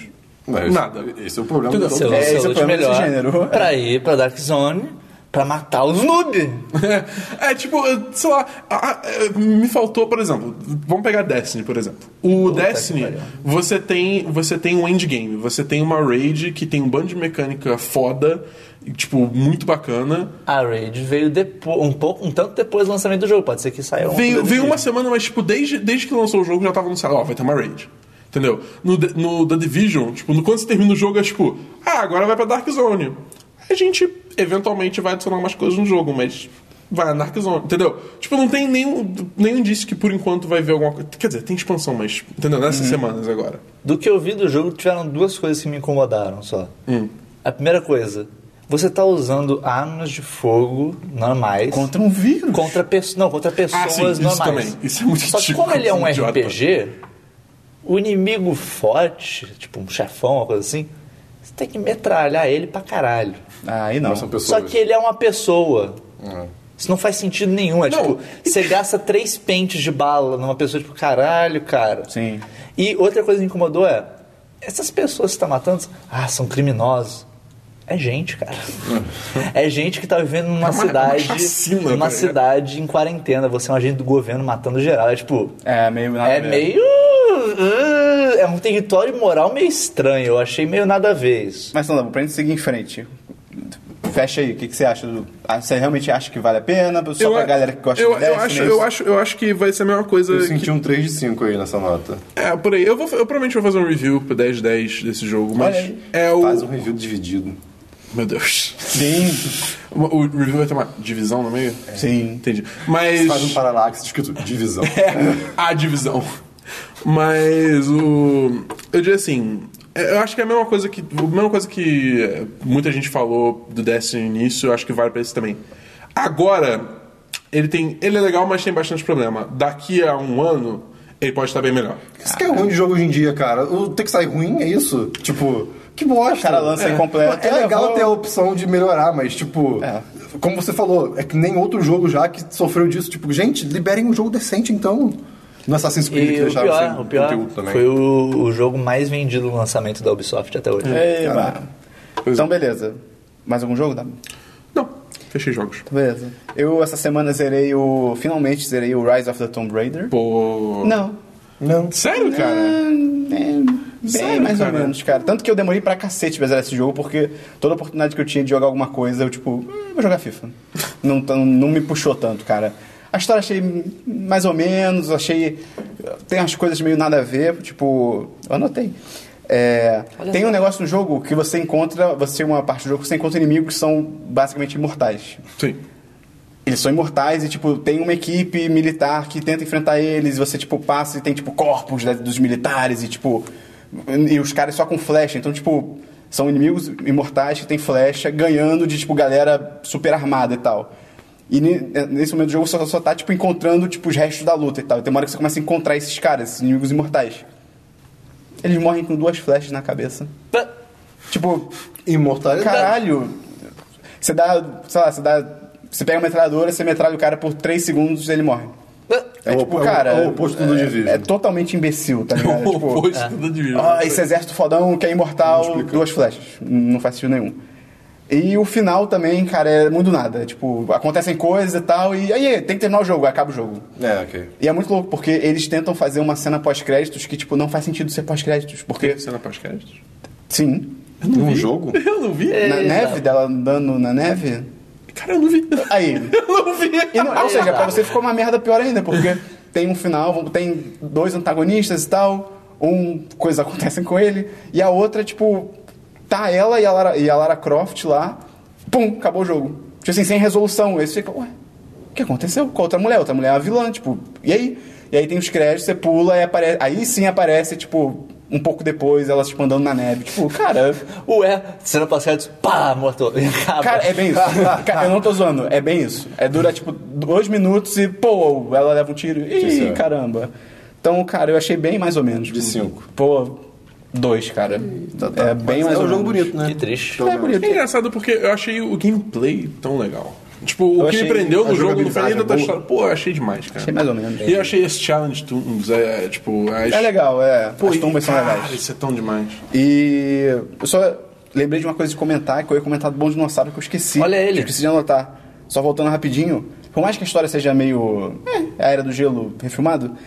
[SPEAKER 4] Mas
[SPEAKER 3] Nada.
[SPEAKER 4] Esse é o problema.
[SPEAKER 3] Tudo
[SPEAKER 4] do
[SPEAKER 2] Seu,
[SPEAKER 4] jogo.
[SPEAKER 1] É, esse é o
[SPEAKER 2] seu loot
[SPEAKER 1] problema desse
[SPEAKER 2] melhor
[SPEAKER 1] gênero.
[SPEAKER 2] pra ir pra Dark Zone pra matar os noob.
[SPEAKER 3] É, tipo, sei lá, a- a- me faltou, por exemplo, vamos pegar Destiny, por exemplo. O
[SPEAKER 2] Puta que
[SPEAKER 3] Destiny,
[SPEAKER 2] pariu.
[SPEAKER 3] você tem, você tem um endgame, você tem uma raid que tem um bando de mecânica foda, e, tipo, muito bacana.
[SPEAKER 2] A Raid veio depo- um pouco, um tanto depois do lançamento do jogo. Pode ser que saia um
[SPEAKER 1] Então,
[SPEAKER 3] Veio,
[SPEAKER 2] outro
[SPEAKER 3] veio
[SPEAKER 2] dia.
[SPEAKER 3] uma semana, mas, tipo, desde, desde que lançou o jogo já tava anunciado, ó, vai ter uma raid. Entendeu? No, The- no The Division, tipo, no- quando você termina o jogo, é tipo, ah, agora vai pra Dark Zone. A gente eventualmente vai adicionar umas coisas no jogo, mas vai na Dark Zone, entendeu? Tipo, não tem nenhum, nenhum indício que por enquanto vai ver alguma coisa. Quer dizer, tem expansão, mas, entendeu? Nessas
[SPEAKER 1] Uhum.
[SPEAKER 3] semanas agora.
[SPEAKER 2] Do que eu vi do jogo, tiveram duas coisas que me incomodaram só.
[SPEAKER 3] Hum.
[SPEAKER 2] A primeira coisa, você tá usando armas de fogo normais.
[SPEAKER 1] Contra um vírus.
[SPEAKER 2] Contra pessoas. Não, contra pessoas
[SPEAKER 3] Ah, sim, isso
[SPEAKER 2] normais.
[SPEAKER 3] também. Isso é muito
[SPEAKER 2] Só que
[SPEAKER 3] ridículo,
[SPEAKER 2] como ele é um
[SPEAKER 3] idiota.
[SPEAKER 2] RPG, o inimigo forte, tipo um chefão, uma coisa assim, você tem que metralhar ele pra caralho.
[SPEAKER 1] Aí não.
[SPEAKER 4] Mas são pessoas-
[SPEAKER 2] Só que ele é uma pessoa. Isso não faz sentido nenhum. É
[SPEAKER 3] Não.
[SPEAKER 2] tipo, você gasta três pentes de bala numa pessoa, tipo, caralho, cara.
[SPEAKER 1] Sim.
[SPEAKER 2] E outra coisa que me incomodou é: essas pessoas que você tá matando, ah, são criminosos. É gente, cara. é gente que tá vivendo numa
[SPEAKER 3] É uma- é uma
[SPEAKER 2] cidade.
[SPEAKER 3] chacina, tá
[SPEAKER 2] numa
[SPEAKER 3] ligado?
[SPEAKER 2] cidade em quarentena. Você é um agente do governo matando geral. É tipo.
[SPEAKER 1] É meio nada a
[SPEAKER 2] É
[SPEAKER 1] ver.
[SPEAKER 2] meio. uh, É um território moral meio estranho. Eu achei meio nada a ver isso.
[SPEAKER 1] então, Mas não, Dabu, pra gente seguir em frente. Fecha aí, o que, que você acha? Do... Ah, Você realmente acha que vale a pena? Só pra galera que gosta
[SPEAKER 3] eu,
[SPEAKER 1] de né?
[SPEAKER 3] eu
[SPEAKER 1] Destiny?
[SPEAKER 3] acho, eu, acho, eu acho que vai ser a mesma coisa.
[SPEAKER 4] Eu
[SPEAKER 3] que-
[SPEAKER 4] senti um 3 de 5 aí nessa nota.
[SPEAKER 3] É, por aí. Eu, vou, eu provavelmente vou fazer um review pro 10 10 desse jogo, mas
[SPEAKER 1] Olha aí.
[SPEAKER 3] é o.
[SPEAKER 4] Faz um review dividido.
[SPEAKER 3] Meu Deus.
[SPEAKER 1] Sim,
[SPEAKER 3] O o review vai ter uma divisão no meio?
[SPEAKER 1] sim.
[SPEAKER 3] Entendi. Mas. é
[SPEAKER 4] Faz um paralaxe escrito divisão.
[SPEAKER 3] a divisão. Mas o. Eu diria assim. Eu acho que é a mesma coisa que. A mesma coisa que eh, muita gente falou do Destiny no início, eu acho que vale pra esse também. Agora, ele tem. Ele é legal, mas tem bastante problema. Daqui a um ano, ele pode estar bem melhor.
[SPEAKER 4] Isso que é ruim de jogo hoje em dia, cara. O ter que sair ruim é isso? Tipo, que bosta. O
[SPEAKER 1] cara lança incompleto.
[SPEAKER 4] É
[SPEAKER 1] É,
[SPEAKER 4] legal
[SPEAKER 1] vou-
[SPEAKER 4] ter a opção de melhorar, mas, tipo,
[SPEAKER 1] É.
[SPEAKER 4] como você falou, é que nem outro jogo já que sofreu disso. Tipo, gente, liberem um jogo decente então. No Assassin's Creed que
[SPEAKER 2] E o
[SPEAKER 4] deixaram
[SPEAKER 2] pior,
[SPEAKER 4] sem
[SPEAKER 2] o pior
[SPEAKER 4] conteúdo também.
[SPEAKER 2] foi o, o jogo mais vendido no lançamento da Ubisoft até hoje.
[SPEAKER 1] Ei,
[SPEAKER 4] Caralho.
[SPEAKER 1] mano.
[SPEAKER 3] é.
[SPEAKER 1] Então, beleza. Mais algum jogo, Dabu?
[SPEAKER 3] Não, fechei jogos.
[SPEAKER 1] Beleza. Eu, essa semana, zerei o... Finalmente, zerei o Rise of the Tomb Raider.
[SPEAKER 3] Pô.
[SPEAKER 1] Não.
[SPEAKER 4] Não.
[SPEAKER 3] Sério, cara?
[SPEAKER 1] Ah, é, bem
[SPEAKER 3] Sério,
[SPEAKER 1] mais
[SPEAKER 3] cara?
[SPEAKER 1] ou menos, cara. Tanto que eu demorei pra cacete pra zerar esse jogo, porque toda oportunidade que eu tinha de jogar alguma coisa, eu tipo, "Hum, vou jogar FIFA. não, tão- não me puxou tanto, cara. A história achei mais ou menos, achei. Tem umas coisas meio nada a ver, tipo. Eu anotei. É, tem um negócio no jogo que você encontra, você uma parte do jogo, que você encontra inimigos que são basicamente imortais.
[SPEAKER 3] Sim.
[SPEAKER 1] Eles são imortais e, tipo, tem uma equipe militar que tenta enfrentar eles. E você, tipo, passa e tem, tipo, corpos da- dos militares e, tipo... E os caras só com flecha. Então, tipo, são inimigos imortais que tem flecha ganhando de, tipo, galera super armada e tal. E ne- é, nesse momento do jogo você só, só tá, tipo, encontrando, tipo, os restos da luta e tal. E tem uma hora que você começa a encontrar esses caras, esses inimigos imortais. Eles morrem com duas flechas na cabeça. Tipo,
[SPEAKER 4] Imortalidade.
[SPEAKER 1] Caralho! Você dá, sei lá, você dá. Você pega uma metralhadora, você metralha o cara por 3 segundos e ele morre. É,
[SPEAKER 4] É o
[SPEAKER 1] tipo,
[SPEAKER 4] opo- é o-
[SPEAKER 1] cara.
[SPEAKER 4] é o oposto do
[SPEAKER 1] é-
[SPEAKER 4] Division.
[SPEAKER 1] É totalmente imbecil, tá ligado?
[SPEAKER 3] o
[SPEAKER 1] Tipo,
[SPEAKER 3] oposto da divisão.
[SPEAKER 1] ah, esse exército fodão que é imortal, duas flechas. Não faz sentido nenhum. E o final também, cara, é muito nada. Tipo, acontecem coisas e tal, e aí tem que terminar o jogo, acaba o jogo.
[SPEAKER 4] É, ok.
[SPEAKER 1] E é muito louco, porque eles tentam fazer uma cena pós-créditos que, tipo, não faz sentido ser pós-créditos. Porque,
[SPEAKER 3] Você na podcast?
[SPEAKER 1] sim,
[SPEAKER 4] Num jogo?
[SPEAKER 3] Eu não vi.
[SPEAKER 1] na
[SPEAKER 2] Exato.
[SPEAKER 1] neve, dela andando na neve,
[SPEAKER 3] Cara, eu não vi.
[SPEAKER 1] aí,
[SPEAKER 3] Eu não vi. É
[SPEAKER 1] E não- ou seja, pra você ficou uma merda pior ainda, porque tem um final, tem dois antagonistas e tal, um coisa acontecem com ele, e a outra, tipo, tá ela e a Lara, e a Lara Croft lá, pum, acabou o jogo. Tipo assim, sem resolução. Aí você fica, ué, o que aconteceu com a outra mulher? A outra mulher é uma vilã, tipo, e aí? E aí tem os créditos, você pula, e apare... aí sim aparece, tipo, um pouco depois, elas, tipo, andando na neve. Tipo, cara,
[SPEAKER 2] Ué, cena pós-crédito, pá, morto. E
[SPEAKER 4] Ah,
[SPEAKER 2] acaba.
[SPEAKER 1] Cara, é bem isso. Cara, eu não tô zoando, é bem isso. É dura tipo dois minutos e, pô, ela leva um tiro. Ih,
[SPEAKER 4] Sim, senhor.
[SPEAKER 1] caramba. Então, cara, eu achei bem mais ou menos.
[SPEAKER 4] De cinco.
[SPEAKER 1] Pô, dois, cara. É bem
[SPEAKER 4] Mas
[SPEAKER 1] mais
[SPEAKER 4] é um
[SPEAKER 1] ou
[SPEAKER 4] jogo
[SPEAKER 1] menos.
[SPEAKER 4] bonito, né?
[SPEAKER 2] Que triste.
[SPEAKER 4] Pelo
[SPEAKER 1] É
[SPEAKER 4] menos.
[SPEAKER 1] bonito.
[SPEAKER 3] É engraçado porque eu achei o gameplay tão legal. Tipo, o
[SPEAKER 1] Eu
[SPEAKER 3] que me
[SPEAKER 1] achei
[SPEAKER 3] prendeu
[SPEAKER 4] a
[SPEAKER 3] no jogo não foi
[SPEAKER 4] jogabilidade
[SPEAKER 3] ainda da
[SPEAKER 4] boa.
[SPEAKER 3] história. Pô, eu achei demais, cara.
[SPEAKER 1] Achei mais ou menos.
[SPEAKER 3] E eu achei esse Challenge Tombs, é, é, tipo... As...
[SPEAKER 1] É legal, é.
[SPEAKER 3] Pô,
[SPEAKER 1] As
[SPEAKER 3] e,
[SPEAKER 1] tumbas são
[SPEAKER 3] cara,
[SPEAKER 1] legais.
[SPEAKER 3] isso é tão demais.
[SPEAKER 1] E eu só lembrei de uma coisa de comentar, que eu ia comentar do Bom Dinossauro que eu esqueci.
[SPEAKER 2] Olha ele.
[SPEAKER 1] Eu esqueci de anotar. Só voltando rapidinho, por mais que a história seja meio. É, a Era do Gelo refilmado,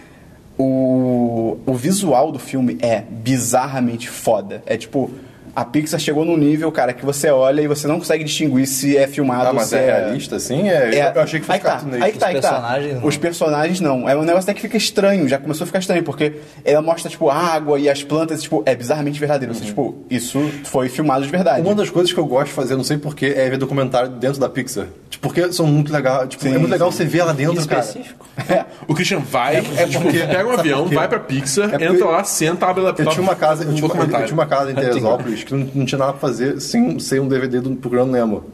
[SPEAKER 1] o, o visual do filme é bizarramente foda. É tipo. A Pixar chegou num nível, cara, que você olha e você não consegue distinguir se é filmado
[SPEAKER 4] Ah,
[SPEAKER 1] ou
[SPEAKER 4] mas
[SPEAKER 1] se
[SPEAKER 4] é
[SPEAKER 1] é
[SPEAKER 4] realista, assim? É,
[SPEAKER 1] é,
[SPEAKER 4] eu achei que fosse
[SPEAKER 1] aí que tá,
[SPEAKER 4] cartunista.
[SPEAKER 1] aí que tá,
[SPEAKER 2] Os
[SPEAKER 1] aí que tá.
[SPEAKER 2] personagens não.
[SPEAKER 1] Os personagens não. É um negócio até que fica estranho, já começou a ficar estranho, porque ela mostra, tipo, a água e as plantas, tipo, é bizarramente verdadeiro. Você, tipo, isso foi filmado de verdade.
[SPEAKER 4] Uma das coisas que eu gosto de fazer, não sei porquê, é ver documentário dentro da Pixar. Tipo, porque são muito legal. Tipo, é muito legal você ver lá dentro, cara.
[SPEAKER 2] específico.
[SPEAKER 1] É.
[SPEAKER 3] O Christian vai,
[SPEAKER 4] é
[SPEAKER 3] tipo,
[SPEAKER 4] porque-
[SPEAKER 3] pega um
[SPEAKER 4] sabe
[SPEAKER 3] avião,
[SPEAKER 4] por quê?
[SPEAKER 3] vai pra Pixar,
[SPEAKER 4] É porque
[SPEAKER 3] entra lá, senta, abre o
[SPEAKER 4] Eu
[SPEAKER 3] laptop...
[SPEAKER 4] tinha uma casa, eu
[SPEAKER 3] um
[SPEAKER 4] tinha uma, eu
[SPEAKER 3] documentário.
[SPEAKER 4] tinha uma casa em Teresópolis que não, não tinha nada pra fazer sem, sem um DVD do Procurando Nemo.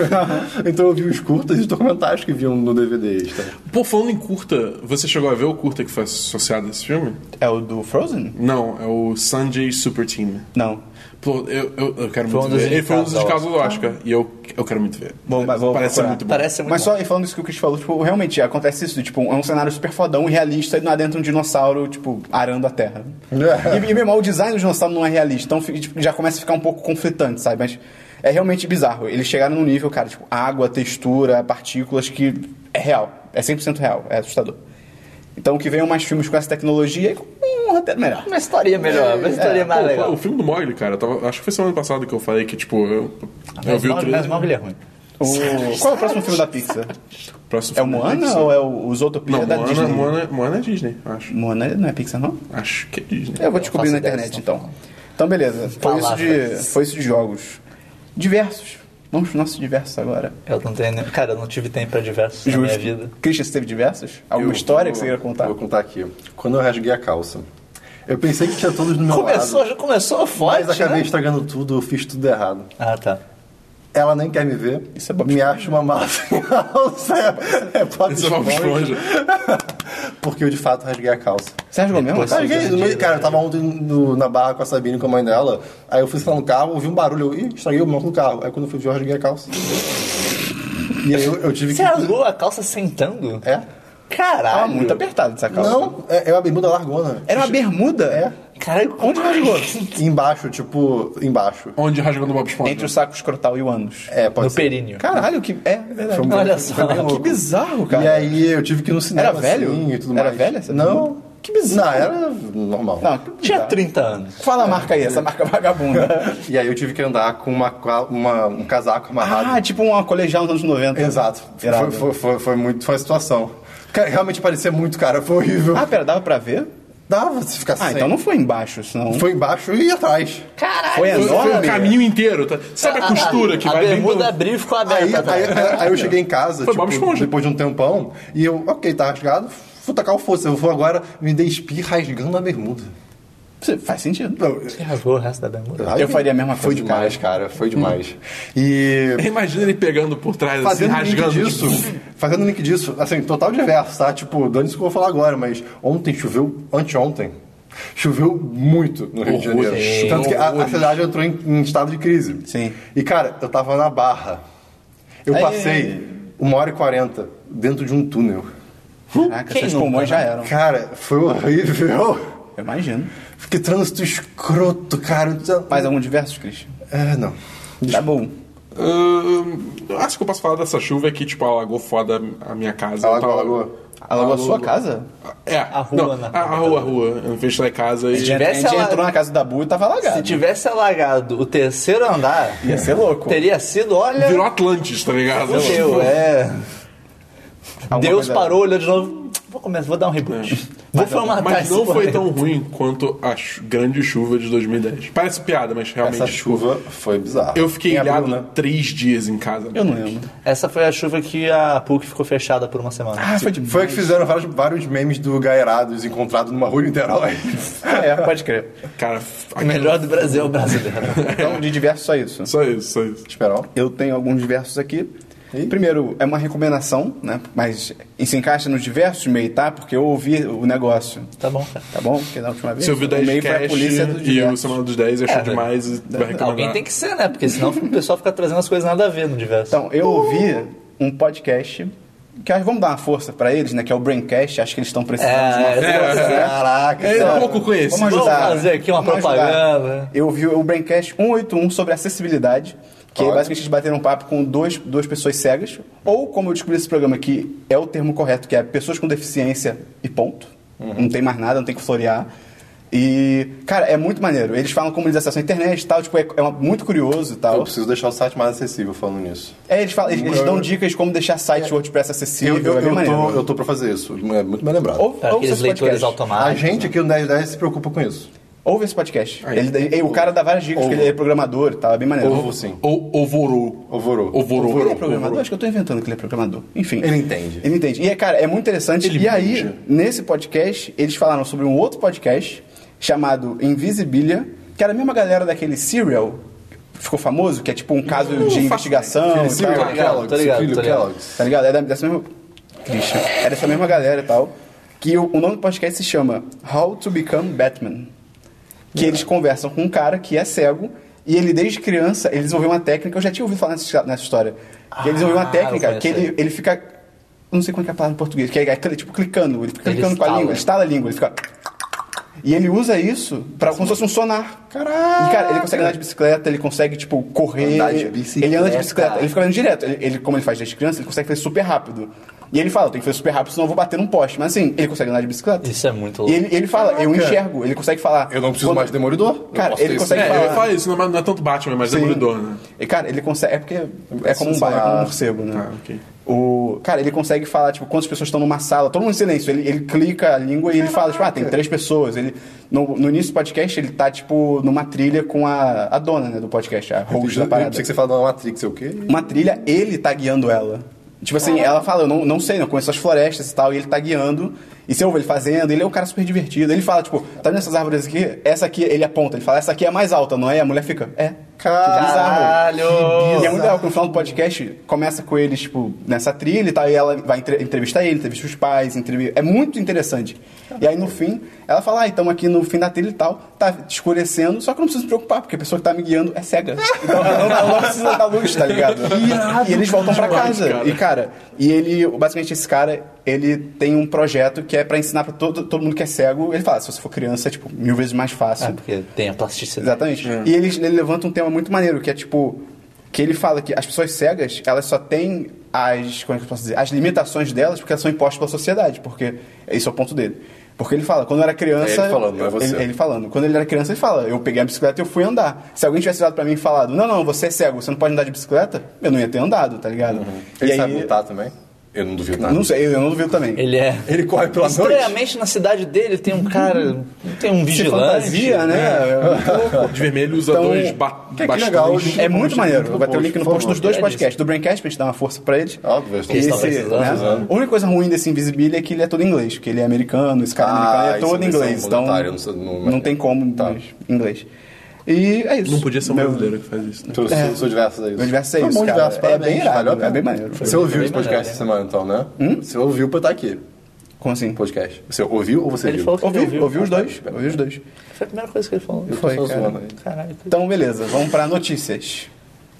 [SPEAKER 4] então eu vi os curtas e os documentários que vinham no DVD. extra.
[SPEAKER 3] Pô, falando em curta, você chegou a ver o curta que foi associado a esse filme?
[SPEAKER 1] É o do Frozen?
[SPEAKER 3] Não, é o Sanjay Super Team.
[SPEAKER 1] Não.
[SPEAKER 3] Pô, eu, eu, eu quero
[SPEAKER 2] Foi
[SPEAKER 3] muito
[SPEAKER 2] um dos
[SPEAKER 3] ver. Ele foi um dos
[SPEAKER 2] indicados
[SPEAKER 3] casos do Oscar. E eu, eu quero muito ver.
[SPEAKER 1] Bom, mas vou
[SPEAKER 3] Parece ser
[SPEAKER 1] procurar.
[SPEAKER 3] muito bom.
[SPEAKER 2] Parece ser muito
[SPEAKER 1] Mas
[SPEAKER 2] bom.
[SPEAKER 1] só, e falando isso que o Chris falou, tipo, realmente acontece isso, tipo, é um cenário super fodão, realista, e não dentro um dinossauro, tipo, arando a terra. e, e mesmo o design do dinossauro não é realista, então fi- tipo, já começa a ficar um pouco conflitante, sabe? Mas é realmente bizarro. Eles chegaram num nível, cara, tipo, água, textura, partículas, que é real. É 100% real, é assustador. Então que venham mais filmes com essa tecnologia e com um roteiro melhor.
[SPEAKER 2] Uma historinha melhor, uma historinha
[SPEAKER 1] é,
[SPEAKER 2] mais
[SPEAKER 3] Pô,
[SPEAKER 2] legal.
[SPEAKER 3] O filme do Mogli, cara, eu tava- acho que foi semana passada que eu falei que, tipo, eu, eu vi o
[SPEAKER 2] Mas, mas
[SPEAKER 3] trailer.
[SPEAKER 2] Mogli é ruim.
[SPEAKER 1] O- Qual é o próximo filme da Pixar?
[SPEAKER 3] Próximo
[SPEAKER 1] É o
[SPEAKER 3] filme da
[SPEAKER 1] Moana
[SPEAKER 3] Disney.
[SPEAKER 1] ou é o, os Zootopia
[SPEAKER 3] Não,
[SPEAKER 1] da
[SPEAKER 3] Moana,
[SPEAKER 1] Disney?
[SPEAKER 3] Moana, Moana é Disney, acho.
[SPEAKER 1] Moana não é Pixar, não?
[SPEAKER 3] Acho que é Disney.
[SPEAKER 1] Eu vou descobrir
[SPEAKER 2] faço
[SPEAKER 1] na
[SPEAKER 2] ideia
[SPEAKER 1] internet,
[SPEAKER 2] do que vocês
[SPEAKER 1] então. Então, beleza. Foi isso, de,
[SPEAKER 2] Palavras.
[SPEAKER 1] foi isso de jogos. Diversos. Vamos pro nosso diversos agora.
[SPEAKER 2] Eu não tenho nem... Cara, eu não tive tempo pra diversos na minha vida.
[SPEAKER 1] Christian, você teve diversos? Alguma
[SPEAKER 4] Eu
[SPEAKER 1] história que
[SPEAKER 4] vou-
[SPEAKER 1] você queira contar?
[SPEAKER 4] Vou contar aqui. Quando eu rasguei a calça, eu pensei que tinha todos no meu
[SPEAKER 2] Começou,
[SPEAKER 4] lado.
[SPEAKER 2] já começou forte,
[SPEAKER 4] Mas acabei
[SPEAKER 2] né?
[SPEAKER 4] estragando tudo, eu fiz tudo errado.
[SPEAKER 2] Ah, tá.
[SPEAKER 4] Ela nem quer me ver.
[SPEAKER 1] Isso é Bob
[SPEAKER 4] Me acha uma mala sem calça. É, é Bob
[SPEAKER 3] Isso é Bob
[SPEAKER 4] Esponja.
[SPEAKER 3] Esponja.
[SPEAKER 4] Porque eu de fato rasguei a calça.
[SPEAKER 1] Você rasgou mesmo?
[SPEAKER 2] Depois-
[SPEAKER 1] Cara,
[SPEAKER 4] Rasguei, no meio, cara, eu tava ontem no- na barra com a Sabine, com a mãe dela. Aí eu fui entrar no carro, ouvi um barulho, eu Ih, estraguei o banco do carro. Aí quando eu fui ver, eu rasguei a calça. E aí eu, eu tive
[SPEAKER 2] Você
[SPEAKER 4] que.
[SPEAKER 2] rasgou a calça sentando?
[SPEAKER 4] É?
[SPEAKER 2] Caralho.
[SPEAKER 1] Tava muito apertado essa calça.
[SPEAKER 4] Não, é, é uma bermuda largona.
[SPEAKER 1] Ah, Era uma bermuda?
[SPEAKER 4] É.
[SPEAKER 2] Caralho,
[SPEAKER 1] Onde rasgou?
[SPEAKER 4] Embaixo, tipo, embaixo.
[SPEAKER 3] Onde rasgando o Bob Esponja?
[SPEAKER 1] Entre o saco escrotal e o ânus.
[SPEAKER 4] É, pode
[SPEAKER 2] No
[SPEAKER 4] ser.
[SPEAKER 2] períneo.
[SPEAKER 1] Caralho, que... É, verdade.
[SPEAKER 4] Foi um-
[SPEAKER 2] Olha
[SPEAKER 4] foi
[SPEAKER 2] só.
[SPEAKER 4] bem
[SPEAKER 1] Que
[SPEAKER 4] louco.
[SPEAKER 1] bizarro,
[SPEAKER 4] E
[SPEAKER 1] cara.
[SPEAKER 4] aí eu tive que ir no cinema.
[SPEAKER 1] Era velho?
[SPEAKER 4] assim, e tudo
[SPEAKER 1] Era
[SPEAKER 4] mais.
[SPEAKER 1] velho essa
[SPEAKER 4] Não.
[SPEAKER 1] bermuda? Que bizarro. Ah.
[SPEAKER 4] Não, era normal.
[SPEAKER 1] Não, que
[SPEAKER 2] Tinha
[SPEAKER 1] bizarro.
[SPEAKER 2] 30 anos.
[SPEAKER 1] Fala a marca aí,
[SPEAKER 4] É.
[SPEAKER 1] essa marca vagabunda.
[SPEAKER 4] E aí eu tive que andar com uma, ca- uma- um casaco amarrado.
[SPEAKER 1] ah, tipo uma colegial nos anos 90.
[SPEAKER 4] Exato.
[SPEAKER 1] Ah, Irado.
[SPEAKER 4] Foi, foi, foi, foi muito, foi uma situação. Cara, realmente parecia muito, cara. Foi horrível.
[SPEAKER 1] Ah, pera, dava pra ver?
[SPEAKER 4] Dava se ficar
[SPEAKER 1] Ah,
[SPEAKER 4] sem.
[SPEAKER 1] então não foi embaixo, senão...
[SPEAKER 4] Foi embaixo e atrás.
[SPEAKER 2] Caralho.
[SPEAKER 1] Foi
[SPEAKER 3] Foi-
[SPEAKER 4] um
[SPEAKER 3] Foi o
[SPEAKER 1] enorme.
[SPEAKER 3] caminho inteiro. tá? Sabe a costura que
[SPEAKER 2] Ah, a
[SPEAKER 3] vai bem
[SPEAKER 2] bermuda
[SPEAKER 3] pelo-
[SPEAKER 2] abriu e ficou aberta. tá?
[SPEAKER 4] Aí, aí,
[SPEAKER 2] atrás.
[SPEAKER 4] aí- aí eu cheguei em casa,
[SPEAKER 3] Foi Bob
[SPEAKER 4] tipo,
[SPEAKER 3] Esponja.
[SPEAKER 4] depois de um tempão, e eu, ok, tá rasgado, vou tacar o fosso. Eu vou agora me despir rasgando a bermuda.
[SPEAKER 1] Você- Faz sentido.
[SPEAKER 4] Não,
[SPEAKER 2] Você rasgou o resto da bermuda.
[SPEAKER 1] Eu faria a mesma
[SPEAKER 4] Foi
[SPEAKER 1] coisa,
[SPEAKER 4] demais, cara. Foi demais. E
[SPEAKER 3] Imagina ele pegando por trás, assim,
[SPEAKER 4] fazendo
[SPEAKER 3] rasgando.
[SPEAKER 4] link disso,
[SPEAKER 3] tipo,
[SPEAKER 4] fazendo link disso, assim, total diverso, tá? Tipo, dane-se o que eu vou falar agora, mas ontem choveu, anteontem, choveu muito no Rio de Janeiro.
[SPEAKER 3] Horrores. Sim.
[SPEAKER 4] Tanto que a, a
[SPEAKER 3] Horrores.
[SPEAKER 4] cidade entrou em, em estado de crise.
[SPEAKER 1] Sim.
[SPEAKER 4] E, cara, eu tava na Barra. Eu
[SPEAKER 1] Ai, ai,
[SPEAKER 4] passei uma hora e quarenta dentro de um túnel.
[SPEAKER 1] Caraca,
[SPEAKER 2] Quem
[SPEAKER 1] seus
[SPEAKER 2] nunca,
[SPEAKER 1] pulmões já
[SPEAKER 2] né?
[SPEAKER 1] eram.
[SPEAKER 4] Cara, foi horrível.
[SPEAKER 1] Eu imagino.
[SPEAKER 4] Que trânsito escroto, cara.
[SPEAKER 1] Mais algum diversos, Christian?
[SPEAKER 4] É, não.
[SPEAKER 1] Tá bom.
[SPEAKER 3] ah, acho que eu posso falar dessa chuva é que, tipo, alagou foda a minha casa.
[SPEAKER 4] Alagou,
[SPEAKER 3] Eu
[SPEAKER 4] alagou.
[SPEAKER 1] Alagou a sua casa?
[SPEAKER 3] É.
[SPEAKER 2] A rua,
[SPEAKER 3] não,
[SPEAKER 2] né?
[SPEAKER 3] A, a rua, a rua. Eu fiz lá em casa e...
[SPEAKER 2] tiver-
[SPEAKER 1] É, A gente
[SPEAKER 2] ela-
[SPEAKER 1] entrou na casa da Bu e tava alagado.
[SPEAKER 2] Se tivesse alagado o terceiro andar,
[SPEAKER 1] Ia ser louco.
[SPEAKER 2] teria sido, olha...
[SPEAKER 3] Virou Atlantis, tá ligado?
[SPEAKER 2] Fudeu, é.
[SPEAKER 1] Alguma
[SPEAKER 2] Deus
[SPEAKER 1] coisa-
[SPEAKER 2] parou, olhou de novo. Vou começar, vou dar um reboot. Vou formatar
[SPEAKER 3] Mas
[SPEAKER 2] esse
[SPEAKER 3] não foi
[SPEAKER 2] correio.
[SPEAKER 3] tão ruim quanto a chu- grande chuva de 2010. Parece piada, mas realmente...
[SPEAKER 4] Essa chuva foi bizarra.
[SPEAKER 3] Eu fiquei
[SPEAKER 4] Em abril,
[SPEAKER 3] ilhado
[SPEAKER 4] né?
[SPEAKER 3] três dias em casa.
[SPEAKER 1] Eu não lembro.
[SPEAKER 2] Essa foi a chuva que a PUC ficou fechada por uma semana.
[SPEAKER 1] Ah, foi de
[SPEAKER 4] Foi a que fizeram vários, vários memes do Gaerados encontrado numa rua em Niterói.
[SPEAKER 1] É, pode crer.
[SPEAKER 3] né? Cara, f-
[SPEAKER 2] o melhor do Brasil é o brasileiro.
[SPEAKER 1] Então, de diversos, só isso.
[SPEAKER 3] só isso, só isso.
[SPEAKER 4] Esperão.
[SPEAKER 1] Eu tenho alguns diversos aqui. Primeiro, é uma recomendação, né? Mas e se encaixa nos diversos meio, tá? Porque eu ouvi o negócio,
[SPEAKER 2] tá bom, cara.
[SPEAKER 1] tá bom? Porque da última vez
[SPEAKER 3] Você ouviu
[SPEAKER 1] o
[SPEAKER 3] 10
[SPEAKER 1] meio foi a polícia do
[SPEAKER 3] e o
[SPEAKER 1] diversos.
[SPEAKER 3] Semana dos 10 achou
[SPEAKER 2] É,
[SPEAKER 3] demais e vai reclamar.
[SPEAKER 2] Alguém tem que ser, né? Porque senão o pessoal fica trazendo as coisas nada a ver no diverso.
[SPEAKER 1] Então, eu ouvi um podcast que acho que vamos dar uma força pra eles, né? Que é o Braincast, acho que eles estão
[SPEAKER 2] É,
[SPEAKER 1] precisando de uma força.
[SPEAKER 4] Caraca,
[SPEAKER 3] É
[SPEAKER 4] cara.
[SPEAKER 3] um pouco conhecido.
[SPEAKER 1] Vamos ajudar.
[SPEAKER 2] Vamos fazer aqui uma
[SPEAKER 1] Vamos
[SPEAKER 2] propaganda.
[SPEAKER 1] ajudar. Eu vi o Braincast 181 sobre acessibilidade, que é
[SPEAKER 4] Ótimo.
[SPEAKER 1] basicamente eles bateram um papo com dois, duas pessoas cegas, ou como eu descobri esse programa que é o termo correto, que é pessoas com deficiência e ponto.
[SPEAKER 3] Uhum.
[SPEAKER 1] Não tem mais nada, não tem que florear. E, cara, é muito maneiro. Eles falam como eles acessam a internet e tal, tipo, é, é uma- muito curioso e
[SPEAKER 4] Eu
[SPEAKER 1] tal.
[SPEAKER 4] preciso deixar o site mais acessível falando nisso.
[SPEAKER 1] É, eles, falam, eles, eles
[SPEAKER 4] Eu-
[SPEAKER 1] dão dicas de como deixar site WordPress
[SPEAKER 4] Eu,
[SPEAKER 1] acessível,
[SPEAKER 4] eu,
[SPEAKER 1] é bem
[SPEAKER 4] eu,
[SPEAKER 1] maneiro.
[SPEAKER 4] tô, eu tô pra fazer isso. É muito bem lembrado.
[SPEAKER 1] Ou-
[SPEAKER 2] Tá, Aqueles
[SPEAKER 1] ouça esse
[SPEAKER 2] leitores
[SPEAKER 1] podcast.
[SPEAKER 4] a
[SPEAKER 2] automáticos.
[SPEAKER 4] gente aqui no 1010 se preocupa com isso.
[SPEAKER 1] Ouve esse podcast. Ele, ele- o cara dá várias dicas, porque ele é programador e tal, é bem maneiro.
[SPEAKER 4] Ovo sim.
[SPEAKER 3] Ou Ovorou.
[SPEAKER 4] Ovorou.
[SPEAKER 3] Ovorou.
[SPEAKER 1] Ele é programador? Acho que eu tô inventando que ele é programador. Enfim.
[SPEAKER 4] Ele entende.
[SPEAKER 1] Ele entende. E, é, cara, é muito interessante.
[SPEAKER 3] Ele
[SPEAKER 1] e aí,
[SPEAKER 3] manja.
[SPEAKER 1] nesse podcast, eles falaram sobre um outro podcast chamado Invisibilia, que era a mesma galera daquele Serial, que ficou famoso, que é tipo um caso de
[SPEAKER 3] faço
[SPEAKER 1] investigação e
[SPEAKER 3] Ah,
[SPEAKER 4] Filho
[SPEAKER 1] tal.
[SPEAKER 2] ligado, tô ligado,
[SPEAKER 4] filho
[SPEAKER 2] tô ligado.
[SPEAKER 4] Kellogg's.
[SPEAKER 1] Tá ligado? É da- dessa mesma... Christian. É dessa mesma galera e tal. Que o, o nome do podcast se chama How to Become Batman. Que eles conversam com um cara que é cego. E ele, desde criança, ele desenvolveu uma técnica... Eu já tinha ouvido falar nessa, nessa história. que ele desenvolveu uma
[SPEAKER 2] Ah, eu
[SPEAKER 1] técnica que
[SPEAKER 2] conheço
[SPEAKER 1] ele, ele fica... eu Não sei qual que é a palavra em português. Que é, é cli- tipo clicando. Ele fica
[SPEAKER 2] Ele
[SPEAKER 1] clicando com a
[SPEAKER 2] estala.
[SPEAKER 1] língua. Ele estala a língua. Ele fica... E ele usa isso pra, como se fosse um sonar. Caralho! E, cara, ele consegue andar de bicicleta, ele consegue, tipo, correr.
[SPEAKER 4] Andar de bicicleta.
[SPEAKER 1] Ele anda de bicicleta. Ele fica vendo direto. Ele, ele- como ele faz desde criança, ele consegue fazer super rápido. E ele fala, tem que fazer super rápido, senão eu vou bater num poste. Mas assim, ele consegue andar de bicicleta.
[SPEAKER 2] Isso é muito
[SPEAKER 1] E
[SPEAKER 2] louco.
[SPEAKER 1] ele, ele fala, eu enxergo, ele consegue falar.
[SPEAKER 4] Eu não preciso
[SPEAKER 1] Quando-
[SPEAKER 4] mais de demolidor. Eu
[SPEAKER 1] Cara,
[SPEAKER 4] posso ter
[SPEAKER 1] ele
[SPEAKER 4] isso.
[SPEAKER 1] consegue
[SPEAKER 3] É, eu ia
[SPEAKER 1] falar.
[SPEAKER 3] falar isso, não é, mais- não é tanto Batman, mas
[SPEAKER 1] Sim.
[SPEAKER 3] Demolidor, né?
[SPEAKER 1] E, cara, ele consegue. É porque é como um
[SPEAKER 4] Sensacional.
[SPEAKER 1] bairro, é como um morcego, né?
[SPEAKER 3] Ah, ok.
[SPEAKER 1] O, cara, ele consegue falar, tipo, quantas pessoas estão numa sala, todo mundo em silêncio. Ele, ele clica a língua e ele fala, tipo, ah, tem três pessoas. Ele, no, no início do podcast, ele tá, tipo, numa trilha com a, a dona, né, do podcast, a host da
[SPEAKER 4] Eu
[SPEAKER 1] parada.
[SPEAKER 4] pensei que você falava da Matrix, é o quê?
[SPEAKER 1] Uma trilha, ele tá guiando ela. Tipo assim, ela fala, eu não, não sei, não conheço as florestas e tal, e ele tá guiando. E você ouve ele fazendo, ele é um cara super divertido. Ele fala, tipo, tá vendo essas árvores aqui? Essa aqui, ele aponta, ele fala, essa aqui é a mais alta, não é? E a mulher fica, é. Que bizarro. E é muito legal, porque no final do podcast começa com eles, tipo, nessa trilha e tal, e ela vai entre- entrevistar ele, entrevista os pais, entrevista... É muito interessante. E aí, no fim, ela fala, ah, estamos aqui no fim da trilha e tal, tá escurecendo, só que eu não preciso me preocupar, porque a pessoa que tá me guiando é cega. Então, ela não, ela não precisa da luz, tá ligado? e eles voltam pra casa. E, cara, e ele, basicamente, esse cara, ele tem um projeto que é pra ensinar pra todo, todo mundo que é cego. Ele fala, se você for criança, é, tipo, mil vezes mais fácil.
[SPEAKER 2] Ah, porque tem a plasticidade.
[SPEAKER 1] Exatamente.
[SPEAKER 4] É.
[SPEAKER 1] E ele, ele levanta um tema muito maneiro, que é tipo. Que ele fala que as pessoas cegas, elas só têm as. Como é que eu posso dizer? As limitações delas porque elas são impostas pela sociedade, porque. Esse é o ponto dele. Porque ele fala, quando eu era criança.
[SPEAKER 4] É ele falando, não é você.
[SPEAKER 1] Ele, ele falando. Quando ele era criança, ele fala, eu peguei a bicicleta e eu fui andar. Se alguém tivesse olhado pra mim e falado, não, não, você é cego, você não pode andar de bicicleta, eu não ia ter andado, tá ligado? E
[SPEAKER 4] Uhum. Ele
[SPEAKER 1] aí,
[SPEAKER 4] sabe lutar também? Eu não duvido nada.
[SPEAKER 1] Não sei, eu não duvido também.
[SPEAKER 2] Ele é.
[SPEAKER 4] Ele corre pela noite?
[SPEAKER 2] Estranhamente, na cidade dele tem um cara. Tem um
[SPEAKER 1] Se
[SPEAKER 2] vigilante.
[SPEAKER 1] fantasia, né? É um pouco.
[SPEAKER 3] De vermelho usa
[SPEAKER 1] Então,
[SPEAKER 3] dois ba
[SPEAKER 4] que é que
[SPEAKER 3] bastões.
[SPEAKER 4] legal, gente?
[SPEAKER 1] É muito maneiro. Vai ter o link no
[SPEAKER 4] Por
[SPEAKER 1] post
[SPEAKER 4] favor.
[SPEAKER 1] dos dois
[SPEAKER 2] É
[SPEAKER 1] podcasts. Do Braincast, pra gente dar uma força pra ele.
[SPEAKER 4] Óbvio, eles
[SPEAKER 1] Que
[SPEAKER 2] Eles
[SPEAKER 4] estão
[SPEAKER 2] estão
[SPEAKER 1] esse,
[SPEAKER 2] precisando,
[SPEAKER 1] né?
[SPEAKER 2] precisando.
[SPEAKER 1] A única coisa ruim desse Invisibilia é que ele é todo em inglês, porque ele é americano, esse cara
[SPEAKER 4] Ah,
[SPEAKER 1] americano ele é
[SPEAKER 4] isso,
[SPEAKER 1] todo em
[SPEAKER 4] isso é um
[SPEAKER 1] inglês. Então,
[SPEAKER 4] detalhe, eu não sei-
[SPEAKER 1] não,
[SPEAKER 4] não-
[SPEAKER 1] tem como,
[SPEAKER 4] Tá.
[SPEAKER 1] mas inglês. E é isso.
[SPEAKER 3] Não podia ser um
[SPEAKER 1] Meu-
[SPEAKER 3] brasileiro que faz isso. Né?
[SPEAKER 4] Sou, sou, sou diverso, é isso.
[SPEAKER 1] Meu diverso é
[SPEAKER 4] Tá
[SPEAKER 1] isso,
[SPEAKER 4] bom,
[SPEAKER 1] cara.
[SPEAKER 4] diverso,
[SPEAKER 1] É
[SPEAKER 4] parabéns.
[SPEAKER 1] bem irado,
[SPEAKER 4] valeu a pena.
[SPEAKER 1] é bem maneiro. Hum?
[SPEAKER 4] Você ouviu
[SPEAKER 2] Bem
[SPEAKER 4] esse podcast
[SPEAKER 2] maneiro,
[SPEAKER 4] essa semana, então, né? Você ouviu pra estar aqui,
[SPEAKER 1] Como assim?
[SPEAKER 4] o podcast. Você ouviu ou você
[SPEAKER 2] Ele
[SPEAKER 4] viu?
[SPEAKER 2] falou que-
[SPEAKER 1] Ouvi,
[SPEAKER 2] ouviu?
[SPEAKER 1] ouvi os dois, ouvi os dois.
[SPEAKER 2] Foi a primeira coisa que ele falou.
[SPEAKER 4] Eu tô
[SPEAKER 1] Foi,
[SPEAKER 4] só
[SPEAKER 1] cara.
[SPEAKER 4] Tá zoando aí.
[SPEAKER 2] Caralho.
[SPEAKER 1] Então, beleza, vamos pra notícias.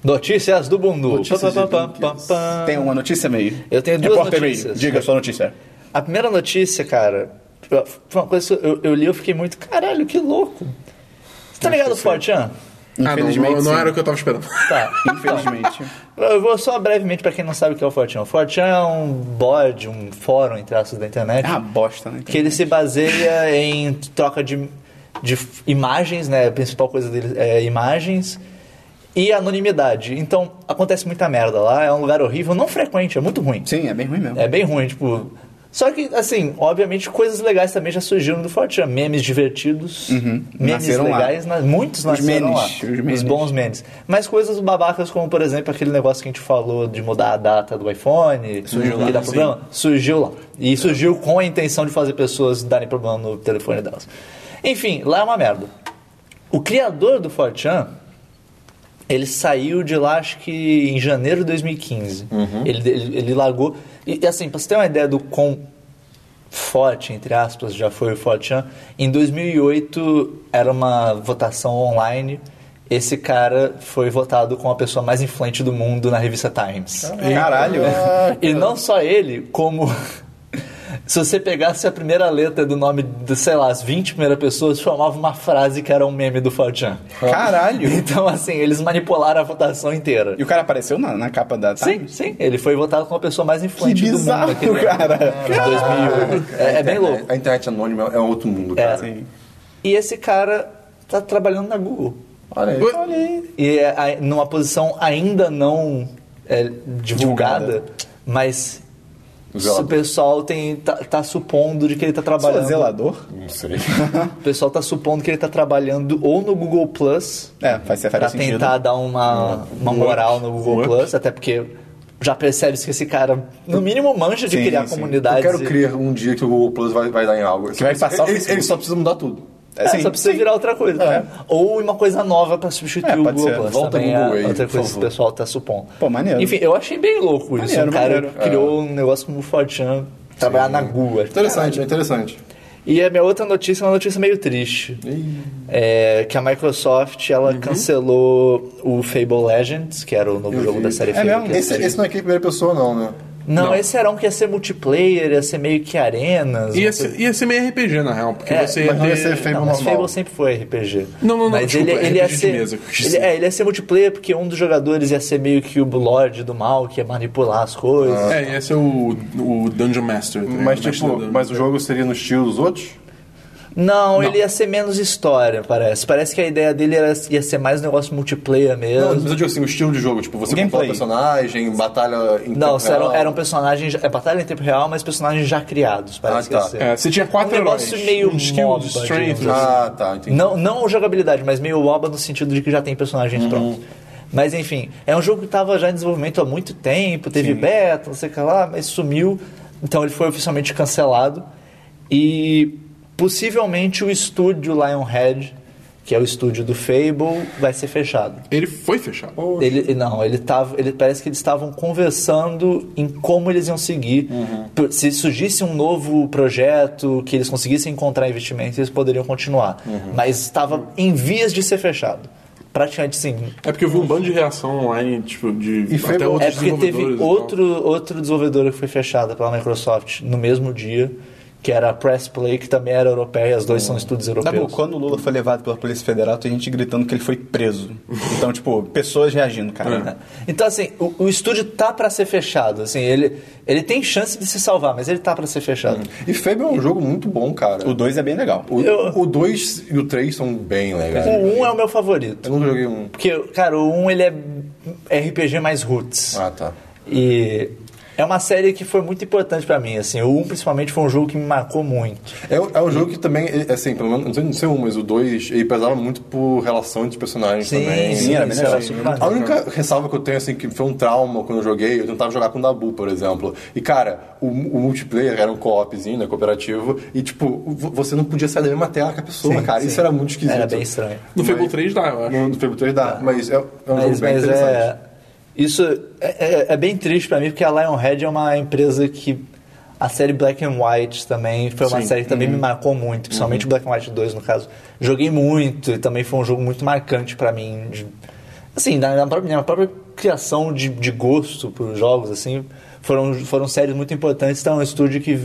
[SPEAKER 2] Notícias do Bundu.
[SPEAKER 4] Notícias
[SPEAKER 2] Pá,
[SPEAKER 4] de
[SPEAKER 2] pá,
[SPEAKER 4] Bundu.
[SPEAKER 2] pá, pá, pá.
[SPEAKER 1] Tem uma notícia meio.
[SPEAKER 2] Eu tenho duas
[SPEAKER 1] Repórter May,
[SPEAKER 2] notícias.
[SPEAKER 1] diga a sua notícia.
[SPEAKER 3] Ah,
[SPEAKER 2] A primeira notícia, cara, foi uma coisa que eu, eu li e eu fiquei muito, caralho, que louco. Você tá
[SPEAKER 4] é.
[SPEAKER 2] ligado, Fortean?
[SPEAKER 3] Ah, não,
[SPEAKER 1] Infelizmente,
[SPEAKER 3] não, não
[SPEAKER 1] sim.
[SPEAKER 3] era o que eu tava esperando.
[SPEAKER 2] Tá.
[SPEAKER 1] Infelizmente.
[SPEAKER 2] Eu vou só brevemente pra quem não sabe o que é o Fortean. O Fortean é um board, um fórum, entre aspas, da internet.
[SPEAKER 1] É uma bosta, né?
[SPEAKER 2] que ele se baseia em troca de, de imagens, né? A principal coisa dele é imagens e anonimidade. Então, acontece muita merda lá, é um lugar horrível, não frequente, é muito ruim.
[SPEAKER 1] Sim, é bem ruim mesmo.
[SPEAKER 2] É bem ruim, tipo. Só que, assim, obviamente, coisas legais também já surgiram do Fortran. Memes divertidos, memes
[SPEAKER 1] Uhum. Nasceram lá.
[SPEAKER 2] legais, na- muitos nasceram
[SPEAKER 1] memes,
[SPEAKER 2] lá.
[SPEAKER 1] os memes.
[SPEAKER 2] Os bons memes. Mas coisas babacas, como, por exemplo, aquele negócio que a gente falou de mudar a data do iPhone, surgiu que dá problema, surgiu lá. E surgiu com a intenção de fazer pessoas darem problema no telefone delas. Enfim, lá é uma merda. O criador do Fortran, ele saiu de lá, acho que em janeiro de 2015. Ele, ele, ele largou. E, e assim, pra você ter uma ideia do quão forte, entre aspas, já foi o Fortran, em 2008 era uma votação online. Esse cara foi votado como a pessoa mais influente do mundo na revista Times.
[SPEAKER 1] Ah, Caralho.
[SPEAKER 2] E não só ele, como. Se você pegasse a primeira letra do nome, de, sei lá, as 20 primeiras pessoas, formava uma frase que era um meme do Fortran.
[SPEAKER 1] Caralho.
[SPEAKER 2] Então, assim, eles manipularam a votação inteira.
[SPEAKER 1] E o cara apareceu na, na capa da
[SPEAKER 2] Sim,
[SPEAKER 1] Times?
[SPEAKER 2] sim. Ele foi votado como a pessoa mais influente
[SPEAKER 1] Que bizarro,
[SPEAKER 2] do mundo. naquele ano, né,
[SPEAKER 1] cara.
[SPEAKER 2] De 2008. É, é bem louco.
[SPEAKER 4] A internet anônima é outro mundo,
[SPEAKER 2] É.
[SPEAKER 4] cara.
[SPEAKER 1] Sim.
[SPEAKER 2] E esse cara tá trabalhando na Google.
[SPEAKER 4] Olha aí.
[SPEAKER 3] Ui,
[SPEAKER 2] E é a- numa posição ainda não é, divulgada,
[SPEAKER 1] Divulgada.
[SPEAKER 2] mas
[SPEAKER 4] Zelador.
[SPEAKER 2] o pessoal tem, tá, tá supondo de que ele tá
[SPEAKER 1] Sou
[SPEAKER 2] trabalhando.
[SPEAKER 1] zelador?
[SPEAKER 4] Não sei.
[SPEAKER 2] O pessoal tá supondo que ele tá trabalhando ou no Google Plus
[SPEAKER 1] É, faz, faz
[SPEAKER 2] pra
[SPEAKER 1] sentido. Hum.
[SPEAKER 2] tentar dar uma, uma moral no Google
[SPEAKER 3] Work.
[SPEAKER 2] Plus, até porque já percebe que esse cara, no mínimo, manja de
[SPEAKER 1] Sim,
[SPEAKER 2] criar
[SPEAKER 1] sim.
[SPEAKER 4] Eu
[SPEAKER 2] comunidades.
[SPEAKER 4] quero
[SPEAKER 2] e-
[SPEAKER 4] crer um dia que o Google Plus vai, vai dar em algo.
[SPEAKER 1] Que vai passar o
[SPEAKER 4] Ele,
[SPEAKER 1] Facebook.
[SPEAKER 4] ele só precisa mudar tudo.
[SPEAKER 2] É,
[SPEAKER 1] Sim,
[SPEAKER 2] só precisa
[SPEAKER 1] sim.
[SPEAKER 2] virar outra coisa. né?
[SPEAKER 1] É.
[SPEAKER 2] Ou uma coisa nova pra substituir
[SPEAKER 1] É,
[SPEAKER 2] o
[SPEAKER 1] pode
[SPEAKER 2] Google
[SPEAKER 1] ser.
[SPEAKER 2] Plus.
[SPEAKER 4] Volta
[SPEAKER 2] Também
[SPEAKER 4] Google
[SPEAKER 2] é
[SPEAKER 4] aí,
[SPEAKER 2] outra coisa
[SPEAKER 4] por
[SPEAKER 2] que o
[SPEAKER 4] favor.
[SPEAKER 2] pessoal tá supondo.
[SPEAKER 1] Pô, maneiro.
[SPEAKER 2] Enfim, eu achei bem louco isso.
[SPEAKER 1] Maneiro,
[SPEAKER 2] um cara
[SPEAKER 1] maneiro. É.
[SPEAKER 2] criou um negócio como o Fortran, trabalhar na Google.
[SPEAKER 4] Interessante, é interessante.
[SPEAKER 2] E a minha outra notícia é uma notícia meio triste. É, que a Microsoft, ela
[SPEAKER 1] Uhum.
[SPEAKER 2] cancelou o Fable Legends, que era o novo jogo da série
[SPEAKER 1] É
[SPEAKER 2] Fable.
[SPEAKER 1] mesmo?
[SPEAKER 2] que ia
[SPEAKER 4] Esse,
[SPEAKER 2] sair.
[SPEAKER 4] esse não é aqui em primeira pessoa, não, né?
[SPEAKER 2] Não,
[SPEAKER 3] Não.
[SPEAKER 2] esse era um que ia ser multiplayer, ia ser meio que arenas. uma
[SPEAKER 3] Ia
[SPEAKER 2] coisa-
[SPEAKER 3] ser, ia ser meio RPG, na real, porque
[SPEAKER 2] É,
[SPEAKER 3] você ia
[SPEAKER 4] mas não ia
[SPEAKER 3] ter-
[SPEAKER 4] ser Fable
[SPEAKER 2] não, mas
[SPEAKER 4] normal.
[SPEAKER 2] Fable sempre foi RPG.
[SPEAKER 3] Não, não, não,
[SPEAKER 2] Mas
[SPEAKER 3] desculpa,
[SPEAKER 2] ele, ele
[SPEAKER 3] RPG
[SPEAKER 2] ia
[SPEAKER 3] de
[SPEAKER 2] ser.
[SPEAKER 3] mesa, eu quis
[SPEAKER 2] ele,
[SPEAKER 3] dizer.
[SPEAKER 2] é, ele ia ser multiplayer porque um dos jogadores ia ser meio que o Lorde do Mal, que ia manipular as coisas.
[SPEAKER 3] É, ia ser o, o Dungeon Master. tá ligado?
[SPEAKER 4] Mas,
[SPEAKER 3] Mestre
[SPEAKER 4] tipo,
[SPEAKER 3] do Dungeon.
[SPEAKER 4] mas o jogo seria no estilo dos outros?
[SPEAKER 2] Não, ele ia ser menos história, parece. Parece que a ideia dele era, ia ser mais um negócio multiplayer mesmo.
[SPEAKER 4] Não, mas eu digo assim, o estilo de jogo, tipo, você controla
[SPEAKER 1] Gameplay.
[SPEAKER 4] o personagem, batalha em
[SPEAKER 2] Não, um-
[SPEAKER 4] tempo
[SPEAKER 2] eram,
[SPEAKER 4] real.
[SPEAKER 2] eram personagens. É batalha em tempo real, mas personagens já criados, parece
[SPEAKER 4] Ah, tá.
[SPEAKER 2] que ia ser.
[SPEAKER 3] É, você tinha quatro
[SPEAKER 2] Um
[SPEAKER 3] heróis.
[SPEAKER 2] negócio meio
[SPEAKER 3] um skill,
[SPEAKER 2] MOBA,
[SPEAKER 3] strength.
[SPEAKER 2] digamos
[SPEAKER 3] assim.
[SPEAKER 4] Ah, tá, entendi.
[SPEAKER 2] Não, não jogabilidade, mas meio MOBA no sentido de que já tem personagens prontos. Mas enfim, é um jogo que estava já em desenvolvimento há muito tempo, teve beta, não sei o que lá, mas sumiu. Então ele foi oficialmente cancelado. E possivelmente o estúdio Lionhead, que é o estúdio do Fable, vai ser fechado.
[SPEAKER 3] Ele foi fechado.
[SPEAKER 2] Ele, não, ele tava, ele parece que eles estavam conversando em como eles iam seguir. P- Se surgisse um novo projeto que eles conseguissem encontrar investimento, eles poderiam continuar. Mas estava em vias de ser fechado. Praticamente sim.
[SPEAKER 3] É porque eu vi um bando de reação online, tipo, de
[SPEAKER 4] E foi
[SPEAKER 3] até
[SPEAKER 4] bom.
[SPEAKER 3] outros
[SPEAKER 2] É porque
[SPEAKER 3] desenvolvedores
[SPEAKER 2] teve
[SPEAKER 3] e tal.
[SPEAKER 2] outro, outro desenvolvedor que foi fechado pela Microsoft no mesmo dia, que era a Press Play, que também era europeia, e as dois são estudos
[SPEAKER 5] Tá bom,
[SPEAKER 2] europeus.
[SPEAKER 5] quando o Lula foi levado pela Polícia Federal, tem gente gritando que ele foi preso. Então, tipo, pessoas reagindo, cara.
[SPEAKER 2] Então, assim, o, o estúdio tá para ser fechado. Assim, ele, ele tem chance de se salvar, mas ele tá para ser fechado.
[SPEAKER 4] E Fable é um jogo muito bom, cara.
[SPEAKER 5] O 2 é bem legal.
[SPEAKER 2] eu-
[SPEAKER 4] O 2 e o 3 são bem legais.
[SPEAKER 2] O 1 é o meu
[SPEAKER 4] Eu
[SPEAKER 2] favorito.
[SPEAKER 4] nunca joguei um.
[SPEAKER 2] Porque, cara, o 1 ele é RPG mais roots.
[SPEAKER 4] Ah, tá.
[SPEAKER 2] E é uma série que foi muito importante pra mim, assim. O 1 principalmente foi um jogo que me marcou muito.
[SPEAKER 4] É, um- é um jogo que também, ele- assim, pelo menos, não sei, não sei um, mas o 2, ele pesava muito por relação entre personagens também.
[SPEAKER 5] sim, era bem
[SPEAKER 2] isso
[SPEAKER 5] legal.
[SPEAKER 2] super
[SPEAKER 4] A
[SPEAKER 2] maneiro.
[SPEAKER 4] única ressalva que eu tenho, assim, que foi um trauma quando eu joguei, eu tentava jogar com o Dabu, por exemplo. E, cara, o, mu- o multiplayer era um co-opzinho, né, cooperativo, e, tipo, vo- você não podia sair da mesma tela que a pessoa, cara. Isso era muito esquisito.
[SPEAKER 2] Era bem estranho. Tá.
[SPEAKER 3] No Fable 3 dá, eu acho.
[SPEAKER 4] No, no Fable 3 dá, mas é, é um
[SPEAKER 2] Mas,
[SPEAKER 4] jogo bem
[SPEAKER 2] mas
[SPEAKER 4] interessante.
[SPEAKER 2] é. Isso é, é- é bem triste pra mim, porque a Lionhead é uma empresa que. A série Black and White também foi uma série que também
[SPEAKER 4] Uhum.
[SPEAKER 2] me marcou muito, principalmente Black and White 2, no caso. Joguei muito e também foi um jogo muito marcante pra mim. de- assim, na, na própria, minha própria criação de, de gosto por jogos, assim, foram, foram séries muito importantes. Então é um estúdio que,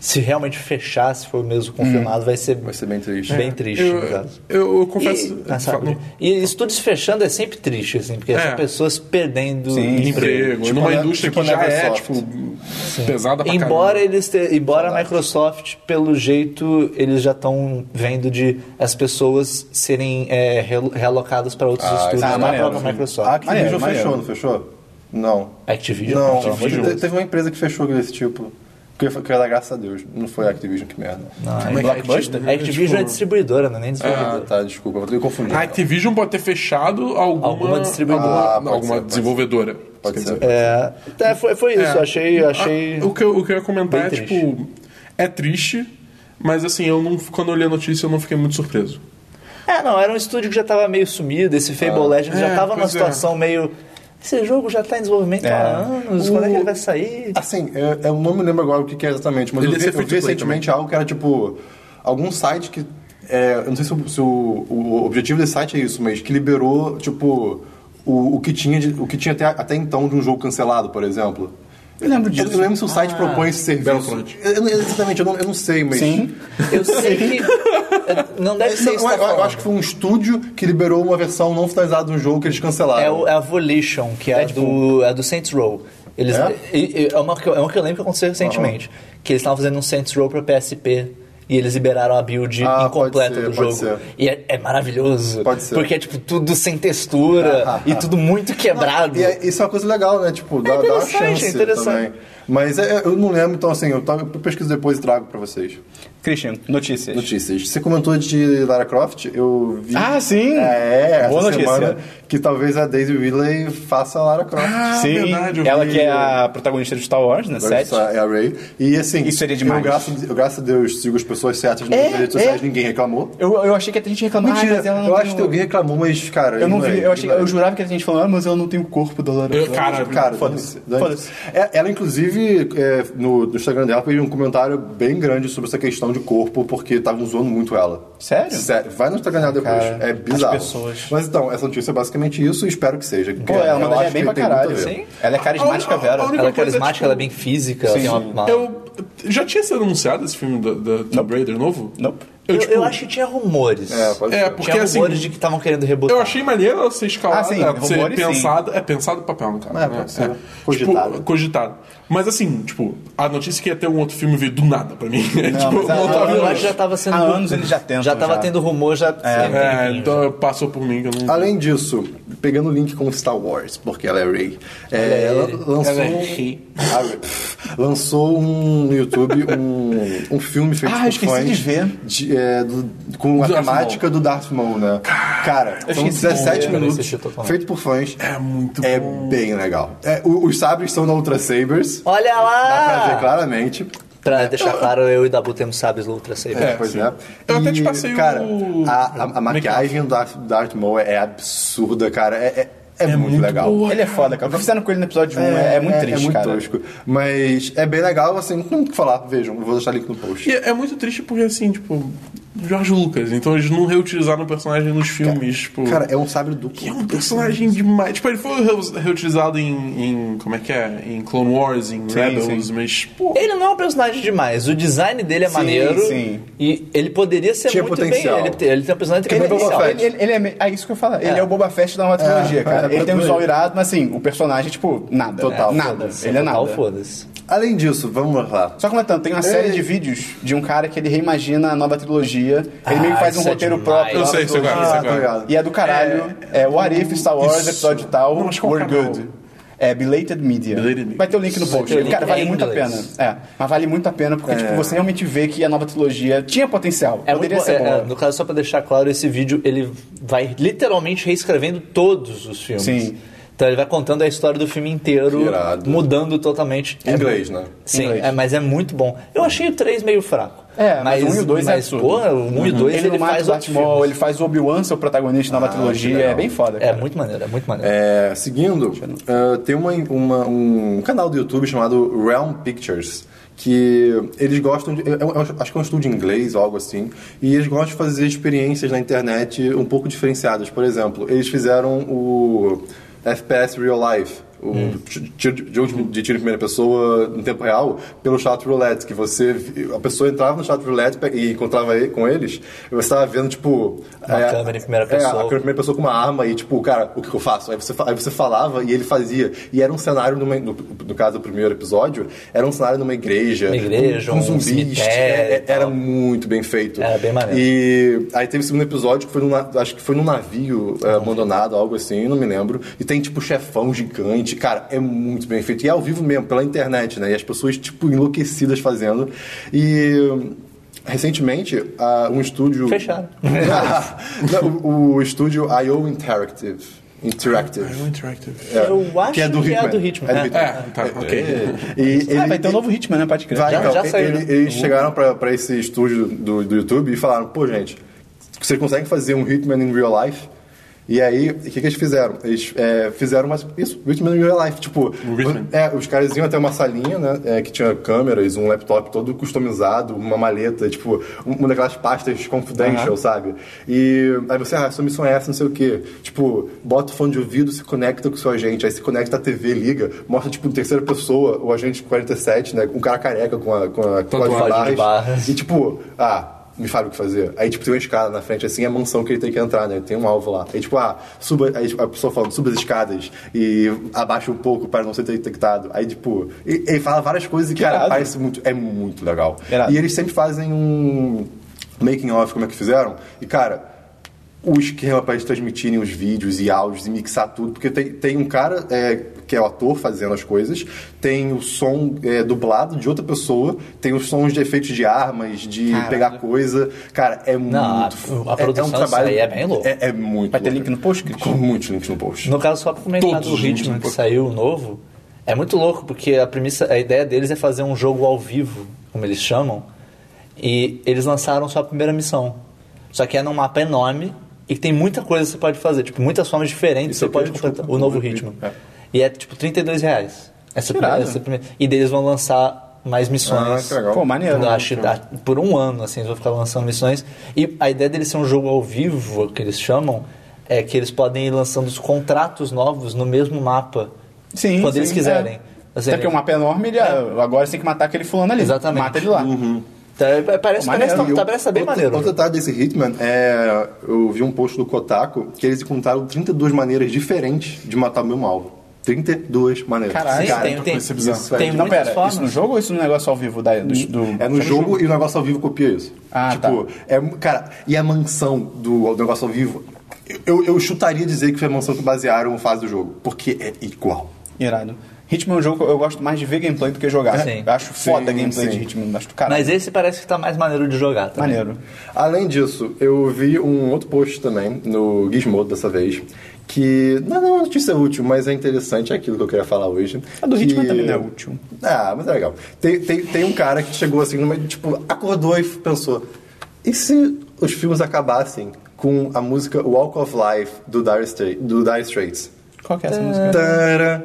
[SPEAKER 2] se realmente fechar, se for mesmo confirmado, vai ser.
[SPEAKER 4] Uhum. Vai ser bem triste.
[SPEAKER 2] Bem
[SPEAKER 4] É.
[SPEAKER 2] triste,
[SPEAKER 3] Eu,
[SPEAKER 2] no caso.
[SPEAKER 3] eu, eu confesso. tipo,
[SPEAKER 2] E, ah, sabe,
[SPEAKER 3] não-
[SPEAKER 2] e estúdios fechando é sempre triste, assim, porque são
[SPEAKER 3] É.
[SPEAKER 2] pessoas perdendo emprego.
[SPEAKER 3] emprego,
[SPEAKER 4] Tipo
[SPEAKER 2] né?
[SPEAKER 3] numa
[SPEAKER 4] a-
[SPEAKER 3] indústria
[SPEAKER 4] tipo
[SPEAKER 3] que
[SPEAKER 4] a
[SPEAKER 3] já é,
[SPEAKER 4] Microsoft.
[SPEAKER 3] tipo, pesada pra
[SPEAKER 2] Embora
[SPEAKER 3] caramba.
[SPEAKER 2] eles te- embora a Microsoft, pelo jeito, eles já estão vendo de as pessoas serem é, relo- realocadas para outros
[SPEAKER 4] Ah,
[SPEAKER 2] estúdios
[SPEAKER 4] isso é
[SPEAKER 2] da
[SPEAKER 5] maneiro,
[SPEAKER 2] própria Microsoft.
[SPEAKER 4] A
[SPEAKER 5] Maneiro,
[SPEAKER 4] Activision
[SPEAKER 5] maneiro.
[SPEAKER 4] fechou, não fechou? Não.
[SPEAKER 2] Activision?
[SPEAKER 4] Não,
[SPEAKER 2] Pelo amor de
[SPEAKER 4] te-
[SPEAKER 2] Deus.
[SPEAKER 4] teve uma empresa que fechou desse tipo. Que, foi- que era graças a Deus. Não foi a Activision, que merda.
[SPEAKER 2] Ah,
[SPEAKER 3] Como é que é
[SPEAKER 2] Blockbuster?
[SPEAKER 3] Activision?
[SPEAKER 2] Activision é
[SPEAKER 3] Tipo-
[SPEAKER 2] distribuidora, não é nem
[SPEAKER 4] Ah,
[SPEAKER 2] desenvolvedora.
[SPEAKER 4] tá, desculpa, eu tô confundindo.
[SPEAKER 3] A Ah, Activision pode ter fechado alguma.
[SPEAKER 2] Alguma distribuidora.
[SPEAKER 4] Ah,
[SPEAKER 3] Alguma,
[SPEAKER 4] pode
[SPEAKER 3] alguma
[SPEAKER 4] ser, pode
[SPEAKER 3] desenvolvedora.
[SPEAKER 4] Pode ser.
[SPEAKER 2] É, tá, foi, foi isso,
[SPEAKER 3] É.
[SPEAKER 2] achei.
[SPEAKER 3] Ah,
[SPEAKER 2] achei...
[SPEAKER 3] o, que eu, o que eu ia comentar é,
[SPEAKER 2] bem
[SPEAKER 3] tipo, é triste, mas assim, eu não, quando eu li a notícia eu não fiquei muito surpreso.
[SPEAKER 2] É, não, era um estúdio que já tava meio sumido, esse Fable Legends já
[SPEAKER 3] É,
[SPEAKER 2] tava numa
[SPEAKER 3] pois é.
[SPEAKER 2] situação meio. Esse jogo já tá em desenvolvimento há anos, quando é que ele vai sair?
[SPEAKER 4] Assim, eu, eu não me lembro agora o que, que é exatamente, mas
[SPEAKER 3] Ele
[SPEAKER 4] eu
[SPEAKER 3] ia
[SPEAKER 4] vi,
[SPEAKER 3] ser
[SPEAKER 4] eu vi
[SPEAKER 3] free to play
[SPEAKER 4] recentemente algo que era tipo. Algum site que. é, eu não sei se, o, se o- o objetivo desse site é isso, mas que liberou, tipo, o, o que tinha, de- o que tinha até, até então de um jogo cancelado, por exemplo.
[SPEAKER 5] Eu lembro disso.
[SPEAKER 4] Eu não lembro se o site propõe esse serviço.
[SPEAKER 3] Ah. Battlefront.
[SPEAKER 4] Eu, eu- exatamente, eu não, eu não sei, mas.
[SPEAKER 5] Sim.
[SPEAKER 2] Eu sei que. Não deve ser
[SPEAKER 4] É, Não,
[SPEAKER 2] isso. que tá
[SPEAKER 4] eu, eu- eu
[SPEAKER 2] falando.
[SPEAKER 4] acho que foi um estúdio que liberou uma versão não finalizada do jogo que eles cancelaram.
[SPEAKER 2] É, o- é a Volition, que é, a do, é a do Saints Row. Eles,
[SPEAKER 4] É?
[SPEAKER 2] e- e- é uma, que eu- é uma que eu lembro que aconteceu recentemente. Que eles estavam fazendo um Saints Row pra PSP. E eles liberaram a build
[SPEAKER 4] Ah, pode
[SPEAKER 2] incompleta
[SPEAKER 4] ser,
[SPEAKER 2] do jogo.
[SPEAKER 4] pode ser.
[SPEAKER 2] E é, é maravilhoso.
[SPEAKER 4] Pode ser.
[SPEAKER 2] Porque é tipo tudo sem textura e tudo muito quebrado.
[SPEAKER 4] E é- isso é uma coisa legal, né? Tipo, dá, dá uma
[SPEAKER 2] interessante,
[SPEAKER 4] chance
[SPEAKER 2] é interessante.
[SPEAKER 4] também. Mas é- eu não lembro, então assim, eu, tava, eu pesquiso depois e trago pra vocês.
[SPEAKER 5] Christian, notícias.
[SPEAKER 4] Notícias. Você comentou de Lara Croft, eu vi...
[SPEAKER 5] Ah, sim!
[SPEAKER 4] É,
[SPEAKER 5] Boa
[SPEAKER 4] essa
[SPEAKER 5] notícia.
[SPEAKER 4] semana que talvez a Daisy Ridley faça a Lara Croft.
[SPEAKER 3] Ah,
[SPEAKER 5] Sim,
[SPEAKER 3] verdade, eu
[SPEAKER 5] ela
[SPEAKER 3] vi.
[SPEAKER 5] que é a protagonista de Star Wars, né?
[SPEAKER 4] Agora
[SPEAKER 5] Sete.
[SPEAKER 4] essa É a Ray. E assim,
[SPEAKER 5] Isso seria
[SPEAKER 4] eu,
[SPEAKER 5] demais.
[SPEAKER 4] graças, eu, graças a Deus, sigo as pessoas certas nas
[SPEAKER 5] É,
[SPEAKER 4] redes sociais,
[SPEAKER 5] é.
[SPEAKER 4] ninguém reclamou.
[SPEAKER 5] Eu, eu achei que até a gente reclamou.
[SPEAKER 4] Mentira,
[SPEAKER 5] ah, mas ela não
[SPEAKER 4] eu
[SPEAKER 5] tem
[SPEAKER 4] acho
[SPEAKER 5] um-
[SPEAKER 4] que alguém reclamou, mas, cara. é,
[SPEAKER 5] Eu não vi, eu, achei,
[SPEAKER 4] que
[SPEAKER 5] eu jurava que a gente falou, ah, mas ela não tem o corpo da Lara
[SPEAKER 3] Eu-
[SPEAKER 5] Croft.
[SPEAKER 3] cara,
[SPEAKER 4] Cara,
[SPEAKER 5] foda-se.
[SPEAKER 4] dane-se, dane-se. É, Ela, inclusive, Inclusive, é, no, no Instagram dela teve um comentário bem grande sobre essa questão de corpo, porque estavam zoando muito ela.
[SPEAKER 5] Sério?
[SPEAKER 4] Sério. Vai no Instagram dela depois.
[SPEAKER 5] Cara,
[SPEAKER 4] é bizarro.
[SPEAKER 5] pessoas.
[SPEAKER 4] Mas então, essa notícia é basicamente isso e espero que seja.
[SPEAKER 1] Pô, ela manda
[SPEAKER 4] acho
[SPEAKER 1] bem
[SPEAKER 4] que
[SPEAKER 1] pra
[SPEAKER 4] tem muito a
[SPEAKER 1] caralho.
[SPEAKER 4] ver.
[SPEAKER 2] Sim.
[SPEAKER 5] Ela é carismática,
[SPEAKER 3] A- a-
[SPEAKER 5] Vera.
[SPEAKER 3] a única
[SPEAKER 2] Ela é
[SPEAKER 3] coisa é,
[SPEAKER 2] carismática,
[SPEAKER 3] tipo,
[SPEAKER 2] ela é bem física.
[SPEAKER 5] Sim.
[SPEAKER 2] tem uma- uma-
[SPEAKER 3] Eu já tinha sido anunciado esse filme da, da Tomb Raider novo?
[SPEAKER 5] Nope.
[SPEAKER 3] Eu,
[SPEAKER 2] Eu,
[SPEAKER 3] tipo,
[SPEAKER 2] eu acho que tinha rumores.
[SPEAKER 4] É, pode
[SPEAKER 3] É,
[SPEAKER 4] ser.
[SPEAKER 3] porque
[SPEAKER 2] tinha
[SPEAKER 3] assim.
[SPEAKER 2] rumores de que estavam querendo rebotar.
[SPEAKER 3] Eu achei maneiro ela ser escalada,
[SPEAKER 5] Ah, sim,
[SPEAKER 3] ela ser
[SPEAKER 5] rumores, sim.
[SPEAKER 3] pensada. É pensado no papel, no cara.
[SPEAKER 4] É, pode ser. Cogitado.
[SPEAKER 3] Tipo, cogitado. Mas assim, tipo, a notícia que ia ter um outro filme veio do nada pra mim.
[SPEAKER 5] Não,
[SPEAKER 3] É, tipo,
[SPEAKER 5] mas a-
[SPEAKER 3] não
[SPEAKER 5] a-
[SPEAKER 3] tava-
[SPEAKER 2] Eu acho que já tava sendo.
[SPEAKER 5] Há anos eles já tentam,
[SPEAKER 2] Já tava
[SPEAKER 5] já.
[SPEAKER 2] tendo rumor, já.
[SPEAKER 3] É, então passou por mim que eu não.
[SPEAKER 4] Além disso, pegando o link com Star Wars, porque ela é Rey, é, ela lançou,
[SPEAKER 3] Ela é Rey.
[SPEAKER 4] Ah, Rey. lançou um, no YouTube um, um filme feito
[SPEAKER 5] Ah,
[SPEAKER 4] por
[SPEAKER 5] esqueci
[SPEAKER 4] fãs
[SPEAKER 5] de ver.
[SPEAKER 4] de- é, do- com a
[SPEAKER 3] Darth
[SPEAKER 4] temática do Darth Maul, né? Cara, são
[SPEAKER 5] esqueci de
[SPEAKER 4] 17
[SPEAKER 2] ver. Peraí,
[SPEAKER 4] minutos
[SPEAKER 2] assisti totalmente.
[SPEAKER 4] feito por fãs.
[SPEAKER 3] É muito
[SPEAKER 4] É
[SPEAKER 3] bom.
[SPEAKER 4] bem legal. É, o- os sabres são na Ultra Sabers.
[SPEAKER 2] Olha
[SPEAKER 4] Dá pra ver
[SPEAKER 2] lá!
[SPEAKER 4] claramente.
[SPEAKER 2] Pra deixar claro, eu e Dabu temos sábios Ultra Saber.
[SPEAKER 4] É, pois
[SPEAKER 3] sim.
[SPEAKER 4] é.
[SPEAKER 3] Eu até
[SPEAKER 4] E,
[SPEAKER 3] te passei o-
[SPEAKER 4] cara, a, a- a maquiagem do Darth, Darth Maul é absurda, cara. É, é- é muito,
[SPEAKER 3] muito
[SPEAKER 4] legal.
[SPEAKER 3] boa.
[SPEAKER 5] Ele é foda, cara. O que fizeram com ele no episódio 1 é, é muito triste,
[SPEAKER 4] é muito
[SPEAKER 5] cara.
[SPEAKER 4] tosco. Mas é bem legal, assim, não tem o que falar. Vejam, eu vou deixar link no
[SPEAKER 3] E
[SPEAKER 4] post.
[SPEAKER 3] é muito triste porque, assim, tipo, George Lucas. Então eles não reutilizaram o personagem nos filmes. tipo,
[SPEAKER 4] Cara, é um sabre duplo.
[SPEAKER 3] que é um personagem demais. Tipo, ele foi reu- reutilizado em, em- Como é que é? Em Clone Wars, em Rebels,
[SPEAKER 5] sim.
[SPEAKER 3] mas. Pô,
[SPEAKER 2] Ele não é um personagem demais. O design dele é maneiro.
[SPEAKER 5] sim.
[SPEAKER 2] E ele poderia ser
[SPEAKER 4] Tinha
[SPEAKER 2] muito
[SPEAKER 4] potencial.
[SPEAKER 2] bem. Ele, tem- ele tem um personagem que
[SPEAKER 5] Ele,
[SPEAKER 2] tem
[SPEAKER 5] é Boba
[SPEAKER 2] potencial.
[SPEAKER 5] Fett. ele, ele é, me- é isso que eu falo. Ele
[SPEAKER 2] É.
[SPEAKER 5] é o Boba Fett da nova trilogia, cara.
[SPEAKER 4] é,
[SPEAKER 5] ele tem um
[SPEAKER 4] é.
[SPEAKER 5] visual irado, mas assim, o personagem, tipo, nada.
[SPEAKER 4] Total.
[SPEAKER 5] Nada.
[SPEAKER 2] Foda-se,
[SPEAKER 5] Ele é
[SPEAKER 2] total
[SPEAKER 5] nada.
[SPEAKER 2] Foda-se.
[SPEAKER 4] Além disso, vamos lá.
[SPEAKER 5] Só comentando, tem uma série de vídeos de um cara que ele reimagina a nova trilogia. Ele meio que faz um
[SPEAKER 2] isso é
[SPEAKER 5] roteiro
[SPEAKER 2] demais.
[SPEAKER 5] próprio.
[SPEAKER 3] Eu
[SPEAKER 5] da
[SPEAKER 3] sei,
[SPEAKER 5] nova
[SPEAKER 3] sei qual é,
[SPEAKER 5] trilogia.
[SPEAKER 4] Ah,
[SPEAKER 3] sei qual é.
[SPEAKER 4] Obrigado.
[SPEAKER 5] E é do caralho. É, o Arif, Star Wars,
[SPEAKER 3] Isso.
[SPEAKER 5] episódio tal,
[SPEAKER 3] Não, mas qual
[SPEAKER 5] We're
[SPEAKER 3] canal?
[SPEAKER 5] Good. É Belated Media.
[SPEAKER 3] Belated Media.
[SPEAKER 5] Vai ter o link no
[SPEAKER 2] ter o
[SPEAKER 5] post.
[SPEAKER 2] link.
[SPEAKER 5] Cara,
[SPEAKER 2] É
[SPEAKER 5] vale
[SPEAKER 2] em
[SPEAKER 5] muito a pena.
[SPEAKER 2] inglês.
[SPEAKER 5] É, mas vale muito a pena porque tipo, você realmente vê que a nova trilogia tinha potencial.
[SPEAKER 2] É muito
[SPEAKER 5] Poderia
[SPEAKER 2] bom.
[SPEAKER 5] ser
[SPEAKER 2] é,
[SPEAKER 5] boa.
[SPEAKER 2] é, no caso, só pra deixar claro, esse vídeo ele vai literalmente reescrevendo todos os filmes.
[SPEAKER 5] Sim.
[SPEAKER 2] Então ele vai contando a história do filme inteiro,
[SPEAKER 4] Que irado.
[SPEAKER 2] mudando totalmente. É
[SPEAKER 4] Em inglês, né?
[SPEAKER 2] Sim,
[SPEAKER 5] Inglês.
[SPEAKER 2] é, mas é muito bom. Eu achei o 3 meio fraco.
[SPEAKER 5] É, mas o um e o dois é
[SPEAKER 2] mas,
[SPEAKER 5] absurdo.
[SPEAKER 2] Pô, o 1 e o 2
[SPEAKER 5] Ele,
[SPEAKER 2] ele,
[SPEAKER 5] não mata
[SPEAKER 2] faz
[SPEAKER 5] o
[SPEAKER 2] outro
[SPEAKER 5] Batman,
[SPEAKER 2] filme.
[SPEAKER 5] ele faz o Obi-Wan, seu protagonista na nova
[SPEAKER 4] que
[SPEAKER 5] trilogia.
[SPEAKER 4] legal.
[SPEAKER 5] É bem foda,
[SPEAKER 2] É
[SPEAKER 5] cara.
[SPEAKER 2] muito maneiro, é muito maneiro.
[SPEAKER 4] É, seguindo, eh, tem uma, uma- um canal do YouTube chamado Realm Pictures. Que eles gostam de. eu- eu acho que é um estúdio inglês ou algo assim. E eles gostam de fazer experiências na internet um pouco diferenciadas. Por exemplo, eles fizeram o FPS Real Life, o
[SPEAKER 2] Hum.
[SPEAKER 4] ti- tiro de- jogo de tiro em primeira pessoa em tempo real, pelo chat roulette. Que você. A pessoa entrava no chat roulette pe- e encontrava ele- com eles. E você estava vendo, tipo.
[SPEAKER 2] Uma câmera em primeira
[SPEAKER 4] é, a
[SPEAKER 2] pessoa.
[SPEAKER 4] câmera primeira pessoa com uma arma e tipo, cara, o que que eu faço? Aí você, fa- aí você falava e ele fazia. E era um cenário, numa, no, no caso do primeiro episódio, era um cenário numa igreja.
[SPEAKER 2] Uma igreja,
[SPEAKER 4] com,
[SPEAKER 2] um
[SPEAKER 4] com zumbis.
[SPEAKER 2] cemitério
[SPEAKER 4] É,
[SPEAKER 2] e
[SPEAKER 4] é,
[SPEAKER 2] tal.
[SPEAKER 4] era muito bem feito.
[SPEAKER 2] Era bem maneiro.
[SPEAKER 4] E aí teve o segundo episódio que foi num, na- acho que foi num navio é, abandonado, algo assim, não me lembro. E tem tipo chefão gigante. Cara, é muito bem feito. E é ao vivo mesmo, pela internet, né? E as pessoas, tipo, enlouquecidas fazendo. E. Recentemente, ah, um estúdio.
[SPEAKER 2] Fecharam.
[SPEAKER 4] Não, o, o estúdio IO Interactive. Interactive.
[SPEAKER 3] é um interactive.
[SPEAKER 2] Eu acho
[SPEAKER 4] que é do
[SPEAKER 2] que é
[SPEAKER 4] Hitman.
[SPEAKER 2] do Hitman, é.
[SPEAKER 3] É, tá, ok.
[SPEAKER 4] É. E ele,
[SPEAKER 5] Ah, vai ter um novo ritmo, né? Pode crer.
[SPEAKER 4] vai,
[SPEAKER 2] Já-
[SPEAKER 4] então,
[SPEAKER 2] já saiu,
[SPEAKER 4] ele-
[SPEAKER 2] né?
[SPEAKER 4] eles chegaram pra, pra esse estúdio do, do YouTube e falaram, pô, gente, vocês conseguem fazer um Hitman in real life? E aí, o que, que eles fizeram? Eles é, fizeram mas isso, Hitman in real life. Tipo,
[SPEAKER 3] Hitman.
[SPEAKER 4] é, os caras iam até uma salinha, né? é, que tinha câmeras, um laptop todo customizado, uma maleta, tipo, um- uma daquelas pastas confidential, sabe? E aí você, ah, sua missão é essa, não sei o quê. Tipo, bota o fone de ouvido, se conecta com o seu agente, aí se conecta à TV, liga, mostra, tipo, em terceira pessoa, o agente 47, né? Um cara careca com a, com a com as
[SPEAKER 2] Tatuagem de barras.
[SPEAKER 4] E tipo, ah. Me fala o que fazer. Aí, tipo, tem uma escada na frente, assim, é a mansão que ele tem que entrar, né? Tem um alvo lá. Aí, tipo, ah, suba. Aí, tipo, a pessoa falando, suba as escadas e abaixa um pouco para não ser detectado. Aí, tipo, e- ele fala várias coisas e, cara,
[SPEAKER 5] irado.
[SPEAKER 4] parece muito. É muito legal.
[SPEAKER 5] Irado.
[SPEAKER 4] E eles sempre fazem um making off, como é que fizeram. E, cara, o esquema para eles transmitirem os vídeos e áudios e mixar tudo, porque tem, tem um cara é, que é o ator fazendo as coisas, tem o som é, dublado de outra pessoa, tem os sons de efeitos de armas, de pegar coisa. Cara, é muito.
[SPEAKER 2] a- a produção
[SPEAKER 4] é- é, um
[SPEAKER 2] disso
[SPEAKER 4] trabalho.
[SPEAKER 2] aí é bem louca.
[SPEAKER 4] É, é muito.
[SPEAKER 5] Vai ter
[SPEAKER 4] louca.
[SPEAKER 5] link no post, Cris?
[SPEAKER 4] Com muitos links no post.
[SPEAKER 2] No caso, só pra comentar
[SPEAKER 3] Todos
[SPEAKER 2] do
[SPEAKER 3] os
[SPEAKER 2] ritmo
[SPEAKER 3] últimos,
[SPEAKER 2] que
[SPEAKER 3] pô.
[SPEAKER 2] saiu o novo, é muito louco, porque a premissa, a ideia deles é fazer um jogo ao vivo, como eles chamam, e eles lançaram só a primeira missão. Só que é num mapa enorme e que tem muita coisa que você pode fazer, tipo, muitas formas diferentes
[SPEAKER 4] Isso
[SPEAKER 2] você
[SPEAKER 4] é aqui
[SPEAKER 2] pode
[SPEAKER 4] é,
[SPEAKER 2] completar
[SPEAKER 4] desculpa,
[SPEAKER 2] o novo
[SPEAKER 4] o-
[SPEAKER 2] ritmo.
[SPEAKER 4] é.
[SPEAKER 2] E é tipo 32 reais. Essa primeira, essa primeira- E daí eles vão lançar mais missões.
[SPEAKER 4] Ah, que legal.
[SPEAKER 1] Pô, maneiro.
[SPEAKER 2] Eu acho, que a- por um ano, assim, eles vão ficar lançando missões. E a ideia dele ser um jogo ao vivo, que eles chamam, é que eles podem ir lançando os contratos novos no mesmo mapa.
[SPEAKER 1] Sim,
[SPEAKER 2] Quando
[SPEAKER 1] sim,
[SPEAKER 2] eles quiserem.
[SPEAKER 1] é.
[SPEAKER 2] Assim,
[SPEAKER 1] Até porque o mapa é enorme, ele, ah, agora você tem que matar aquele fulano ali.
[SPEAKER 2] Exatamente.
[SPEAKER 1] Mata ele lá.
[SPEAKER 2] Tá, parece, parece,
[SPEAKER 1] maneiro,
[SPEAKER 2] tá,
[SPEAKER 1] e o-
[SPEAKER 2] tá- parece tá bem
[SPEAKER 4] outro,
[SPEAKER 2] maneiro.
[SPEAKER 4] Outro detalhe desse Hitman é. Eu vi um post do Kotaku que eles encontraram 32 maneiras diferentes de matar o mesmo alvo. 32 maneiras.
[SPEAKER 1] Caraca.
[SPEAKER 2] Sim,
[SPEAKER 1] cara,
[SPEAKER 2] tem, tem,
[SPEAKER 3] isso é bizarro.
[SPEAKER 2] tem um
[SPEAKER 4] Não,
[SPEAKER 1] Não,
[SPEAKER 2] muitas
[SPEAKER 1] pera,
[SPEAKER 2] formas.
[SPEAKER 1] isso no jogo ou isso no negócio ao vivo da, do, do-
[SPEAKER 4] É no jogo e o negócio ao vivo copia isso.
[SPEAKER 1] Ah,
[SPEAKER 2] tá.
[SPEAKER 4] tipo, é, mu- cara, e a mansão do, do negócio ao vivo, eu, eu chutaria dizer que foi a mansão que basearam a fase do jogo, porque é igual.
[SPEAKER 1] Irado. Hitman é um jogo que eu gosto mais de ver gameplay do que jogar.
[SPEAKER 2] Sim.
[SPEAKER 1] Eu acho foda a
[SPEAKER 4] Sim,
[SPEAKER 1] gameplay
[SPEAKER 4] sim.
[SPEAKER 1] de Hitman, acho do caralho.
[SPEAKER 2] Mas esse parece que tá mais maneiro de jogar. Também.
[SPEAKER 1] Maneiro.
[SPEAKER 4] Além disso, eu vi um outro post também, no Gizmodo dessa vez, que não é uma notícia útil, mas é interessante, é aquilo que eu queria falar hoje.
[SPEAKER 1] A do
[SPEAKER 4] que-
[SPEAKER 1] Hitman também não é útil.
[SPEAKER 4] Ah, mas é legal. Tem, tem, tem um cara que chegou assim, numa, tipo, acordou e pensou, e se os filmes acabassem com a música Walk of Life do Dire, Stra- do Dire Straits?
[SPEAKER 1] Qual que é essa música?
[SPEAKER 4] Tará,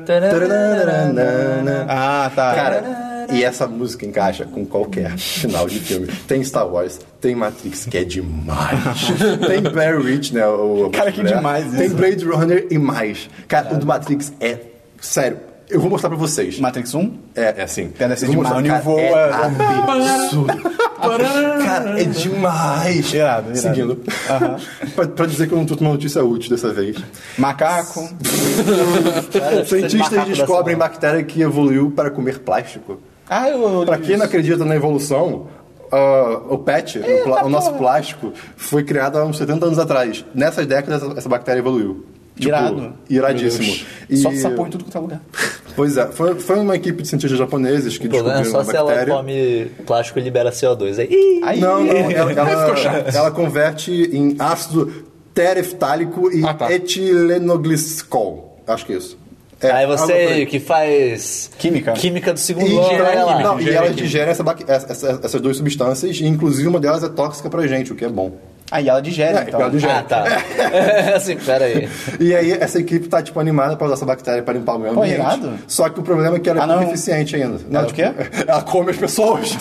[SPEAKER 4] tararararana.
[SPEAKER 1] Ah, tá.
[SPEAKER 4] Cara, e essa música encaixa com qualquer final de filme. Tem Star Wars, tem Matrix, que é demais. tem Blair Witch, né? O,
[SPEAKER 1] Cara, que
[SPEAKER 4] né?
[SPEAKER 1] demais isso.
[SPEAKER 4] Tem Blade Runner e mais. Cara, o do Matrix é... Sério, eu vou mostrar pra vocês.
[SPEAKER 1] Matrix 1?
[SPEAKER 4] É, é assim.
[SPEAKER 1] Piada assim
[SPEAKER 4] Eu vou
[SPEAKER 1] de
[SPEAKER 4] mostrar,
[SPEAKER 1] Mario
[SPEAKER 4] cara, É absurdo. cara, é demais.
[SPEAKER 1] Irado, irado.
[SPEAKER 4] Seguindo. pra, pra dizer que eu não trouxe uma notícia útil dessa vez.
[SPEAKER 1] Macaco.
[SPEAKER 2] Cara, precisa de
[SPEAKER 4] Cientistas
[SPEAKER 2] macaco dessa
[SPEAKER 4] descobrem
[SPEAKER 2] mão.
[SPEAKER 4] bactéria que evoluiu para comer plástico.
[SPEAKER 1] Ah, eu.
[SPEAKER 4] Pra quem não acredita na evolução, ah, o PET, o, pla- o nosso plástico, foi criado há uns 70 anos atrás. Nessas décadas, essa- essa bactéria evoluiu. Tipo,
[SPEAKER 1] Irado.
[SPEAKER 4] Iradíssimo. E-
[SPEAKER 1] Só sapão em tudo quanto é lugar.
[SPEAKER 4] Pois é, foi, foi uma equipe de cientistas japoneses que
[SPEAKER 2] O problema é
[SPEAKER 4] descobriu
[SPEAKER 2] só
[SPEAKER 4] a
[SPEAKER 2] se ela
[SPEAKER 4] bactéria.
[SPEAKER 2] come plástico e libera CO2. Aí, ih,
[SPEAKER 1] Aí,
[SPEAKER 4] Não, não, ela, ela, ela converte em ácido tereftálico e
[SPEAKER 3] Ah, tá.
[SPEAKER 4] etilenoglicol. Acho que é isso. É,
[SPEAKER 2] aí
[SPEAKER 4] algo por
[SPEAKER 2] você
[SPEAKER 4] aí.
[SPEAKER 2] que faz...
[SPEAKER 1] Química.
[SPEAKER 2] Química do
[SPEAKER 4] E,
[SPEAKER 2] segundo ano,
[SPEAKER 4] gera-
[SPEAKER 2] olha lá.
[SPEAKER 4] não, e
[SPEAKER 3] engenharia
[SPEAKER 4] ela
[SPEAKER 3] química.
[SPEAKER 4] digere essa bac- essa- essa- essas duas substâncias, e inclusive uma delas é tóxica pra gente, o que é bom.
[SPEAKER 1] Aí ela digere,
[SPEAKER 4] É,
[SPEAKER 1] então.
[SPEAKER 4] ela digere.
[SPEAKER 2] Ah, tá. assim, pera aí.
[SPEAKER 4] E aí essa equipe tá tipo animada pra usar essa bactéria pra limpar o meio
[SPEAKER 1] Pô,
[SPEAKER 4] ambiente.
[SPEAKER 1] irado.
[SPEAKER 4] Só que o problema é que ela é
[SPEAKER 1] Ah, não.
[SPEAKER 4] pouco eficiente ainda.
[SPEAKER 1] Não,
[SPEAKER 4] ela,
[SPEAKER 1] de quê? É.
[SPEAKER 4] Ela come as pessoas.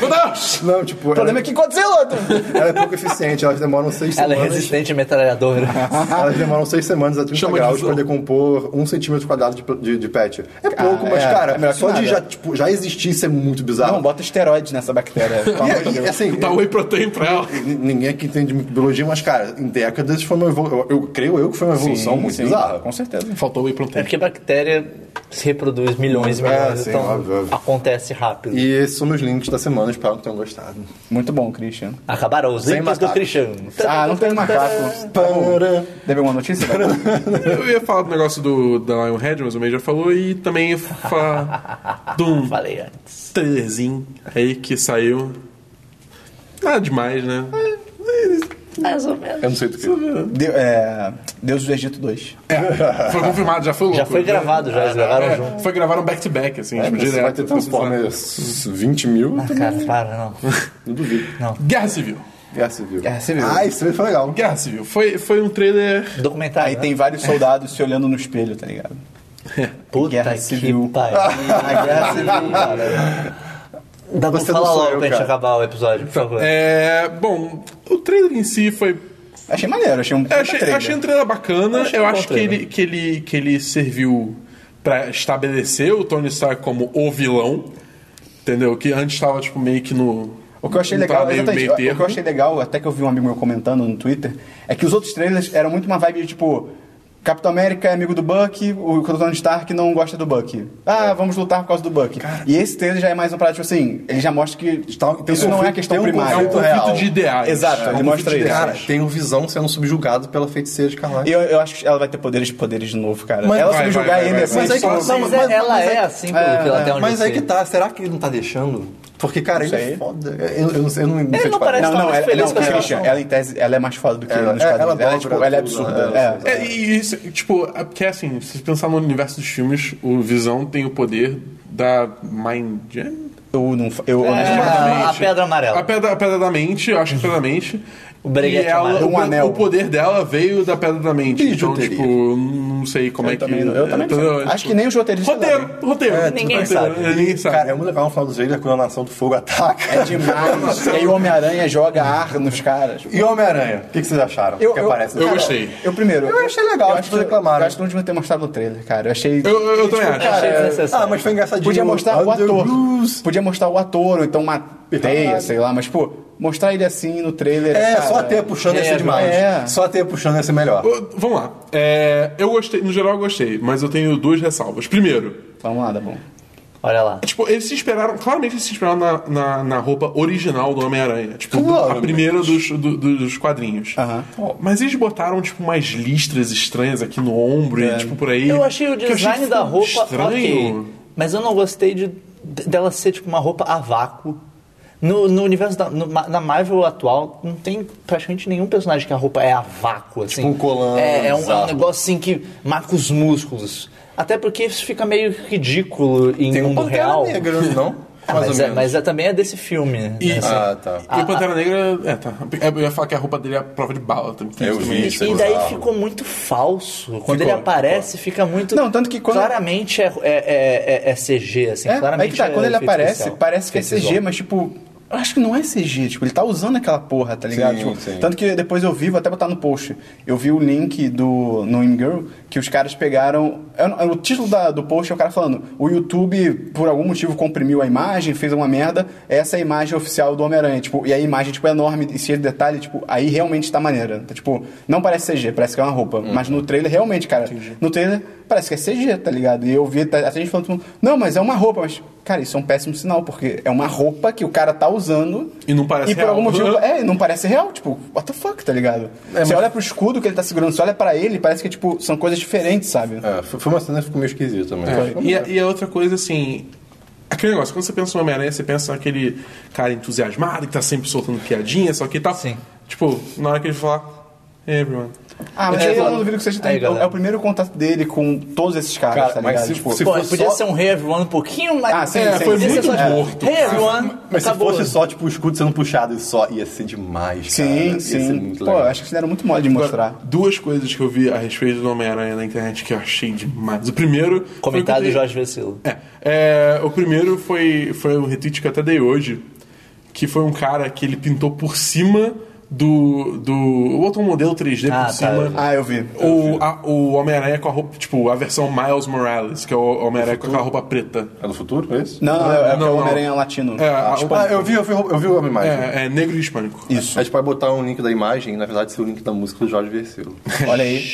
[SPEAKER 3] Meu Deus!
[SPEAKER 4] não, tipo,
[SPEAKER 1] O problema é que aconteceu outro.
[SPEAKER 4] ela, ela é pouco eficiente, elas demoram seis
[SPEAKER 2] Ela é
[SPEAKER 4] semanas.
[SPEAKER 2] resistente à metralhadora.
[SPEAKER 4] Elas demoram seis semanas a 30
[SPEAKER 3] Chama de
[SPEAKER 4] graus pra
[SPEAKER 3] visão.
[SPEAKER 4] decompor um centímetro quadrado de, de, de pet. É pouco, mas,
[SPEAKER 1] é,
[SPEAKER 4] cara,
[SPEAKER 1] é melhor que
[SPEAKER 4] só de
[SPEAKER 1] nada.
[SPEAKER 4] já, tipo, já existir isso é muito bizarro.
[SPEAKER 1] Não, bota esteroide nessa bactéria. pelo amor de
[SPEAKER 4] e, e,
[SPEAKER 1] Deus.
[SPEAKER 4] assim,
[SPEAKER 3] Dá um whey protein pra ela.
[SPEAKER 4] N- Ninguém aqui entende muito biologia, mas, cara, em décadas foi uma evolução. Eu, eu creio eu que foi uma evolução
[SPEAKER 1] Sim,
[SPEAKER 4] muito
[SPEAKER 1] sim,
[SPEAKER 4] bizarra.
[SPEAKER 1] Com certeza.
[SPEAKER 3] Faltou whey
[SPEAKER 2] É
[SPEAKER 3] protein.
[SPEAKER 2] porque bactéria se reproduz milhões e
[SPEAKER 4] É,
[SPEAKER 2] milhões,
[SPEAKER 4] sim,
[SPEAKER 2] então
[SPEAKER 4] óbvio, óbvio.
[SPEAKER 2] acontece rápido.
[SPEAKER 4] E esses são meus links da semana, espero que tenham gostado.
[SPEAKER 1] Muito bom, Christian.
[SPEAKER 2] Acabaram os
[SPEAKER 4] Sem
[SPEAKER 2] links do
[SPEAKER 4] macaco.
[SPEAKER 2] Christian. Então,
[SPEAKER 1] Ah, não tem macaco.
[SPEAKER 4] Tá Para.
[SPEAKER 1] Deve alguma notícia? Vai.
[SPEAKER 3] Eu ia falar do negócio do, da Lionhead, mas o Meio já falou, e também ia falar de um
[SPEAKER 2] Falei antes.
[SPEAKER 3] trailerzinho aí que saiu. Nada demais, né?
[SPEAKER 2] Mais ou menos.
[SPEAKER 4] Eu não sei do que.
[SPEAKER 1] Deu- é, Deus do Egito 2.
[SPEAKER 3] Foi confirmado, já foi louco. né?
[SPEAKER 2] Já foi gravado, já. Eles gravaram junto.
[SPEAKER 3] É, foi gravaram back-to-back,
[SPEAKER 1] É,
[SPEAKER 3] assim, tipo,
[SPEAKER 4] Você
[SPEAKER 3] direto.
[SPEAKER 4] vai ter Transformers 20 mil?
[SPEAKER 2] Ah, cara, para, não.
[SPEAKER 4] Não duvido.
[SPEAKER 3] Guerra Civil.
[SPEAKER 4] Guerra Civil.
[SPEAKER 1] Guerra Civil.
[SPEAKER 4] Ah, isso aí foi legal.
[SPEAKER 3] Guerra Civil. Foi, foi um trailer...
[SPEAKER 2] Documentário.
[SPEAKER 1] Aí
[SPEAKER 2] né?
[SPEAKER 1] tem vários soldados se olhando no espelho, tá ligado?
[SPEAKER 2] Puta
[SPEAKER 1] Guerra
[SPEAKER 2] que
[SPEAKER 1] Civil.
[SPEAKER 2] pariu. A Guerra Civil, cara. Dá pra
[SPEAKER 4] Você não
[SPEAKER 2] falar
[SPEAKER 4] sou
[SPEAKER 2] logo
[SPEAKER 4] eu,
[SPEAKER 2] pra gente
[SPEAKER 4] cara.
[SPEAKER 2] acabar o episódio, por favor.
[SPEAKER 3] É, bom, o trailer em si foi
[SPEAKER 1] Achei maneiro, achei um. puta
[SPEAKER 3] Eu achei, eu
[SPEAKER 1] trailer.
[SPEAKER 3] achei um trailer bacana. Eu,
[SPEAKER 2] achei um bom
[SPEAKER 3] acho que
[SPEAKER 2] trailer.
[SPEAKER 3] ele, que, ele, que ele serviu pra estabelecer o Tony Stark como o vilão. Entendeu? Que antes estava tipo, meio que no.
[SPEAKER 1] O que eu achei
[SPEAKER 3] não tava
[SPEAKER 1] legal,
[SPEAKER 3] meio,
[SPEAKER 1] exatamente,
[SPEAKER 3] um meio
[SPEAKER 1] o que
[SPEAKER 3] termo.
[SPEAKER 1] eu achei legal, até que eu vi um amigo meu comentando no Twitter, é que os outros trailers eram muito uma vibe de tipo. Capitão América é amigo do Buck, o Tony Stark não gosta do Buck.
[SPEAKER 3] É.
[SPEAKER 1] Ah, vamos lutar por causa do Buck. E esse trailer já é mais um prato, tipo assim, ele já mostra que
[SPEAKER 3] Tá,
[SPEAKER 4] tem
[SPEAKER 1] isso não
[SPEAKER 4] conflito-
[SPEAKER 1] é questão
[SPEAKER 4] tem um
[SPEAKER 1] primária.
[SPEAKER 3] É um
[SPEAKER 4] conflito
[SPEAKER 3] conflito
[SPEAKER 4] real.
[SPEAKER 3] de ideais.
[SPEAKER 1] Exato,
[SPEAKER 3] É um
[SPEAKER 1] ele mostra isso.
[SPEAKER 4] Cara, tem um visão sendo subjugado pela feiticeira de Carlyle.
[SPEAKER 1] E eu, eu acho que ela vai ter poderes de poderes de novo, cara.
[SPEAKER 4] Mas
[SPEAKER 1] ela
[SPEAKER 3] vai,
[SPEAKER 1] subjugar
[SPEAKER 3] vai, vai,
[SPEAKER 1] ele
[SPEAKER 3] vai,
[SPEAKER 1] assim.
[SPEAKER 3] vai.
[SPEAKER 4] Mas aí que-
[SPEAKER 1] tipo,
[SPEAKER 4] não,
[SPEAKER 2] mas,
[SPEAKER 4] mas- mas-
[SPEAKER 2] ela
[SPEAKER 4] mas
[SPEAKER 2] é
[SPEAKER 4] é-
[SPEAKER 2] assim, pelo,
[SPEAKER 1] é,
[SPEAKER 2] pelo até onde
[SPEAKER 4] Mas
[SPEAKER 2] eu
[SPEAKER 4] aí que
[SPEAKER 2] sei.
[SPEAKER 4] tá, será que ele não tá deixando? Porque, cara, ele
[SPEAKER 1] sei.
[SPEAKER 4] é foda. Eu, eu não sei, eu não, sei
[SPEAKER 2] não
[SPEAKER 4] te falar.
[SPEAKER 2] parece-
[SPEAKER 1] Não,
[SPEAKER 2] Ela tá
[SPEAKER 1] não,
[SPEAKER 2] mais
[SPEAKER 1] ela,
[SPEAKER 2] feliz
[SPEAKER 1] não,
[SPEAKER 2] com a
[SPEAKER 1] Christian,
[SPEAKER 2] relação.
[SPEAKER 1] ela em tese, ela é mais foda do que ele
[SPEAKER 4] Ela-
[SPEAKER 1] nos
[SPEAKER 4] ela-
[SPEAKER 1] quadrinhos. Ela,
[SPEAKER 4] ela
[SPEAKER 1] é, tipo,
[SPEAKER 4] dobra
[SPEAKER 1] ela é
[SPEAKER 4] tudo,
[SPEAKER 1] absurda.
[SPEAKER 4] né?
[SPEAKER 1] é.
[SPEAKER 3] É, e isso, tipo, é porque assim, se você pensar no universo dos filmes, o Visão tem o poder da Mind Gem?
[SPEAKER 1] Eu não. fa- Eu,
[SPEAKER 2] É,
[SPEAKER 1] honestamente,
[SPEAKER 2] a pedra amarela.
[SPEAKER 3] A pedra, a pedra da mente, eu acho que é a pedra da mente.
[SPEAKER 2] O breguete
[SPEAKER 3] E ela-
[SPEAKER 2] amarelo.
[SPEAKER 3] o,
[SPEAKER 1] Um anel.
[SPEAKER 3] o poder dela veio da Pedra da Mente. Então,
[SPEAKER 4] Bijuteria.
[SPEAKER 3] tipo, não sei como é
[SPEAKER 1] Eu
[SPEAKER 3] que...
[SPEAKER 1] também, não- eu também não
[SPEAKER 3] entendeu? É, tipo,
[SPEAKER 1] sei. Acho que nem os roteiristas sabem.
[SPEAKER 3] Roteiro, roteiro.
[SPEAKER 2] Ninguém
[SPEAKER 3] Roteiro,
[SPEAKER 2] sabe.
[SPEAKER 3] é, Ninguém sabe.
[SPEAKER 4] Cara, é muito legal no final do trailer quando a Nação do Fogo ataca.
[SPEAKER 1] É demais. e aí o Homem-Aranha joga ar nos caras.
[SPEAKER 4] E Homem-Aranha? O que, que vocês acharam? que aparece no
[SPEAKER 3] eu
[SPEAKER 4] trailer?
[SPEAKER 3] gostei.
[SPEAKER 1] Eu primeiro.
[SPEAKER 4] Eu achei legal,
[SPEAKER 1] eu
[SPEAKER 4] as
[SPEAKER 1] acho
[SPEAKER 4] pessoas
[SPEAKER 1] que
[SPEAKER 4] reclamaram.
[SPEAKER 1] Eu acho que não devia ter mostrado no trailer, cara. Eu achei.
[SPEAKER 3] Eu, eu, eu também acho.
[SPEAKER 2] Achei desnecessário.
[SPEAKER 4] Ah, mas foi engraçadinho.
[SPEAKER 1] Podia mostrar o
[SPEAKER 4] Under
[SPEAKER 1] ator.
[SPEAKER 4] Bruce.
[SPEAKER 1] Podia mostrar o ator, ou então uma teia, sei lá, mas, pô, mostrar ele assim no trailer.
[SPEAKER 4] É,
[SPEAKER 1] cara,
[SPEAKER 4] só a teia puxando ia ser
[SPEAKER 2] é,
[SPEAKER 4] demais.
[SPEAKER 1] é.
[SPEAKER 4] Só a teia puxando ia ser melhor.
[SPEAKER 3] Ô, Vamos lá. É, eu gostei, no geral eu gostei, mas eu tenho duas ressalvas. Primeiro,
[SPEAKER 1] Vamos lá, tá bom.
[SPEAKER 2] Olha lá.
[SPEAKER 3] Tipo, eles se esperaram, claramente eles se esperaram na, na, na roupa original do Homem-Aranha. Tipo, do- a
[SPEAKER 4] Claramente.
[SPEAKER 3] primeira dos, do- do- dos quadrinhos. Mas eles botaram, tipo, umas listras estranhas aqui no ombro e, tipo, por aí.
[SPEAKER 2] Eu achei o
[SPEAKER 3] que eu
[SPEAKER 2] design
[SPEAKER 3] achei que
[SPEAKER 2] da
[SPEAKER 3] ficou
[SPEAKER 2] roupa
[SPEAKER 3] estranho.
[SPEAKER 2] ok. Mas eu não gostei de, de- dela ser tipo uma roupa a vácuo. No, no universo da no- ma- na Marvel atual, não tem praticamente nenhum personagem que a roupa é a vácuo, assim.
[SPEAKER 4] Tipo um colã
[SPEAKER 2] É, é um, é um
[SPEAKER 4] bizarro.
[SPEAKER 2] negócio assim que marca os músculos. Até porque isso fica meio ridículo em
[SPEAKER 4] Tem um
[SPEAKER 2] mundo
[SPEAKER 4] Pantera
[SPEAKER 2] real.
[SPEAKER 4] Negra, não?
[SPEAKER 2] Ah,
[SPEAKER 4] Mais
[SPEAKER 2] mas,
[SPEAKER 4] ou
[SPEAKER 2] é,
[SPEAKER 4] menos.
[SPEAKER 2] mas é- também é desse filme. né,
[SPEAKER 3] E-
[SPEAKER 2] assim.
[SPEAKER 4] Ah, tá.
[SPEAKER 3] E o Pantera Negra, é, tá. Eu ia falar que a roupa dele é a prova de bala. Tem tem
[SPEAKER 4] É, Eu
[SPEAKER 3] isso
[SPEAKER 4] vi
[SPEAKER 3] também.
[SPEAKER 4] isso.
[SPEAKER 2] E
[SPEAKER 4] Ficou
[SPEAKER 2] daí
[SPEAKER 4] bizarro.
[SPEAKER 2] ficou muito falso. Quando
[SPEAKER 3] Ficou,
[SPEAKER 2] ele aparece, fica muito.
[SPEAKER 1] Não, tanto que quando-
[SPEAKER 2] Claramente é, é, é, é CG, assim.
[SPEAKER 1] É,
[SPEAKER 2] claramente
[SPEAKER 1] aí que tá,
[SPEAKER 2] é
[SPEAKER 1] quando ele
[SPEAKER 2] efeito
[SPEAKER 1] aparece,
[SPEAKER 2] especial.
[SPEAKER 1] parece que é
[SPEAKER 2] Efeito
[SPEAKER 1] CG,
[SPEAKER 2] visual.
[SPEAKER 1] mas tipo. eu Acho que não é CG, tipo, ele tá usando aquela porra, tá ligado?
[SPEAKER 4] Sim,
[SPEAKER 1] Tipo,
[SPEAKER 4] sim.
[SPEAKER 1] Tanto que depois eu vi, vou até botar no post, eu vi o link do, no InGirl que os caras pegaram. eu não- o título da- do post é o cara falando: o YouTube, por algum motivo, comprimiu a imagem, fez uma merda, essa é a imagem oficial do Homem-Aranha. Tipo, e a imagem tipo, é enorme e cheia de detalhe, tipo, aí realmente tá maneira. Tá, tipo, não parece CG, parece que é uma roupa.
[SPEAKER 3] Uhum.
[SPEAKER 1] Mas no trailer, realmente, cara, no trailer parece que é CG, tá ligado? E eu vi tá, a gente falando, tipo, não, mas é uma roupa, mas. Cara, isso é um péssimo sinal, porque é uma roupa que o cara tá usando.
[SPEAKER 3] E não parece
[SPEAKER 1] E por
[SPEAKER 3] real.
[SPEAKER 1] algum motivo. É, não parece real, tipo, what the fuck, tá ligado?
[SPEAKER 4] É,
[SPEAKER 1] você olha pro escudo que ele tá segurando, você olha pra ele, parece que, tipo, são coisas diferentes, sabe?
[SPEAKER 4] É, foi foi uma cena que ficou meio esquisita também.
[SPEAKER 3] E, a- e a outra coisa, assim. Aquele negócio, quando você pensa no Homem-Aranha, você pensa naquele cara entusiasmado que tá sempre soltando piadinha, só que tá.
[SPEAKER 2] Sim.
[SPEAKER 3] Tipo, na hora que ele falar. Hey, everyone.
[SPEAKER 1] Ah, mas
[SPEAKER 2] É,
[SPEAKER 1] aí eu não
[SPEAKER 2] mano.
[SPEAKER 1] duvido que seja
[SPEAKER 2] Aí,
[SPEAKER 1] tem.
[SPEAKER 2] galera.
[SPEAKER 1] É o primeiro contato dele com todos esses caras,
[SPEAKER 4] Cara,
[SPEAKER 1] tá
[SPEAKER 4] mas
[SPEAKER 1] ligado?
[SPEAKER 4] se-
[SPEAKER 1] tipo,
[SPEAKER 4] se
[SPEAKER 2] Pô,
[SPEAKER 4] fosse
[SPEAKER 2] podia
[SPEAKER 4] só-
[SPEAKER 2] ser um Hey Everyone um pouquinho mais.
[SPEAKER 1] Ah, sim,
[SPEAKER 2] É,
[SPEAKER 1] sim,
[SPEAKER 2] foi
[SPEAKER 1] sim.
[SPEAKER 2] muito
[SPEAKER 1] É.
[SPEAKER 3] morto.
[SPEAKER 2] Hey Everyone.
[SPEAKER 4] Mas se
[SPEAKER 2] acabou.
[SPEAKER 4] fosse só, tipo, o escudo sendo puxado e só, ia ser demais, cara.
[SPEAKER 1] Sim,
[SPEAKER 4] Ia ser
[SPEAKER 1] sim.
[SPEAKER 4] muito
[SPEAKER 1] Pô,
[SPEAKER 4] legal.
[SPEAKER 1] acho que eles deram muito mole de mostrar.
[SPEAKER 3] Duas coisas que eu vi a respeito do Homem-Aranha na internet que eu achei demais. O primeiro. foi
[SPEAKER 2] Comentário do
[SPEAKER 3] quando-
[SPEAKER 2] Jorge Vecilo.
[SPEAKER 3] É, é, o primeiro foi, foi um retweet que eu até dei hoje, que foi um cara que ele pintou por cima do. do botou um modelo 3D
[SPEAKER 2] Ah,
[SPEAKER 3] por
[SPEAKER 2] tá.
[SPEAKER 3] cima.
[SPEAKER 1] Ah, eu vi.
[SPEAKER 3] O, a- o Homem-Aranha com a roupa, tipo, a versão Miles Morales, que é o Homem-Aranha com aquela roupa preta.
[SPEAKER 4] É do futuro, é isso?
[SPEAKER 1] Não, não, é, é
[SPEAKER 3] Não,
[SPEAKER 1] o
[SPEAKER 3] não.
[SPEAKER 1] Homem-Aranha latino.
[SPEAKER 3] É, a-
[SPEAKER 4] Tipo, ah, eu vi, eu vi, eu vi a imagem.
[SPEAKER 3] é, é negro e hispânico.
[SPEAKER 1] Isso.
[SPEAKER 4] A gente pode botar um link da imagem, na verdade, ser o link da música do Jorge Versilo.
[SPEAKER 1] Olha aí.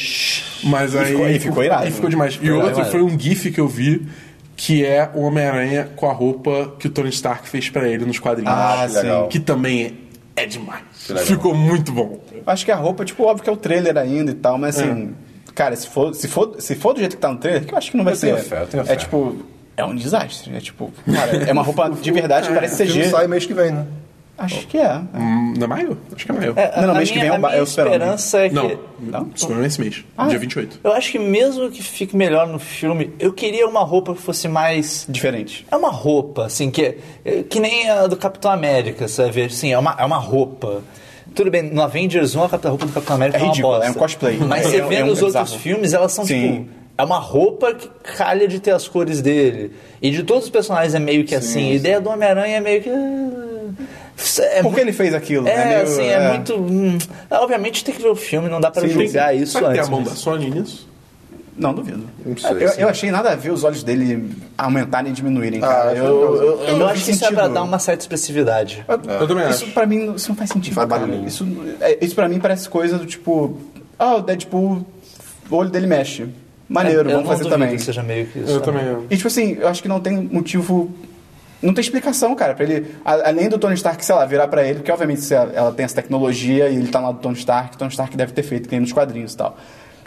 [SPEAKER 3] Mas aí.
[SPEAKER 1] ficou- e ficou irado.
[SPEAKER 3] aí ficou demais. E o
[SPEAKER 2] irado,
[SPEAKER 3] outro
[SPEAKER 2] irado.
[SPEAKER 3] foi um GIF que eu vi. Que é o Homem-Aranha com a roupa que o Tony Stark fez pra ele nos quadrinhos.
[SPEAKER 1] Ah,
[SPEAKER 4] que legal.
[SPEAKER 3] Que também é demais.
[SPEAKER 4] legal.
[SPEAKER 3] Ficou muito bom.
[SPEAKER 1] Acho que a roupa, tipo, óbvio que é o trailer ainda e tal, mas assim. Cara, se for, se, for, se for do jeito que tá no trailer, que eu acho que não vai
[SPEAKER 4] É. Eu
[SPEAKER 1] ser.
[SPEAKER 4] tenho fé, eu tenho
[SPEAKER 1] é
[SPEAKER 4] fé.
[SPEAKER 1] tipo. É um desastre. É tipo. Cara, é uma roupa de verdade que parece
[SPEAKER 4] O filme
[SPEAKER 1] CG.
[SPEAKER 4] sai mês que vem, né?
[SPEAKER 1] Acho que é.
[SPEAKER 3] Hum, Não é maio? Acho que é maio.
[SPEAKER 2] É, a-
[SPEAKER 1] Não,
[SPEAKER 2] a
[SPEAKER 1] mês que
[SPEAKER 2] minha-
[SPEAKER 1] vem é o
[SPEAKER 2] a
[SPEAKER 1] ba- é
[SPEAKER 2] minha
[SPEAKER 1] o Super-Homem.
[SPEAKER 2] esperança é que. Ah.
[SPEAKER 3] Não, Superman esse mês. Dia 28.
[SPEAKER 2] Eu acho que mesmo que fique melhor no filme, eu queria uma roupa que fosse mais
[SPEAKER 1] Diferente.
[SPEAKER 2] É uma roupa, assim, que, é- é, que nem a do Capitão América, sabe? Assim, é uma, é uma roupa. Tudo bem, no Avengers 1 a cap- a roupa do Capitão América
[SPEAKER 1] É
[SPEAKER 2] é, uma
[SPEAKER 1] ridículo,
[SPEAKER 2] bosta.
[SPEAKER 1] é um cosplay.
[SPEAKER 2] Mas
[SPEAKER 1] É-
[SPEAKER 2] você
[SPEAKER 1] é um-
[SPEAKER 2] vê
[SPEAKER 1] é um
[SPEAKER 2] nos outros
[SPEAKER 1] bizarro.
[SPEAKER 2] filmes, elas são
[SPEAKER 1] Sim.
[SPEAKER 2] tipo. É uma roupa que calha de ter as cores dele. E de todos os personagens é meio que assim. A ideia do Homem-Aranha é meio que. ah, É
[SPEAKER 1] Por que ele fez aquilo? né?
[SPEAKER 2] É,
[SPEAKER 1] meio-
[SPEAKER 2] assim, é, muito. hum, obviamente tem que ver o filme, não dá pra
[SPEAKER 1] Sim.
[SPEAKER 2] julgar isso
[SPEAKER 3] Será que tem
[SPEAKER 2] antes.
[SPEAKER 3] a mão
[SPEAKER 2] mas-
[SPEAKER 3] da Sony nisso?
[SPEAKER 1] Não, duvido.
[SPEAKER 4] Não sei,
[SPEAKER 1] eu,
[SPEAKER 4] sim.
[SPEAKER 1] eu achei nada a ver os olhos dele aumentarem e diminuírem, cara.
[SPEAKER 4] acho
[SPEAKER 1] eu, eu,
[SPEAKER 4] legal.
[SPEAKER 1] eu
[SPEAKER 2] Eu,
[SPEAKER 1] não
[SPEAKER 2] acho
[SPEAKER 1] vi
[SPEAKER 2] que isso é
[SPEAKER 1] sentido.
[SPEAKER 2] pra dar uma certa expressividade.
[SPEAKER 3] Eu também
[SPEAKER 1] Isso
[SPEAKER 3] acho.
[SPEAKER 1] pra mim não- isso não faz sentido,
[SPEAKER 4] Faz
[SPEAKER 1] cara.
[SPEAKER 4] barulho.
[SPEAKER 1] Isso, é, isso pra mim parece coisa do tipo. Ah, o Deadpool, o olho dele mexe. Maneiro,
[SPEAKER 2] É, eu
[SPEAKER 1] vamos
[SPEAKER 2] não
[SPEAKER 1] fazer
[SPEAKER 2] duvido
[SPEAKER 1] também.
[SPEAKER 2] Que seja meio que isso.
[SPEAKER 3] Eu
[SPEAKER 2] né?
[SPEAKER 3] também.
[SPEAKER 1] E tipo assim, eu acho que não tem motivo. Não tem explicação, cara, pra ele. a- além do Tony Stark, sei lá, virar pra ele, porque obviamente se ela, ela tem essa tecnologia e ele tá lá do Tony Stark, o Tony Stark deve ter feito, que nem nos quadrinhos e tal.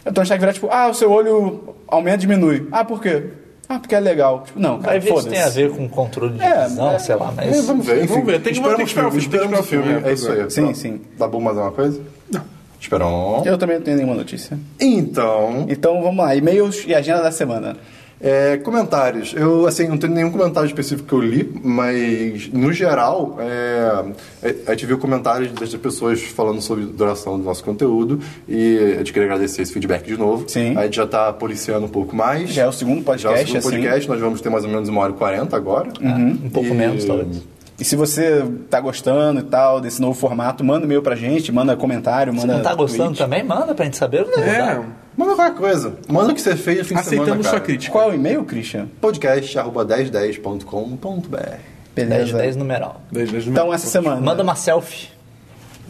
[SPEAKER 1] O Tony Stark virar, tipo, ah, o seu olho aumenta e diminui. Ah, por quê? Ah, porque é legal. Tipo, não, cara,
[SPEAKER 2] Vai ver se tem a
[SPEAKER 1] foda-se.
[SPEAKER 2] ver com controle de
[SPEAKER 1] É,
[SPEAKER 2] visão,
[SPEAKER 1] é,
[SPEAKER 2] sei lá,
[SPEAKER 4] É,
[SPEAKER 2] mas.
[SPEAKER 4] vamos ver, enfim.
[SPEAKER 3] Vamos ver, tem que-
[SPEAKER 4] esperar
[SPEAKER 3] tem que esperar o filme, tem que
[SPEAKER 4] Esperamos o
[SPEAKER 3] esperar o
[SPEAKER 4] filme,
[SPEAKER 3] filme,
[SPEAKER 4] é isso aí.
[SPEAKER 1] Sim,
[SPEAKER 4] Pronto.
[SPEAKER 1] sim.
[SPEAKER 4] Tá bom mais uma coisa? Não. Esperam.
[SPEAKER 1] Eu também não tenho nenhuma notícia.
[SPEAKER 4] Então...
[SPEAKER 1] Então vamos lá, e-mails e agenda da semana.
[SPEAKER 4] É, comentários. Eu, assim, não tenho nenhum comentário específico que eu li, mas, no geral, é, é, a gente viu comentários das pessoas falando sobre a duração do nosso conteúdo e a gente queria agradecer esse feedback de novo.
[SPEAKER 1] Sim.
[SPEAKER 4] A gente já tá policiando um pouco mais.
[SPEAKER 1] Já é o segundo
[SPEAKER 4] Já é o
[SPEAKER 1] podcast,
[SPEAKER 4] segundo
[SPEAKER 1] assim. Uhum.
[SPEAKER 4] podcast, nós vamos ter mais ou menos uma hora e quarenta agora.
[SPEAKER 1] Hum?
[SPEAKER 2] Um pouco menos, talvez.
[SPEAKER 1] E se você tá gostando e tal desse novo formato, manda um e-mail pra gente, manda comentário, manda.
[SPEAKER 2] Não tá gostando também? Manda pra gente saber.
[SPEAKER 3] É,
[SPEAKER 2] tá.
[SPEAKER 4] Manda qualquer coisa. Manda o que você fez no fim de semana,
[SPEAKER 3] aceitamos sua
[SPEAKER 4] cara.
[SPEAKER 1] tweet.
[SPEAKER 3] crítica.
[SPEAKER 1] Qual é o e-mail, Christian?
[SPEAKER 4] Podcast arroba 1010.com.br
[SPEAKER 2] 10 10 numeral.
[SPEAKER 3] Dez, dez,
[SPEAKER 1] Então, essa semana.
[SPEAKER 2] Manda uma selfie.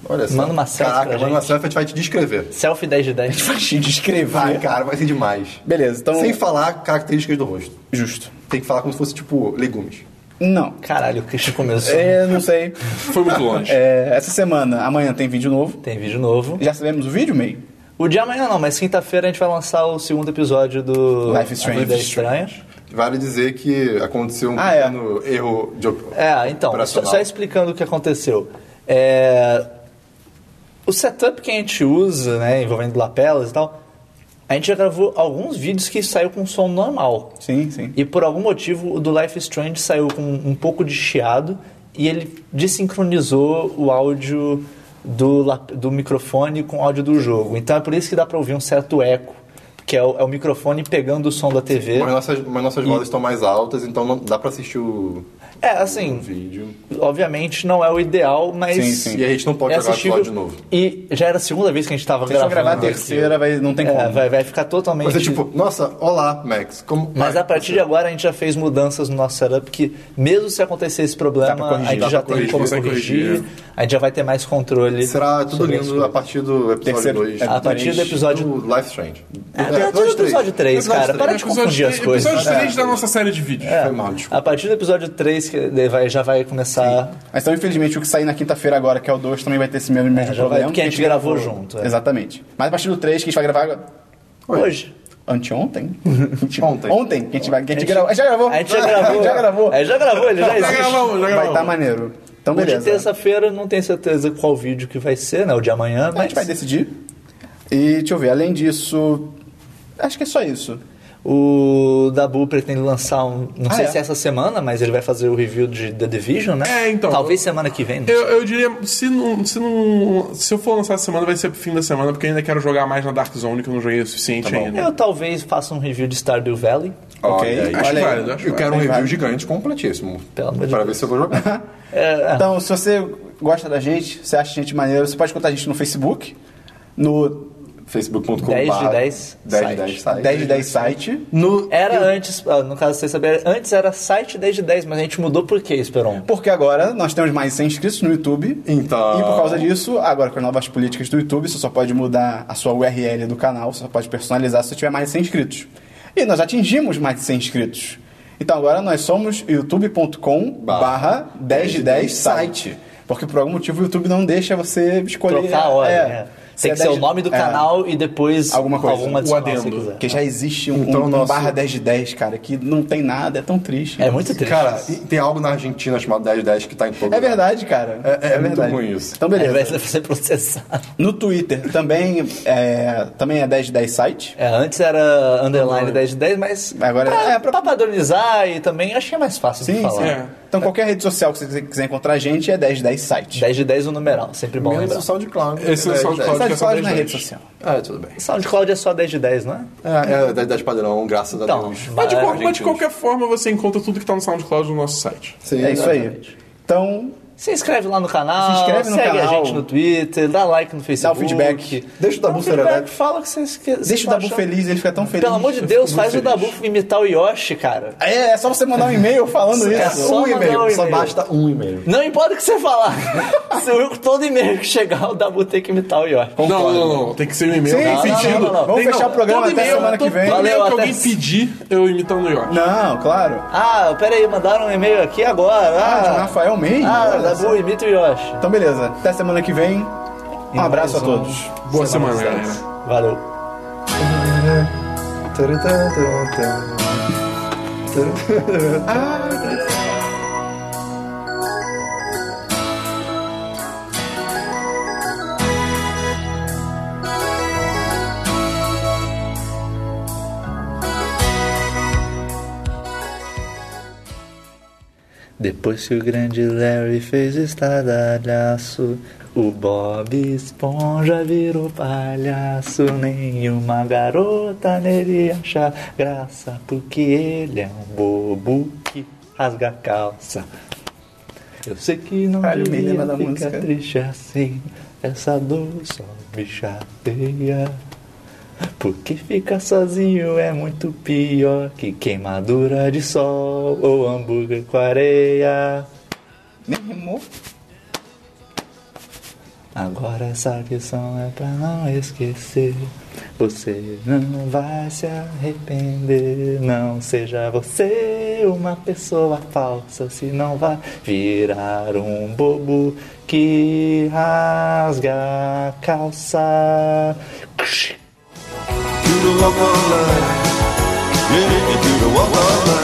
[SPEAKER 4] Olha só.
[SPEAKER 2] Manda uma selfie
[SPEAKER 4] Caraca,
[SPEAKER 2] pra
[SPEAKER 4] manda uma
[SPEAKER 2] gente.
[SPEAKER 4] selfie, a gente vai te descrever.
[SPEAKER 2] Selfie 10 de 10.
[SPEAKER 1] Te descrever.
[SPEAKER 4] Vai, cara, vai ser demais.
[SPEAKER 1] Beleza, então.
[SPEAKER 4] Sem falar características do rosto.
[SPEAKER 1] Justo.
[SPEAKER 4] Tem que falar como se fosse, tipo, legumes.
[SPEAKER 1] Não.
[SPEAKER 2] Caralho, o Christian começou.
[SPEAKER 1] É, não sei.
[SPEAKER 3] Foi muito longe.
[SPEAKER 1] É, essa semana, amanhã tem vídeo novo.
[SPEAKER 2] Tem vídeo novo.
[SPEAKER 1] Já sabemos o vídeo, May?
[SPEAKER 2] O dia amanhã não, mas quinta-feira a gente vai lançar o segundo episódio do
[SPEAKER 1] Life is Strange.
[SPEAKER 2] A Vida é
[SPEAKER 1] Life is
[SPEAKER 2] Estranha.
[SPEAKER 4] Vale dizer que aconteceu um
[SPEAKER 1] Ah, é.
[SPEAKER 4] pequeno erro de op-
[SPEAKER 2] É, então, só,
[SPEAKER 4] operacional.
[SPEAKER 2] só explicando o que aconteceu. É, o setup que a gente usa, né, envolvendo lapelas e tal, a gente já gravou alguns vídeos que saiu com som normal.
[SPEAKER 1] Sim, sim.
[SPEAKER 2] E por algum motivo o do Life is Strange saiu com um pouco de chiado e ele desincronizou o áudio do, lap- do microfone com o áudio do jogo. Então é por isso que dá pra ouvir um certo eco, que é o, é o microfone pegando o som da TV.
[SPEAKER 4] Mas nossas, mas nossas
[SPEAKER 2] É. E-
[SPEAKER 4] vozes estão mais altas, então não dá pra assistir o,
[SPEAKER 2] É,
[SPEAKER 4] o
[SPEAKER 2] assim,
[SPEAKER 4] vídeo.
[SPEAKER 2] obviamente não é o ideal, mas
[SPEAKER 1] Sim, sim.
[SPEAKER 4] E a gente não pode
[SPEAKER 2] é
[SPEAKER 4] jogar
[SPEAKER 2] assistível.
[SPEAKER 4] lá de novo.
[SPEAKER 2] E já era a segunda vez que a gente tava
[SPEAKER 1] Se eu
[SPEAKER 2] gravando.
[SPEAKER 1] gravar a
[SPEAKER 2] né?
[SPEAKER 1] terceira, vai, não tem
[SPEAKER 2] É,
[SPEAKER 1] como.
[SPEAKER 2] vai, vai ficar totalmente.
[SPEAKER 4] Mas é tipo, nossa, olá, Max. Como...
[SPEAKER 2] Mas
[SPEAKER 1] É.
[SPEAKER 4] Ah,
[SPEAKER 2] a partir de agora a gente já fez mudanças no nosso setup que, mesmo se acontecer esse
[SPEAKER 1] Dá pra
[SPEAKER 2] problema,
[SPEAKER 1] corrigir,
[SPEAKER 2] a gente
[SPEAKER 1] dá é.
[SPEAKER 2] já
[SPEAKER 3] pra
[SPEAKER 2] tem como
[SPEAKER 3] corrigir,
[SPEAKER 2] corrigir,
[SPEAKER 3] consegue
[SPEAKER 2] a gente já vai ter mais controle.
[SPEAKER 4] Será tudo
[SPEAKER 2] sobre as
[SPEAKER 4] lindo a partir do episódio
[SPEAKER 1] Terceiro-
[SPEAKER 4] 2.
[SPEAKER 1] é,
[SPEAKER 2] A partir do episódio.
[SPEAKER 4] Do Life Strange.
[SPEAKER 2] É, a partir do episódio 3, cara. Para de confundir as coisas. né? É.
[SPEAKER 3] Episódio 3 da nossa série de vídeos.
[SPEAKER 4] Foi mal, desculpa.
[SPEAKER 2] A partir do episódio 3 que daí vai- já vai começar.
[SPEAKER 1] Mas então, infelizmente, o que sair na quinta-feira agora, que é o 2, também vai ter esse mesmo, mesmo
[SPEAKER 2] já vai,
[SPEAKER 1] problema.
[SPEAKER 2] porque a gente gravou junto, é.
[SPEAKER 1] Exatamente. Mas a partir do 3, que a gente vai gravar
[SPEAKER 2] Hoje.
[SPEAKER 1] anteontem?
[SPEAKER 4] Ontem.
[SPEAKER 1] Ontem, que a gente, vai, que a gente, grava- já gravou.
[SPEAKER 2] A gente já gravou.
[SPEAKER 1] já gravou.
[SPEAKER 2] A gente já gravou, ele já
[SPEAKER 3] Já
[SPEAKER 2] existe.
[SPEAKER 3] gravamos, já
[SPEAKER 1] Vai
[SPEAKER 3] gravamos.
[SPEAKER 1] estar maneiro. Então,
[SPEAKER 2] O de
[SPEAKER 1] beleza.
[SPEAKER 2] terça-feira, não tenho certeza qual vídeo que vai ser, né? O de amanhã,
[SPEAKER 1] A gente vai
[SPEAKER 2] mas
[SPEAKER 1] decidir. E deixa eu ver, além disso. Acho que é só isso.
[SPEAKER 2] o Dabu pretende lançar um. Não
[SPEAKER 1] Ah,
[SPEAKER 2] sei
[SPEAKER 1] é?
[SPEAKER 2] se é essa semana, mas ele vai fazer o review de The Division, né?
[SPEAKER 3] É, então.
[SPEAKER 2] Talvez semana que vem. não
[SPEAKER 3] Eu,
[SPEAKER 2] sei.
[SPEAKER 3] eu diria, se não, se não. Se eu for lançar essa semana, vai ser pro fim da semana, porque eu ainda quero jogar mais na Dark Zone, que eu não joguei o
[SPEAKER 1] Tá
[SPEAKER 3] suficiente ainda.
[SPEAKER 1] É,
[SPEAKER 2] Eu talvez faça um review de Stardew Valley.
[SPEAKER 1] Ok.
[SPEAKER 4] Olha aí.
[SPEAKER 3] Acho
[SPEAKER 1] Olha aí.
[SPEAKER 3] válido, acho
[SPEAKER 4] Eu quero um
[SPEAKER 1] Vai,
[SPEAKER 4] review
[SPEAKER 1] vai.
[SPEAKER 4] gigante completíssimo.
[SPEAKER 2] Pelo amor de
[SPEAKER 4] Pra
[SPEAKER 2] Deus.
[SPEAKER 4] ver se eu vou jogar.
[SPEAKER 2] É,
[SPEAKER 1] Então, se você gosta da gente, você acha a gente maneiro, você pode contar a gente no Facebook, no
[SPEAKER 4] Facebook.com
[SPEAKER 2] 10 de 10
[SPEAKER 4] 10 de
[SPEAKER 2] site.
[SPEAKER 4] 10 site.
[SPEAKER 1] 10 de 10 site.
[SPEAKER 4] No...
[SPEAKER 2] Era antes, ah, no caso vocês saberem, antes era site 10 de 10, mas a gente mudou por quê, Esperon?
[SPEAKER 1] Porque agora nós temos mais 100 inscritos no YouTube.
[SPEAKER 4] Então.
[SPEAKER 1] E por causa disso, agora com as novas políticas do YouTube, você só pode mudar a sua URL do canal, você só pode personalizar se você tiver mais de 100 inscritos. E nós atingimos mais de 100 inscritos. Então agora nós somos youtube.com barra 10 de 10 site. Porque por algum motivo o YouTube não deixa você escolher...
[SPEAKER 2] Trocar a hora,
[SPEAKER 1] é,
[SPEAKER 2] né?
[SPEAKER 1] se
[SPEAKER 2] Tem
[SPEAKER 1] é
[SPEAKER 2] que ser
[SPEAKER 1] 10
[SPEAKER 2] o nome do
[SPEAKER 1] é,
[SPEAKER 2] canal e depois
[SPEAKER 1] Alguma coisa.
[SPEAKER 2] alguma
[SPEAKER 1] O
[SPEAKER 2] adicional, se
[SPEAKER 3] adendo.
[SPEAKER 2] quiser.
[SPEAKER 1] Porque já existe um,
[SPEAKER 4] Então,
[SPEAKER 1] um- um
[SPEAKER 4] nosso-
[SPEAKER 1] barra 10 de 10, cara, que não tem nada, é tão triste.
[SPEAKER 2] É muito triste.
[SPEAKER 4] Cara, e tem algo na Argentina chamado 10 de 10 que tá em todo
[SPEAKER 1] É
[SPEAKER 4] lugar.
[SPEAKER 1] verdade, cara.
[SPEAKER 4] É- é muito
[SPEAKER 1] verdade.
[SPEAKER 4] ruim isso.
[SPEAKER 1] Então,
[SPEAKER 2] Ao invés
[SPEAKER 1] beleza.
[SPEAKER 2] de você processar.
[SPEAKER 1] No Twitter também é, também é 10 de 10 site.
[SPEAKER 2] É, antes era underline 10 de 10, mas
[SPEAKER 1] Agora
[SPEAKER 2] pra,
[SPEAKER 1] é pra-
[SPEAKER 2] pra padronizar e também acho que é mais fácil de
[SPEAKER 1] Sim,
[SPEAKER 2] falar.
[SPEAKER 1] sim.
[SPEAKER 3] É.
[SPEAKER 1] Então qualquer rede social que você quiser encontrar a gente é 10 de 10 site.
[SPEAKER 2] 10 de 10 o numeral, sempre bom
[SPEAKER 4] Menos
[SPEAKER 2] lembrar.
[SPEAKER 4] o SoundCloud. né?
[SPEAKER 3] Esse é o
[SPEAKER 4] 10,
[SPEAKER 3] SoundCloud.
[SPEAKER 1] Site
[SPEAKER 3] que é só
[SPEAKER 1] fora
[SPEAKER 3] 10,
[SPEAKER 1] na rede
[SPEAKER 3] 10.
[SPEAKER 1] social.
[SPEAKER 4] É, tudo bem.
[SPEAKER 2] SoundCloud é só 10 de 10, não é?
[SPEAKER 4] É, é 10 de 10 padrão, graças
[SPEAKER 2] Então,
[SPEAKER 4] a Deus.
[SPEAKER 2] vai-
[SPEAKER 3] Mas de,
[SPEAKER 2] É,
[SPEAKER 3] qual-
[SPEAKER 4] gente,
[SPEAKER 3] mas de qualquer forma, você encontra tudo que tá no SoundCloud no nosso site.
[SPEAKER 4] Sim,
[SPEAKER 1] é isso
[SPEAKER 4] exatamente.
[SPEAKER 1] aí. Então,
[SPEAKER 2] Se inscreve lá no canal,
[SPEAKER 1] Se inscreve no
[SPEAKER 2] segue a
[SPEAKER 1] canal.
[SPEAKER 2] gente no Twitter, dá like no Facebook.
[SPEAKER 1] feedback.
[SPEAKER 4] Deixa o Dabu
[SPEAKER 2] Dá um
[SPEAKER 4] ser
[SPEAKER 2] feedback,
[SPEAKER 4] elétrico.
[SPEAKER 2] Fala o que vocês que- vocês
[SPEAKER 1] deixa o Dabu
[SPEAKER 2] acham.
[SPEAKER 1] feliz, ele fica tão feliz.
[SPEAKER 2] Pelo amor de
[SPEAKER 1] Eu
[SPEAKER 2] Deus,
[SPEAKER 1] fico muito
[SPEAKER 2] faz o
[SPEAKER 1] feliz.
[SPEAKER 2] Dabu imitar o Yoshi, cara.
[SPEAKER 1] É, é só você mandar um e-mail falando
[SPEAKER 2] É
[SPEAKER 1] isso.
[SPEAKER 2] só
[SPEAKER 4] Um
[SPEAKER 2] mandar um
[SPEAKER 4] e-mail, só
[SPEAKER 2] e-mail.
[SPEAKER 4] basta um e-mail.
[SPEAKER 2] Não importa o que você falar. Se eu, todo e-mail que chegar, o Dabu tem que imitar o Yoshi.
[SPEAKER 3] Não, não, não. Tem que ser um e-mail.
[SPEAKER 1] Sim,
[SPEAKER 3] Tem
[SPEAKER 1] não,
[SPEAKER 2] não,
[SPEAKER 3] sentido.
[SPEAKER 2] não, não, não.
[SPEAKER 1] Vamos
[SPEAKER 3] Tem-
[SPEAKER 1] fechar o programa
[SPEAKER 3] todo
[SPEAKER 1] até
[SPEAKER 3] e-mail,
[SPEAKER 1] semana que
[SPEAKER 3] todo
[SPEAKER 1] vem.
[SPEAKER 3] e-mail
[SPEAKER 2] Valeu,
[SPEAKER 3] que
[SPEAKER 2] até-
[SPEAKER 3] alguém pedir, eu imitando o York.
[SPEAKER 1] Não, claro.
[SPEAKER 2] Ah, pera aí, mandaram um e-mail aqui agora.
[SPEAKER 1] Ah, de um
[SPEAKER 2] Ah,
[SPEAKER 1] Rafael Meio.
[SPEAKER 2] ah
[SPEAKER 1] olha só.
[SPEAKER 2] Dabu imita o Yoshi.
[SPEAKER 1] Então, beleza. Até semana que vem. Um abraço a
[SPEAKER 2] mais um.
[SPEAKER 1] todos.
[SPEAKER 3] Boa semana,
[SPEAKER 2] Semana
[SPEAKER 3] galera.
[SPEAKER 2] Valeu. Depois que o grande Larry fez estadalhaço, o Bob Esponja virou palhaço. Nenhuma garota nele acha graça, porque ele é um bobo que rasga a calça. Eu sei que não
[SPEAKER 1] Caralho, me
[SPEAKER 2] devia
[SPEAKER 1] lembra da
[SPEAKER 2] ficar
[SPEAKER 1] música.
[SPEAKER 2] triste assim, essa dor só me chateia. Porque ficar sozinho é muito pior que queimadura de sol ou hambúrguer com areia.
[SPEAKER 1] Nem rimou.
[SPEAKER 2] Agora essa questão é pra não esquecer. Você não vai se arrepender. Não seja você uma pessoa falsa, senão vai virar um bobo que rasga a calça.
[SPEAKER 6] do the walk of life. You need to do the walk of life.